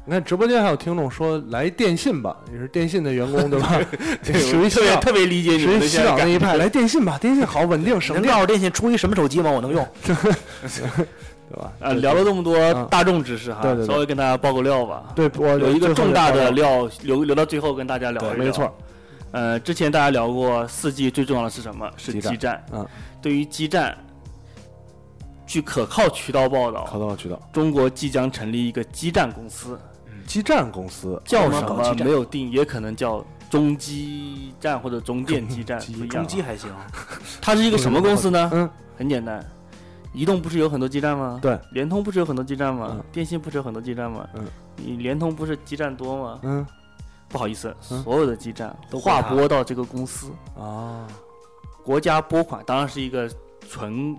Speaker 1: 你看直播间还有听众说来电信吧，也是电信的员工对吧？
Speaker 2: [LAUGHS]
Speaker 1: 这属于
Speaker 2: 特
Speaker 1: 西
Speaker 2: 别
Speaker 1: 港，
Speaker 2: 特别理解你
Speaker 1: 属
Speaker 2: 们
Speaker 1: 于
Speaker 2: 的
Speaker 1: 西
Speaker 2: 现在
Speaker 1: 港那
Speaker 2: 感
Speaker 1: 一派，来电信吧，电信好稳定省
Speaker 3: 能
Speaker 1: 电，
Speaker 3: 告诉电信出一什么手机吗？我能用。
Speaker 1: 对吧？
Speaker 2: 呃，聊了这么多
Speaker 1: 嗯
Speaker 2: 大众知识哈，
Speaker 1: 对对对
Speaker 2: 稍微跟大家爆个料吧。
Speaker 1: 对我
Speaker 2: 有一个
Speaker 1: 最后
Speaker 2: 重大
Speaker 1: 再
Speaker 2: 的
Speaker 1: 聊
Speaker 2: 料留留到最后跟大家聊一
Speaker 1: 对
Speaker 2: 聊。
Speaker 1: 没错，
Speaker 2: 呃，之前大家聊过四 G 最重要的是什么？是
Speaker 1: 基站
Speaker 2: 基站。
Speaker 1: 嗯，
Speaker 2: 对于基站，据可靠渠道报道，
Speaker 1: 考到渠道
Speaker 2: 中国即将成立一个基站公司，
Speaker 1: 基站公司
Speaker 2: 叫
Speaker 3: 怎么
Speaker 2: 什
Speaker 3: 搞
Speaker 2: 么
Speaker 3: 基站
Speaker 2: 没有定，也可能叫中基站或者中电基站，不一样
Speaker 3: 中
Speaker 2: 啊。
Speaker 3: 基还行，
Speaker 2: 它是一个什么公司呢？
Speaker 1: 嗯，
Speaker 2: 很简单，移动不是有很多基站吗？
Speaker 1: 对，
Speaker 2: 联通不是有很多基站吗
Speaker 1: 嗯？
Speaker 2: 电信不是有很多基站吗？
Speaker 1: 嗯，
Speaker 2: 你联通不是基站多吗？
Speaker 1: 嗯
Speaker 2: 不好意思，
Speaker 1: 嗯
Speaker 2: 所有的基站
Speaker 3: 都
Speaker 2: 划
Speaker 3: 归它
Speaker 2: 拨到这个公司。
Speaker 1: 啊，
Speaker 2: 国家拨款当然是一个纯，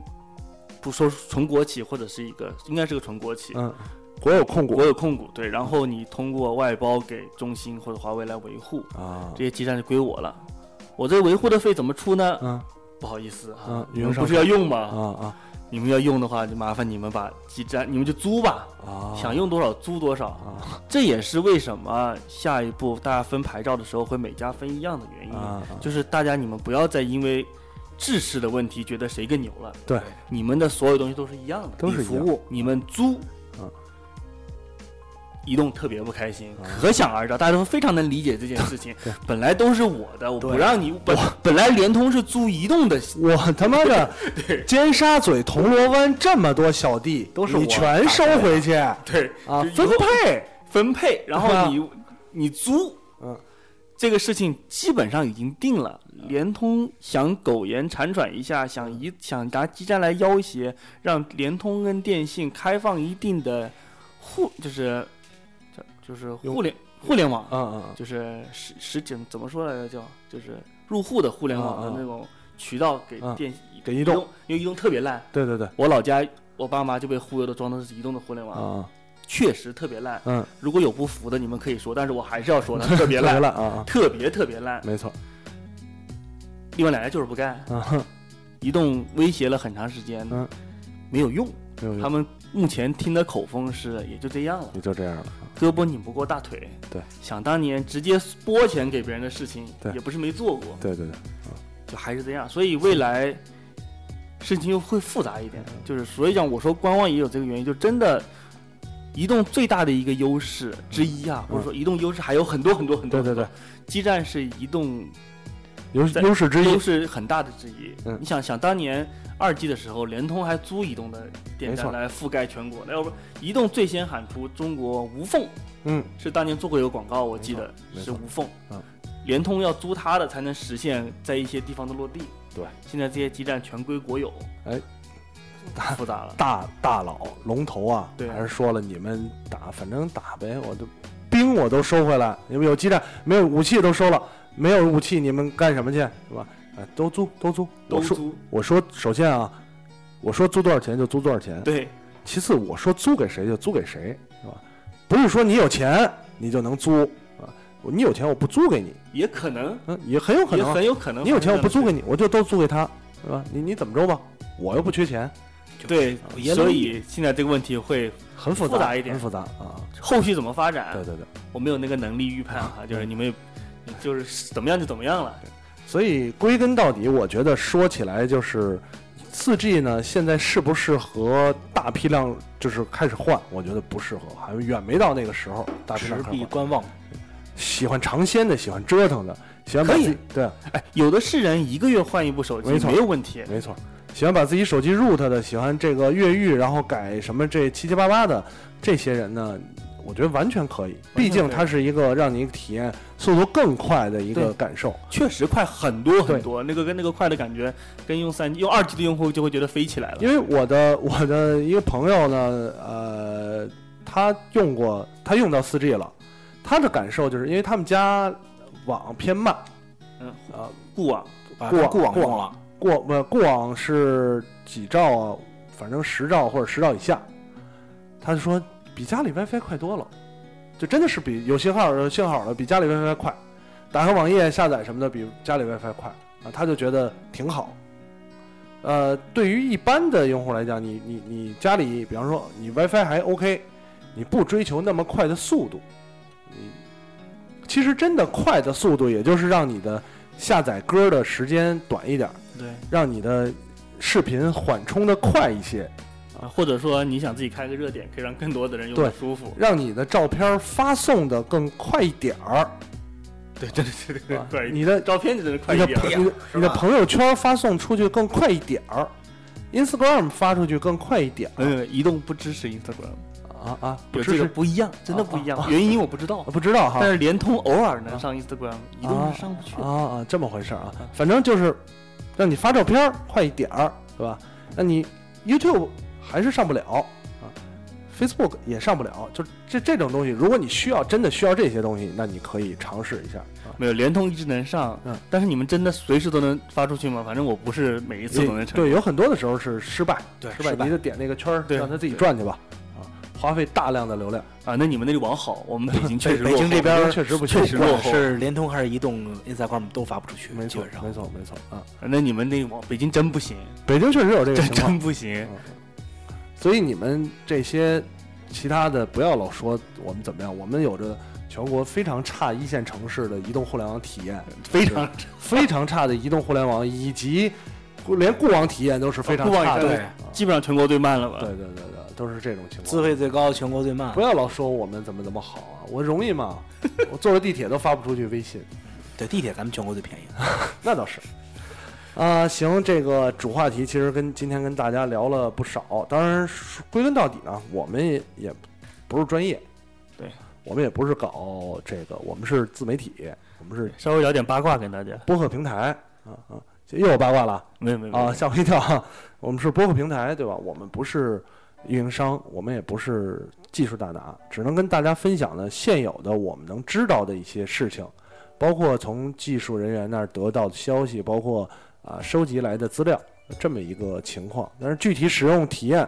Speaker 2: 不说纯国企或者是一个应该是个纯国企，
Speaker 1: 嗯，国有控股
Speaker 2: 国有控股对，然后你通过外包给中兴或者华为来维护，
Speaker 1: 啊
Speaker 2: 这，些基站就归我了。我这维护的费怎么出呢？
Speaker 1: 嗯
Speaker 2: 不好意思啊，
Speaker 1: 嗯
Speaker 2: 你
Speaker 1: 云
Speaker 2: 们
Speaker 1: 上
Speaker 2: 不是要用吗？
Speaker 1: 啊啊
Speaker 2: 你们要用的话，就麻烦你们把基站，你们就租吧，
Speaker 1: 啊，
Speaker 2: 想用多少租多少。
Speaker 1: 啊
Speaker 2: 这也是为什么下一步大家分牌照的时候会每家分一样的原因。
Speaker 1: 啊啊，
Speaker 2: 就是大家你们不要再因为制式的问题觉得谁更牛了。
Speaker 1: 对，
Speaker 2: 你们的所有东西都是一样的，
Speaker 1: 都是
Speaker 2: 你
Speaker 1: 一
Speaker 2: 服
Speaker 1: 样
Speaker 2: 务，你们租，
Speaker 1: 嗯
Speaker 2: 移动特别不开心，
Speaker 1: 啊
Speaker 2: 可想而知，大家都非常能理解这件事情
Speaker 1: 对。
Speaker 2: 本来都是我的，我不
Speaker 3: 对
Speaker 2: 让你本本来联通是租移动的，
Speaker 1: 我他妈的尖沙咀、铜锣湾这么多小弟，
Speaker 3: 都是
Speaker 1: 你
Speaker 3: 我
Speaker 1: 全收回去啊，
Speaker 2: [LAUGHS] 对就
Speaker 1: 分
Speaker 2: 以后
Speaker 1: 配
Speaker 2: 分配，然
Speaker 1: 啊
Speaker 2: 后你你租，
Speaker 1: 嗯，
Speaker 2: 这个事情基本上已经定了。联通想苟延残喘一下，想以
Speaker 1: 嗯
Speaker 2: 想拿基站来要挟，让联通跟电信开放一定的互，就是这就是
Speaker 1: 有
Speaker 2: 互联互联网，
Speaker 1: 啊啊
Speaker 2: 就是实实景怎么说来着叫就是入户的互联网
Speaker 1: 啊啊
Speaker 2: 的那种渠道给
Speaker 1: 啊
Speaker 2: 电
Speaker 1: 给移动，
Speaker 2: 因为移动特别烂。
Speaker 1: 对对对
Speaker 2: 我老家我爸妈就被忽悠的装的是移动的互联网，
Speaker 1: 啊
Speaker 2: 确实特别烂。
Speaker 1: 嗯，
Speaker 2: 如果有不服的，你们可以说，但是我还是
Speaker 1: [LAUGHS]
Speaker 2: 要说它特
Speaker 1: 别
Speaker 2: 别烂，
Speaker 1: 了啊啊，
Speaker 2: 特别特别烂。
Speaker 1: 没错
Speaker 2: 另外两家就是不干，
Speaker 1: 啊，
Speaker 2: [LAUGHS]
Speaker 1: 哼
Speaker 2: 移动威胁了很长时间，
Speaker 1: 嗯
Speaker 2: 没有用。
Speaker 1: 没有
Speaker 2: 他
Speaker 1: 用，
Speaker 2: 们目前听的口风是也就这样了，
Speaker 1: 也就这样了啊，
Speaker 2: 胳膊拧不过大腿。
Speaker 1: 对，
Speaker 2: 想当年直接拨钱给别人的事情
Speaker 1: 对
Speaker 2: 也不是没做过，
Speaker 1: 对对对，
Speaker 2: 就还是这样。所以未来事情又会复杂一
Speaker 1: 嗯
Speaker 2: 点，就是所以讲我说观望也有这个原因，就真的。移动最大的一个优势之一啊，
Speaker 1: 嗯
Speaker 2: 或者说移动优势还有很多很多很多。
Speaker 1: 对对对，
Speaker 2: 基站是移动
Speaker 1: 优
Speaker 2: 在
Speaker 1: 优势之
Speaker 2: 都
Speaker 1: 一，
Speaker 2: 是很大的之一。
Speaker 1: 嗯
Speaker 2: 你想想当年二 G 的时候，联通还租移动的电
Speaker 1: 没错
Speaker 2: 站来覆盖全国，那要不移动最先喊出中国无缝，
Speaker 1: 嗯，
Speaker 2: 是当年做过有广告，我记得
Speaker 1: 没错
Speaker 2: 是无缝
Speaker 1: 嗯。
Speaker 2: 联通要租它的才能实现在一些地方的落地。
Speaker 1: 对，
Speaker 2: 现在这些基站全归国有，
Speaker 1: 哎，
Speaker 2: 复杂了。
Speaker 1: 大大佬龙头啊，
Speaker 2: 对
Speaker 1: 还是说了你们打，反正打呗，我都兵我都收回来，你们有基站没有武器都收了，没有武器你们干什么去，是吧？啊，都租都租，[LAUGHS]
Speaker 2: 都
Speaker 1: 我说
Speaker 2: 租
Speaker 1: 我说首先啊，我说租多少钱就租多少钱，
Speaker 2: 对
Speaker 1: 其次我说租给谁就租给谁，是吧？不是说你有钱你就能租啊，你有钱我不租给你，
Speaker 2: 也可能，
Speaker 1: 嗯，也很有可
Speaker 2: 也
Speaker 1: 能啊
Speaker 2: 很有可能。
Speaker 1: 你有钱我不租给。你，我就都租给他，是吧？你你怎么着吧，我又不缺钱，
Speaker 2: 对，
Speaker 3: 也
Speaker 2: 所以现在这个问题会
Speaker 1: 很复
Speaker 2: 复杂一点啊
Speaker 1: 很复杂啊。
Speaker 2: 后续怎么发展？
Speaker 1: 对对对，
Speaker 2: 我没有那个能力预判
Speaker 1: 嗯
Speaker 2: 哈，就是你们也，就是怎么样就怎么样了。
Speaker 1: 所以归根到底，我觉得说起来就是四 G 呢，现在适不适合大批量就是开始换？我觉得不适合，还远没到那个时候。大批
Speaker 3: 持
Speaker 1: 量开始
Speaker 3: 币
Speaker 1: 换，
Speaker 3: 观望。
Speaker 1: 喜欢尝鲜的，喜欢折腾的，喜欢把
Speaker 2: 可以
Speaker 1: 自己对，
Speaker 2: 有的是人一个月换一部手机，
Speaker 1: 没错
Speaker 2: 没有问题。
Speaker 1: 没错，喜欢把自己手机 root 的，喜欢这个越狱，然后改什么这七七八八的这些人呢，我觉得完全可以，
Speaker 2: 可以
Speaker 1: 毕竟它是一个让你体验速度更快的一个
Speaker 2: 对
Speaker 1: 感受。
Speaker 2: 确实快很多很多，那个跟那个快的感觉，跟用三用二 G 的用户就会觉得飞起来了。
Speaker 1: 因为我的我的一个朋友呢，呃，他用过，他用到四 G 了，他的感受就是因为他们家网偏慢，
Speaker 2: 嗯，
Speaker 1: 啊、
Speaker 2: 固网
Speaker 3: 把
Speaker 1: 固网
Speaker 3: 固网
Speaker 1: 固
Speaker 3: 用
Speaker 1: 网
Speaker 3: 了，
Speaker 1: 过不、固网是几兆啊？反正十兆或者十兆以下。他就说比家里 WiFi 快多了，就真的是比有信号有信号了，比家里 WiFi 快，打开网页下载什么的比家里 WiFi 快啊，他就觉得挺好。呃，对于一般的用户来讲，你你你家里，比方说你 WiFi 还 OK，你不追求那么快的速度，你其实真的快的速度，也就是让你的下载歌的时间短一点，
Speaker 2: 对
Speaker 1: 让你的视频缓冲的快一些，
Speaker 2: 啊，或者说你想自己开个热点，可以让更多的人用
Speaker 1: 对
Speaker 2: 的舒服。
Speaker 1: 让你的照片发送的更快一点儿。啊
Speaker 2: 对，真的是这个快一点，
Speaker 1: 你的
Speaker 2: 啊照片真的是快
Speaker 1: 你
Speaker 2: 一
Speaker 1: 的
Speaker 2: 点
Speaker 1: 朋
Speaker 2: 了。
Speaker 1: 你的你的
Speaker 4: 吧
Speaker 1: 朋友圈发送出去更快一点儿，Instagram 发出去更快一点儿
Speaker 2: 嗯，移动不支持 Instagram，
Speaker 1: 啊啊！不
Speaker 2: 有
Speaker 1: 支
Speaker 2: 这个
Speaker 1: 持
Speaker 2: 不一样，真的不一
Speaker 1: 啊
Speaker 2: 样。原因我不知道
Speaker 1: 啊，不知道哈
Speaker 2: 但是联通偶尔能上 Instagram，移动是上不去的。
Speaker 1: 啊啊，这么回事儿啊，反正就是让你发照片儿快一点儿，对吧？那你 YouTube 还是上不了啊，Facebook 也上不了，就这这种东西，如果你需要真的需要这些东西，那你可以尝试一下啊。
Speaker 2: 没有，联通一直能上
Speaker 1: 嗯，
Speaker 2: 但是你们真的随时都能发出去吗？反正我不是每一次都能成。
Speaker 1: 对，有很多的时候是失败，
Speaker 3: 对
Speaker 1: 失败，
Speaker 3: 失败
Speaker 1: 你就点那个圈儿，
Speaker 2: 对
Speaker 1: 让它自己
Speaker 2: 对
Speaker 1: 转去吧，啊，花费大量的流量，
Speaker 2: 啊，那你们那里网好，我们北京确
Speaker 3: 北
Speaker 2: 实
Speaker 3: 北
Speaker 2: 落
Speaker 3: 京
Speaker 2: 后
Speaker 3: 这边儿
Speaker 1: 确实不行
Speaker 2: 确实
Speaker 3: 不
Speaker 2: 落
Speaker 3: 管
Speaker 2: 后。
Speaker 3: 是联通还是移动，Instagram 都发不出去，
Speaker 1: 没
Speaker 3: 基
Speaker 1: 错
Speaker 3: 本，上
Speaker 1: 没错，没错啊。
Speaker 2: 那你们那网北京真不行，
Speaker 1: 北京确实有这个
Speaker 2: 真
Speaker 1: 情况
Speaker 2: 真，不行。
Speaker 1: 所以你们这些其他的不要老说我们怎么样，我们有着全国非常差一线城市的移动互联网体验，
Speaker 2: 非常
Speaker 1: 非常差的移动互联网，以及连固网体验都是非常
Speaker 2: 固网
Speaker 1: 差的。
Speaker 3: 对
Speaker 1: 啊
Speaker 2: 基本上全国最慢了吧？
Speaker 1: 对对对对，都是这种情
Speaker 3: 资
Speaker 1: 况。
Speaker 3: 费最高，全国最慢
Speaker 1: 不。要老说我们怎么怎么好啊，我容易吗？我坐个地铁都发不出去微信，
Speaker 3: 对，地铁咱们全国最 [LAUGHS] 便宜。
Speaker 1: 那倒是。啊、行，这个主话题其实跟今天跟大家聊了不少。当然说，归根到底呢，我们也也不是专业，
Speaker 2: 对，
Speaker 1: 我们也不是搞这个，我们是自媒体，我们是
Speaker 2: 稍微聊点八卦跟大家。
Speaker 1: 播客平台啊啊，又有八卦了
Speaker 2: 没有没有没有
Speaker 1: 啊，吓我一跳啊！我们是播客平台，对吧？我们不是运营商，我们也不是技术大拿，只能跟大家分享呢现有的我们能知道的一些事情，包括从技术人员那儿得到的消息，包括啊收集来的资料，这么一个情况。但是具体使用体验，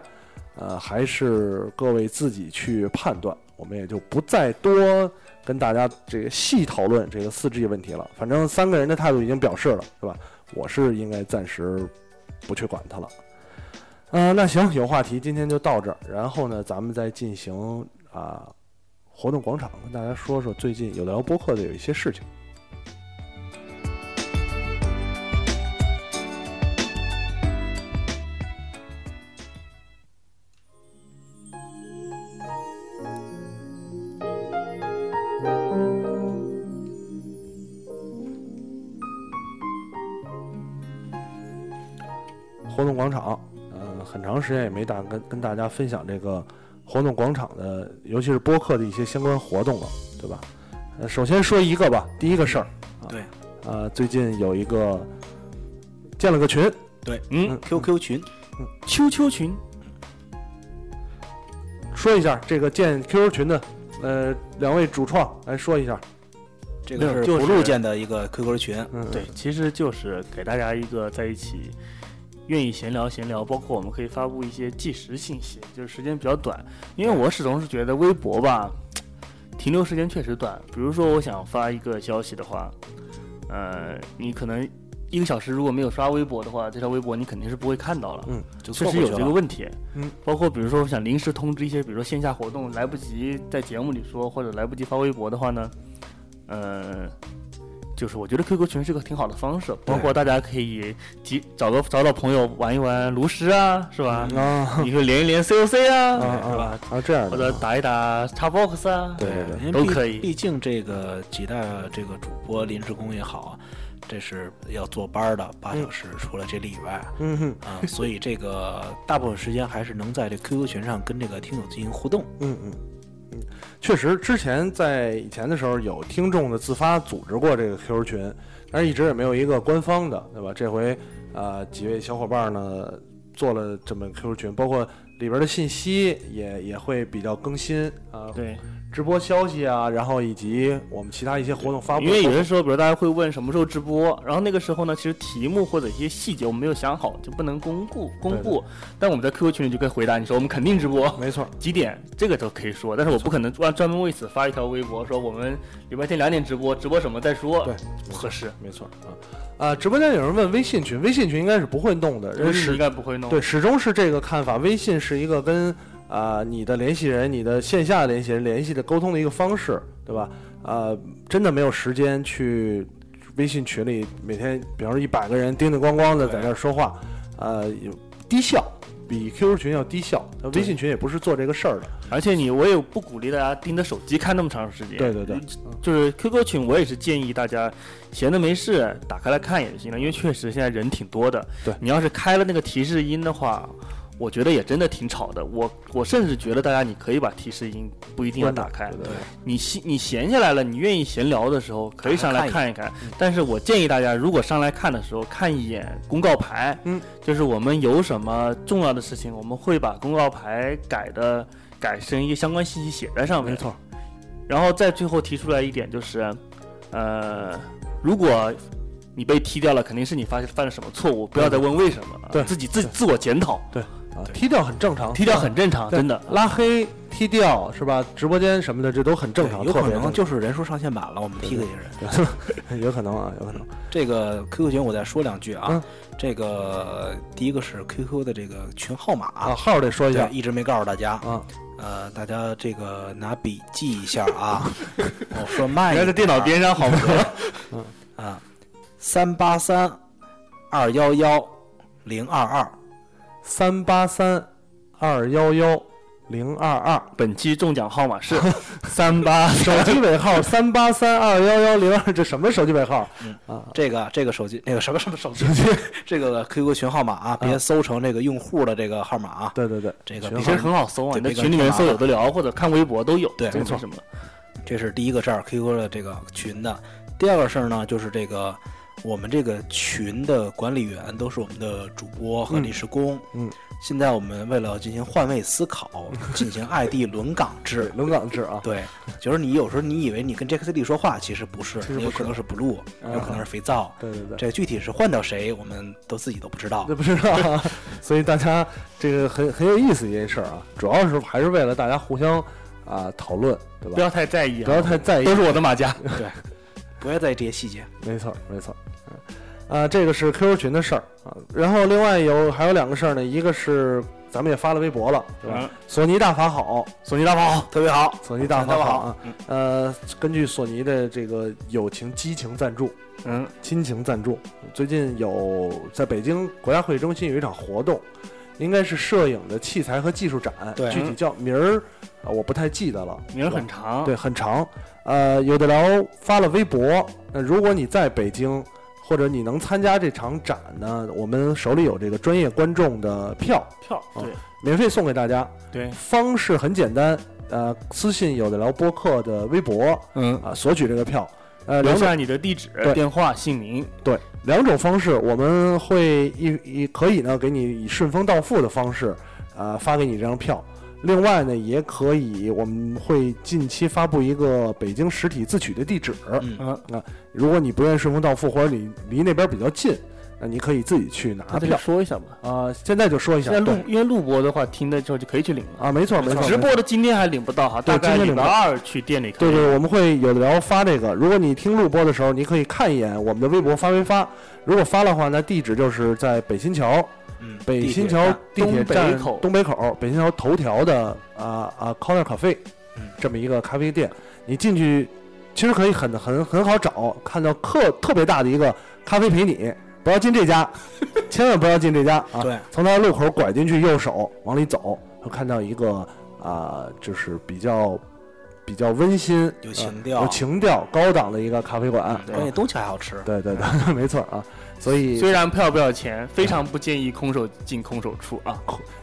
Speaker 1: 呃，还是各位自己去判断，我们也就不再多。跟大家这个细讨论这个四 G 问题了，反正三个人的态度已经表示了，对吧？我是应该暂时不去管它了。嗯、那行，有话题今天就到这儿，然后呢，咱们再进行啊、活动广场，跟大家说说最近有聊播客的有一些事情。活动广场，呃，很长时间也没大跟跟大家分享这个活动广场的，尤其是播客的一些相关活动了，对吧？呃，首先说一个吧，第一个事儿，啊
Speaker 3: 对，
Speaker 1: 呃，最近有一个建了个群，
Speaker 2: 嗯
Speaker 3: ，QQ 群，
Speaker 2: ，QQ 群
Speaker 1: 说一下这个建 QQ 群的，呃，两位主创来说一下，
Speaker 3: 这
Speaker 2: 没
Speaker 3: 个
Speaker 2: 有
Speaker 3: 是
Speaker 2: 就
Speaker 3: 不露
Speaker 2: 是
Speaker 3: 建的一个 QQ 群，
Speaker 1: 嗯，
Speaker 2: 对，其实就是给大家一个在一起愿意闲聊闲聊，包括我们可以发布一些即时信息，就是时间比较短。因为我始终是觉得微博吧，停留时间确实短。比如说我想发一个消息的话，呃，你可能一个小时如果没有刷微博的话，这条微博你肯定是不会看到了。
Speaker 1: 嗯
Speaker 3: 就
Speaker 2: 确
Speaker 3: 错
Speaker 2: 实
Speaker 3: 过
Speaker 2: 有
Speaker 3: 去
Speaker 2: 这个
Speaker 3: 了。
Speaker 2: 问题，
Speaker 1: 嗯，
Speaker 2: 包括比如说我想临时通知一些，比如说线下活动来不及在节目里说，或者来不及发微博的话呢，呃，就是我觉得 QQ 群是个挺好的方式，包括大家可以集找个找找朋友玩一玩炉石啊，是吧？
Speaker 1: 啊
Speaker 3: 嗯
Speaker 2: 你可以连一连 COC
Speaker 1: 啊
Speaker 2: 啊，是吧
Speaker 1: 啊？啊，这样
Speaker 2: 或
Speaker 1: 的
Speaker 2: 者打一打 Xbox 啊，
Speaker 1: 对对对
Speaker 3: 因为
Speaker 2: 都
Speaker 3: 毕
Speaker 2: 可以
Speaker 3: 毕竟这个几大这个主播临时工也好啊，这是要坐班儿的，八小时除了这里以外
Speaker 1: 嗯哼，
Speaker 3: 啊， [LAUGHS] 所以这个大部分时间还是能在这 QQ 群上跟这个听友进行互动。
Speaker 1: 嗯嗯嗯，确实，之前在以前的时候有听众的自发组织过这个 QQ 群，但是一直也没有一个官方的，对吧？这回呃几位小伙伴呢做了这么 QQ 群，包括里边的信息也也会比较更新啊、
Speaker 2: 对，
Speaker 1: 直播消息啊，然后以及我们其他一些活动发布。
Speaker 2: 因为有些时候，比如大家会问什么时候直播，然后那个时候呢，其实题目或者一些细节我们没有想好，就不能公布公布。但我们在 QQ 群里就可以回答你说我们肯定直播
Speaker 1: 没错，
Speaker 2: 几点，这个都可以说。但是我不可能专专门为此发一条微博说我们礼拜天两点直播，直播什么再说，
Speaker 1: 对，
Speaker 2: 不合适。
Speaker 1: 没错啊啊！直播间有人问微信群，微信群应该是不会弄的，
Speaker 2: 人
Speaker 1: 始
Speaker 2: 应该不会弄。
Speaker 1: 对，始终是这个看法。微信是一个跟啊、你的联系人、你的线下联系人联系的沟通的一个方式，对吧？呃，真的没有时间去微信群里每天，比方说一百个人叮叮咣咣的在那儿说话，呃，有低效，比 QQ 群要低效。那微信群也不是做这个事儿的，
Speaker 2: 而且你我也不鼓励大家盯着手机看那么长时间。
Speaker 1: 对对对，
Speaker 2: 就是 QQ 群，我也是建议大家闲的没事打开来看也行了，因为确实现在人挺多的。
Speaker 1: 对
Speaker 2: 你要是开了那个提示音的话，我觉得也真的挺吵的。我我甚至觉得大家你可以把提示音不一定要打开
Speaker 1: 对，对对
Speaker 2: 你闲你闲下来了，你愿意闲聊的时候可以上来看一看。
Speaker 3: 嗯
Speaker 2: 但是我建议大家，如果上来看的时候，看一眼公告牌，
Speaker 1: 嗯，
Speaker 2: 就是我们有什么重要的事情，我们会把公告牌改的改成一个相关信息写在上面。
Speaker 1: 没错。
Speaker 2: 然后再最后提出来一点就是，呃，如果你被踢掉了，肯定是你发犯了什么错误，不要再问为什么，
Speaker 1: 对
Speaker 2: 自己自
Speaker 1: 对
Speaker 2: 自我检讨，
Speaker 1: 啊，踢掉很正常，
Speaker 2: 踢掉很正常，
Speaker 1: 对
Speaker 2: 真的。
Speaker 1: 拉黑、踢掉是吧？直播间什么的，这都很正常，特
Speaker 3: 有可
Speaker 1: 别正
Speaker 3: 能
Speaker 1: 常
Speaker 3: 就是人数上限满了，我们踢
Speaker 1: 对
Speaker 3: 给这人。
Speaker 1: 有可能啊，有可能。
Speaker 3: 这个 QQ 群我再说两句啊，
Speaker 1: 嗯
Speaker 3: 这个第一个是 QQ 的这个群号码
Speaker 1: 啊，，号儿得说一下
Speaker 3: 对，一直没告诉大家，
Speaker 1: 啊，
Speaker 3: 呃，大家这个拿笔记一下
Speaker 1: [LAUGHS]
Speaker 3: 啊。我说慢
Speaker 2: 你看
Speaker 3: 一点啊儿，
Speaker 2: 在电脑边上好吗？
Speaker 3: [LAUGHS] 啊，三八三二幺幺零二二，
Speaker 1: 三八三二幺幺零二 [LAUGHS] 二，
Speaker 2: 本期中奖号码 [LAUGHS] 是三八
Speaker 1: 手机尾号三八三二幺幺零二，这什么手机尾号？
Speaker 3: 这个这个手机那个什么什么手机，这个 QQ 群号码啊，别搜成这个用户的这个号码啊，
Speaker 1: 对对对，
Speaker 3: 这个
Speaker 1: 群
Speaker 2: 其
Speaker 1: 号
Speaker 2: 实很好搜啊，
Speaker 3: 对
Speaker 2: 你在
Speaker 3: 没
Speaker 2: 群里面
Speaker 3: 干嘛
Speaker 2: 搜有的聊，或者看微博都有。
Speaker 3: 对
Speaker 2: 这
Speaker 3: 没
Speaker 2: 没
Speaker 3: 错
Speaker 2: 什么。
Speaker 3: 这是第一个事儿，QQ 的这个群的。第二个事儿呢，就是这个我们这个群的管理员都是我们的主播和
Speaker 1: 嗯
Speaker 3: 临时工。
Speaker 1: 嗯
Speaker 3: 现在我们为了进行换位思 [LAUGHS] 考，进行 ID 轮岗制。
Speaker 1: 轮岗制啊，
Speaker 3: 对，就是你有时候你以为你跟 JKCD 说话，其实不是，
Speaker 1: 其实不
Speaker 3: 有
Speaker 1: 是
Speaker 3: 可能是 blue，
Speaker 1: 嗯
Speaker 3: 有可能是肥皂。
Speaker 1: 对对对。
Speaker 3: 这具体是换掉谁，我们都自己都不知道
Speaker 1: 这。不知道啊， [LAUGHS] 所以大家这个很很有意思一件事儿啊，主要是还是为了大家互相啊讨论，对
Speaker 2: 不
Speaker 1: 吧？
Speaker 2: 要太在意啊，
Speaker 1: 不要太在意
Speaker 2: 都，是我的马甲。
Speaker 3: 不要在意这些细节。
Speaker 1: 没错，没错。嗯，啊，这个是 QQ 群的事儿啊。然后另外有还有两个事儿呢，一个是咱们也发了微博了，对吧？
Speaker 2: 嗯
Speaker 1: 索尼大法好，
Speaker 2: 索尼大炮特别好，
Speaker 1: 索尼大
Speaker 3: 大
Speaker 1: 法
Speaker 3: 法
Speaker 1: 好
Speaker 3: 好
Speaker 1: 啊。呃，根据索尼的这个友情、激情赞助、
Speaker 2: 嗯，
Speaker 1: 亲情赞助，最近有在北京国家会议中心有一场活动，应该是摄影的器材和技术展，
Speaker 3: 对
Speaker 1: 具体叫名儿、啊我不太记得了，
Speaker 2: 名儿很长，
Speaker 1: 对，很长。呃，有的聊发了微博。那如果你在北京，或者你能参加这场展呢，我们手里有这个专业观众的票，
Speaker 2: 票，对
Speaker 1: 免费送给大家。
Speaker 2: 对，
Speaker 1: 方式很简单，呃，私信有的聊播客的微博啊、
Speaker 2: 嗯，
Speaker 1: 索取这个票。呃，
Speaker 2: 留
Speaker 1: 两种
Speaker 2: 下你的地址
Speaker 1: 对、
Speaker 2: 电话、姓名，
Speaker 1: 两种方式，我们会以以可以呢给你以顺丰到付的方式，呃，发给你这张票。另外呢，也可以，我们会近期发布一个北京实体自取的地址。啊
Speaker 3: 嗯，
Speaker 1: 如果你不愿意顺丰到付，或者你离那边比较近，那你可以自己去拿
Speaker 2: 那这
Speaker 1: 票
Speaker 2: 里。说一下吧。
Speaker 1: 啊、现在就说一下，
Speaker 2: 现在录
Speaker 1: 对，
Speaker 2: 因为录播的话，听的时候就可以去领了。
Speaker 1: 啊，没错没错，
Speaker 2: 直
Speaker 1: 没
Speaker 2: 播
Speaker 1: 错。
Speaker 2: 的今天还领不到哈，
Speaker 1: 对
Speaker 2: 大概
Speaker 1: 今天
Speaker 2: 礼
Speaker 1: 领不
Speaker 2: 拜
Speaker 1: 到
Speaker 2: 二去店里可以。
Speaker 1: 对对，我们会有的聊发这个。如果你听录播的时候，你可以看一眼我们的微博发没发。如果发的话，那地址就是在北新桥，
Speaker 3: 嗯，
Speaker 1: 北
Speaker 3: 地
Speaker 1: 新
Speaker 3: 铁
Speaker 1: 桥
Speaker 3: 站
Speaker 1: 地铁站
Speaker 2: 东北口
Speaker 1: 北口北新桥头条的啊啊 Corner Cafe
Speaker 3: 嗯
Speaker 1: 这么一个咖啡店，你进去其实可以很很很好找，看到特特别大的一个咖啡陪你，不要进这 [LAUGHS] 家，千万不要进这家啊！
Speaker 3: 对，
Speaker 1: 从它路口拐进去右手往里走，会看到一个啊、就是比较比较温馨、
Speaker 3: 有
Speaker 1: 呃
Speaker 3: 情调，嗯
Speaker 1: 有情调、高档的一个咖啡馆。啊
Speaker 3: 关键东西还好吃。
Speaker 1: 对对对， [LAUGHS] 没错啊，所以
Speaker 2: 虽然票不要钱，非常不建议空手进空手出啊。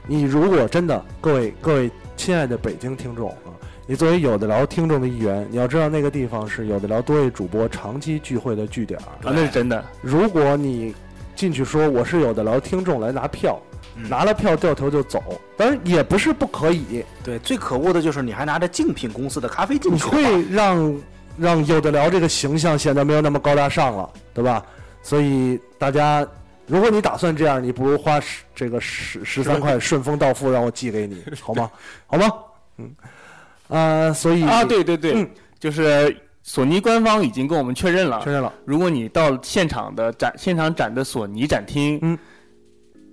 Speaker 1: 你如果真的，各位各位亲爱的北京听众啊，你作为有的聊听众的一员，你要知道那个地方是有的聊多位主播长期聚会的据点儿。
Speaker 2: 啊，那是真的。
Speaker 1: 如果你进去说我是有的聊听众来拿票，
Speaker 3: 嗯
Speaker 1: 拿了票掉头就走，当然也不是不可以，
Speaker 3: 对，最可恶的就是你还拿着竞品公司的咖啡进
Speaker 1: 你
Speaker 3: 去的话，
Speaker 1: 会让让有的聊这个形象显得没有那么高大上了，对吧？所以大家，如果你打算这样，你不如花十这个十十三块顺丰到付让我寄给
Speaker 2: [LAUGHS]
Speaker 1: 你，好吗？好吗？嗯，啊，所以
Speaker 2: 啊，，对对对，
Speaker 1: 嗯
Speaker 2: 就是索尼官方已经跟我们确认了
Speaker 1: 确，认了，
Speaker 2: 如果你到现场的展现场展的索尼展厅，
Speaker 1: 嗯，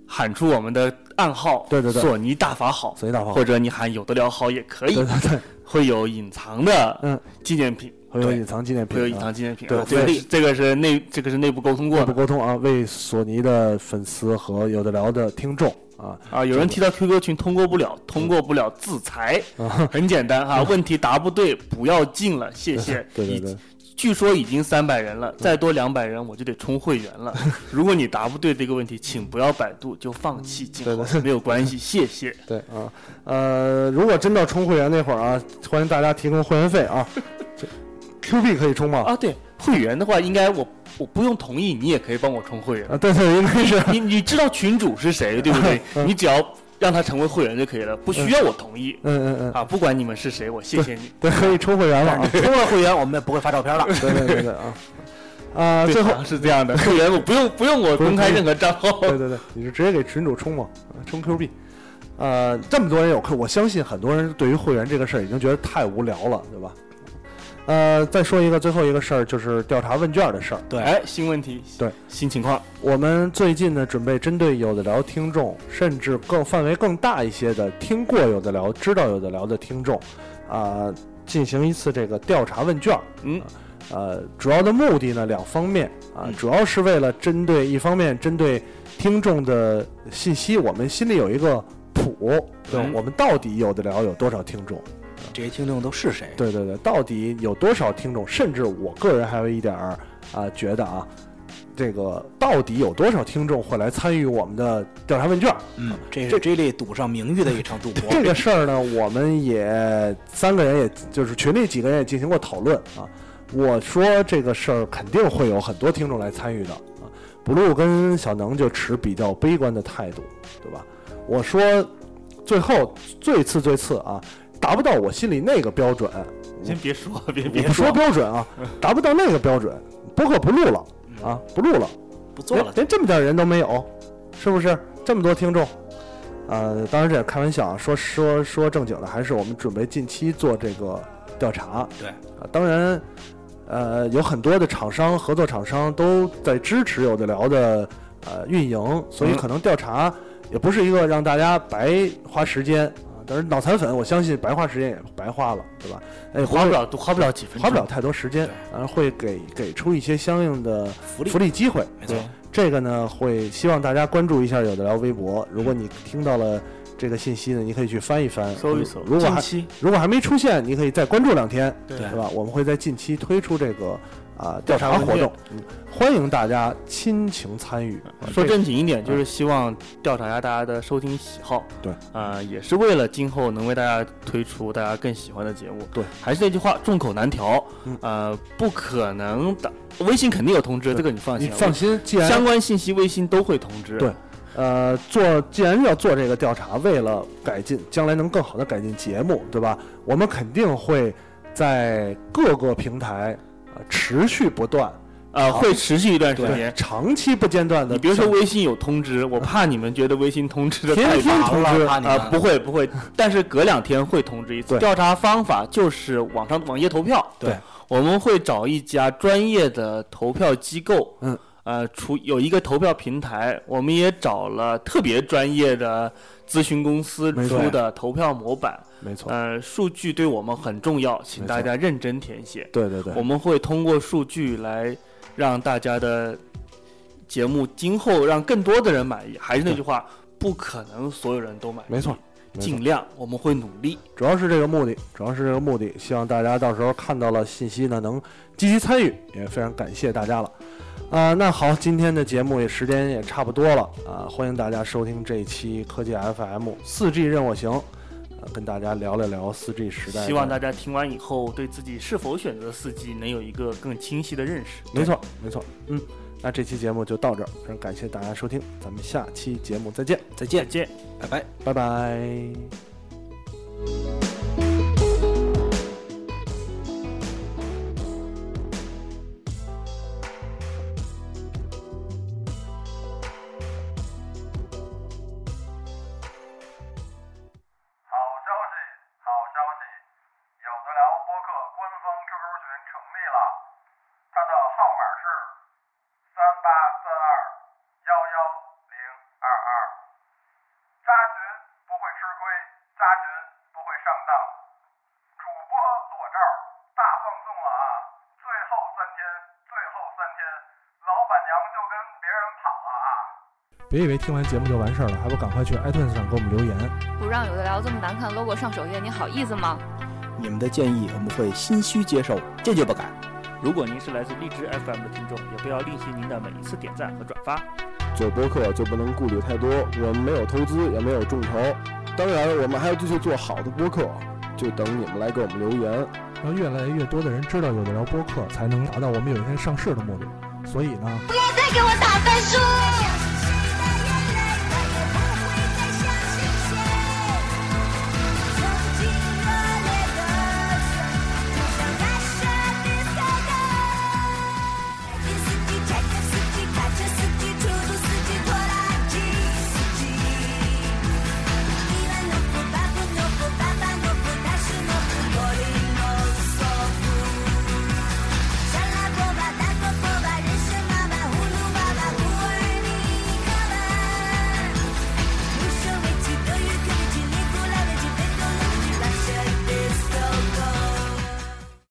Speaker 2: 喊出我们的暗号，
Speaker 1: 对对对
Speaker 2: 索尼大法好，
Speaker 1: 所以大炮
Speaker 2: 或，者你喊有的聊好也可以，
Speaker 1: 对对对，
Speaker 2: 会有隐藏的
Speaker 1: 嗯
Speaker 2: 纪念品，
Speaker 1: 会有隐藏纪念品，
Speaker 2: 会有隐藏纪念品，
Speaker 1: 对
Speaker 2: 啊
Speaker 1: 对
Speaker 2: 这个是这个是内这个是内部沟通过
Speaker 1: 内部
Speaker 2: 的
Speaker 1: 沟通啊，为索尼的粉丝和有的聊的听众啊
Speaker 2: 啊，有人提到 QQ 群通过不了，
Speaker 1: 嗯
Speaker 2: 通过不了自裁，
Speaker 1: 啊，
Speaker 2: 很简单哈，问题答不对不要进了，谢谢，
Speaker 1: [LAUGHS] 对对
Speaker 2: 已
Speaker 1: 对，
Speaker 2: 据说已经三百人
Speaker 1: 嗯
Speaker 2: 了，再多两百人我就得充会员
Speaker 1: [LAUGHS]
Speaker 2: 了。如果你答不对这个问题，请不要百度，就放弃进
Speaker 1: 对
Speaker 2: 号，没有
Speaker 1: [LAUGHS]
Speaker 2: 关系，谢谢。
Speaker 1: 对啊，呃，如果真到充会员那会儿啊，欢迎大家提供会员费啊。这 Q 币可以充吗？
Speaker 2: 啊，对，会员的话，应该我我不用同意，你也可以帮我充会员。
Speaker 1: 啊，对对，应该是
Speaker 2: 你你知道群主是谁，对不对？
Speaker 1: [LAUGHS] 嗯
Speaker 2: 你只要让他成为会员就可以了，不需要我同意
Speaker 1: 嗯嗯嗯，
Speaker 2: 啊。不管你们是谁，我谢谢你。
Speaker 1: 对，可以充会员了啊。
Speaker 3: 充了会员我们也不会发照片了。
Speaker 1: 对对对对啊，啊，
Speaker 2: 对
Speaker 1: 最后
Speaker 2: 好像是这
Speaker 1: [LAUGHS]
Speaker 2: 样的，会员我不用不用我
Speaker 1: 不用
Speaker 2: 公开
Speaker 1: 同意
Speaker 2: 任何账号。
Speaker 1: 对对对，你就直接给群主充嘛，啊充 Q 币。呃，这么多人有课，我相信很多人对于会员这个事儿已经觉得太无聊了，对吧？呃，再说一个最后一个事儿，就是调查问卷的事儿。
Speaker 3: 对
Speaker 2: 哎，新问题，
Speaker 1: 对，
Speaker 2: 新情况，
Speaker 1: 我们最近呢，准备针对有的聊听众，甚至更范围更大一些的听过有的聊、知道有的聊的听众，啊、进行一次这个调查问卷儿。
Speaker 2: 嗯，
Speaker 1: 呃，主要的目的呢两方面啊，
Speaker 3: 嗯
Speaker 1: 主要是为了针对一方面针对听众的信息，我们心里有一个谱，对吧，
Speaker 2: 嗯
Speaker 1: 我们到底有的聊有多少听众？
Speaker 3: 这些听众都是谁？
Speaker 1: 对对对，到底有多少听众？甚至我个人还有一点儿啊、觉得啊，这个到底有多少听众会来参与我们的调查问卷？
Speaker 3: 嗯，这
Speaker 1: 这
Speaker 3: 是 J 类赌上名誉的一场赌博。
Speaker 1: 这个事儿呢，我们也三个人也，就是群里几个人也进行过讨论啊。我说这个事儿肯定会有很多听众来参与的啊。不露跟小能就持比较悲观的态度，对吧？我说最后最次最次啊，达不到我心里那个标准，
Speaker 2: 先别说，别
Speaker 1: 我
Speaker 2: 别
Speaker 1: 不说标准
Speaker 3: [LAUGHS]
Speaker 1: 啊，达不到那个标准，播客不录了
Speaker 3: 嗯
Speaker 1: 啊，不录了，
Speaker 3: 不做了
Speaker 1: 连，连这么点人都没有，是不是？这么多听众，呃，当然这也开玩笑啊，说说说正经的，还是我们准备近期做这个调查。
Speaker 3: 对
Speaker 1: 啊当然，呃，有很多的厂商、合作厂商都在支持有的聊的呃运营，所以
Speaker 2: 嗯
Speaker 1: 可能调查也不是一个让大家白花时间啊。但是脑残粉，我相信白花时间也白花了，对吧？哎，
Speaker 2: 花不
Speaker 1: 会
Speaker 2: 了花不了几分钟，
Speaker 1: 花不了太多时间，然后会给给出一些相应的
Speaker 3: 福利
Speaker 1: 福利机会。
Speaker 3: 没错
Speaker 2: 对。
Speaker 1: 这个呢，会希望大家关注一下有的聊微博。如果你听到了这个信息呢，你可以去翻一翻，
Speaker 2: 嗯
Speaker 1: 嗯
Speaker 2: 搜一搜。
Speaker 1: 如果还
Speaker 2: 近期
Speaker 1: 如果还没出现，你可以再关注两天，
Speaker 2: 对
Speaker 1: 对吧？我们会在近期推出这个啊、调查
Speaker 2: 查问
Speaker 1: 活
Speaker 2: 卷
Speaker 1: 动，嗯欢迎大家亲情参与。
Speaker 2: 说
Speaker 1: 这
Speaker 2: 正经一点，就是希望调查一下大家的收听喜好。
Speaker 1: 嗯对，
Speaker 2: 啊，也是为了今后能为大家推出大家更喜欢的节目。
Speaker 1: 对，
Speaker 2: 还是那句话，众口难调
Speaker 1: 嗯。
Speaker 2: 呃，不可能的，微信肯定有通知，
Speaker 1: 对
Speaker 2: 这个你放
Speaker 1: 你
Speaker 2: 心。
Speaker 1: 放心，既然
Speaker 2: 相关信息微信都会通知。
Speaker 1: 对呃，做既然要做这个调查，为了改进将来能更好的改进节目，对吧？我们肯定会在各个平台呃持续不断，
Speaker 2: 呃，会持续一段时
Speaker 1: 对，
Speaker 2: 间。
Speaker 1: 长期不间断的。
Speaker 2: 你别说微信有通知，我怕你们觉得微信通知的
Speaker 1: 天
Speaker 2: 太
Speaker 1: 天
Speaker 2: 麻
Speaker 1: 通
Speaker 2: 烦
Speaker 1: 知
Speaker 2: 了
Speaker 3: 怕你
Speaker 2: 啊，
Speaker 3: 们
Speaker 2: 不会不会，但是隔两天会通知一次。
Speaker 1: 对
Speaker 2: 调查方法就是网上网页投票，
Speaker 1: 对，
Speaker 2: 我们会找一家专业的投票机构，
Speaker 1: 嗯，
Speaker 2: 呃，除有一个投票平台，我们也找了特别专业的咨询公司
Speaker 1: 没错
Speaker 2: 出的投票模板，
Speaker 1: 没错，
Speaker 2: 呃，数据对我们很重要，请
Speaker 1: 没错
Speaker 2: 大家认真填写。
Speaker 1: 对对对
Speaker 2: 我，们会通过数据来让大家的节目今后让更多的人满意。还是那句话，不可能所有人都满意，
Speaker 1: 没错，没错
Speaker 2: 尽量我们会努力。
Speaker 1: 主要是这个目的，主要是这个目的，希望大家到时候看到了信息呢，能积极参与，也非常感谢大家了。啊、那好，今天的节目也时间也差不多了啊、欢迎大家收听这一期科技 FM 四 G 任我行。呃跟大家聊了聊四 G 时代的。
Speaker 2: 希望大家听完以后，对自己是否选择四 G 能有一个更清晰的认识。
Speaker 1: 没错，没错，嗯，那这期节目就到这儿，非常感谢大家收听，咱们下期节目再见，
Speaker 2: 再
Speaker 3: 再见，
Speaker 2: 见。
Speaker 3: 拜拜。
Speaker 1: 拜拜。
Speaker 5: 好消息，好消息！有的聊播客官方 QQ 群成立了，它的号码是三八三二幺幺零二二。加群不会吃亏，加群不会上当。主播裸照大放送了啊！最后三天，最后三天，老板娘就跟别人跑了啊！
Speaker 1: 别以为听完节目就完事儿了，还不赶快去 iTunes 上给我们留言。
Speaker 6: 不让有的聊这么难看的 logo 上首页，你好意思吗？
Speaker 3: 你们的建议我们会心虚接受，坚决不改。
Speaker 2: 如果您是来自荔枝 FM 的听众，也不要吝惜您的每一次点赞和转发。
Speaker 7: 做播客就不能顾虑太多，我们没有投资，也没有众筹，当然我们还要继续做好的播客，就等你们来给我们留言。
Speaker 1: 让越来越多的人知道有的聊播客，才能达到我们有一天上市的目的。所以呢，
Speaker 8: 再给我打分数。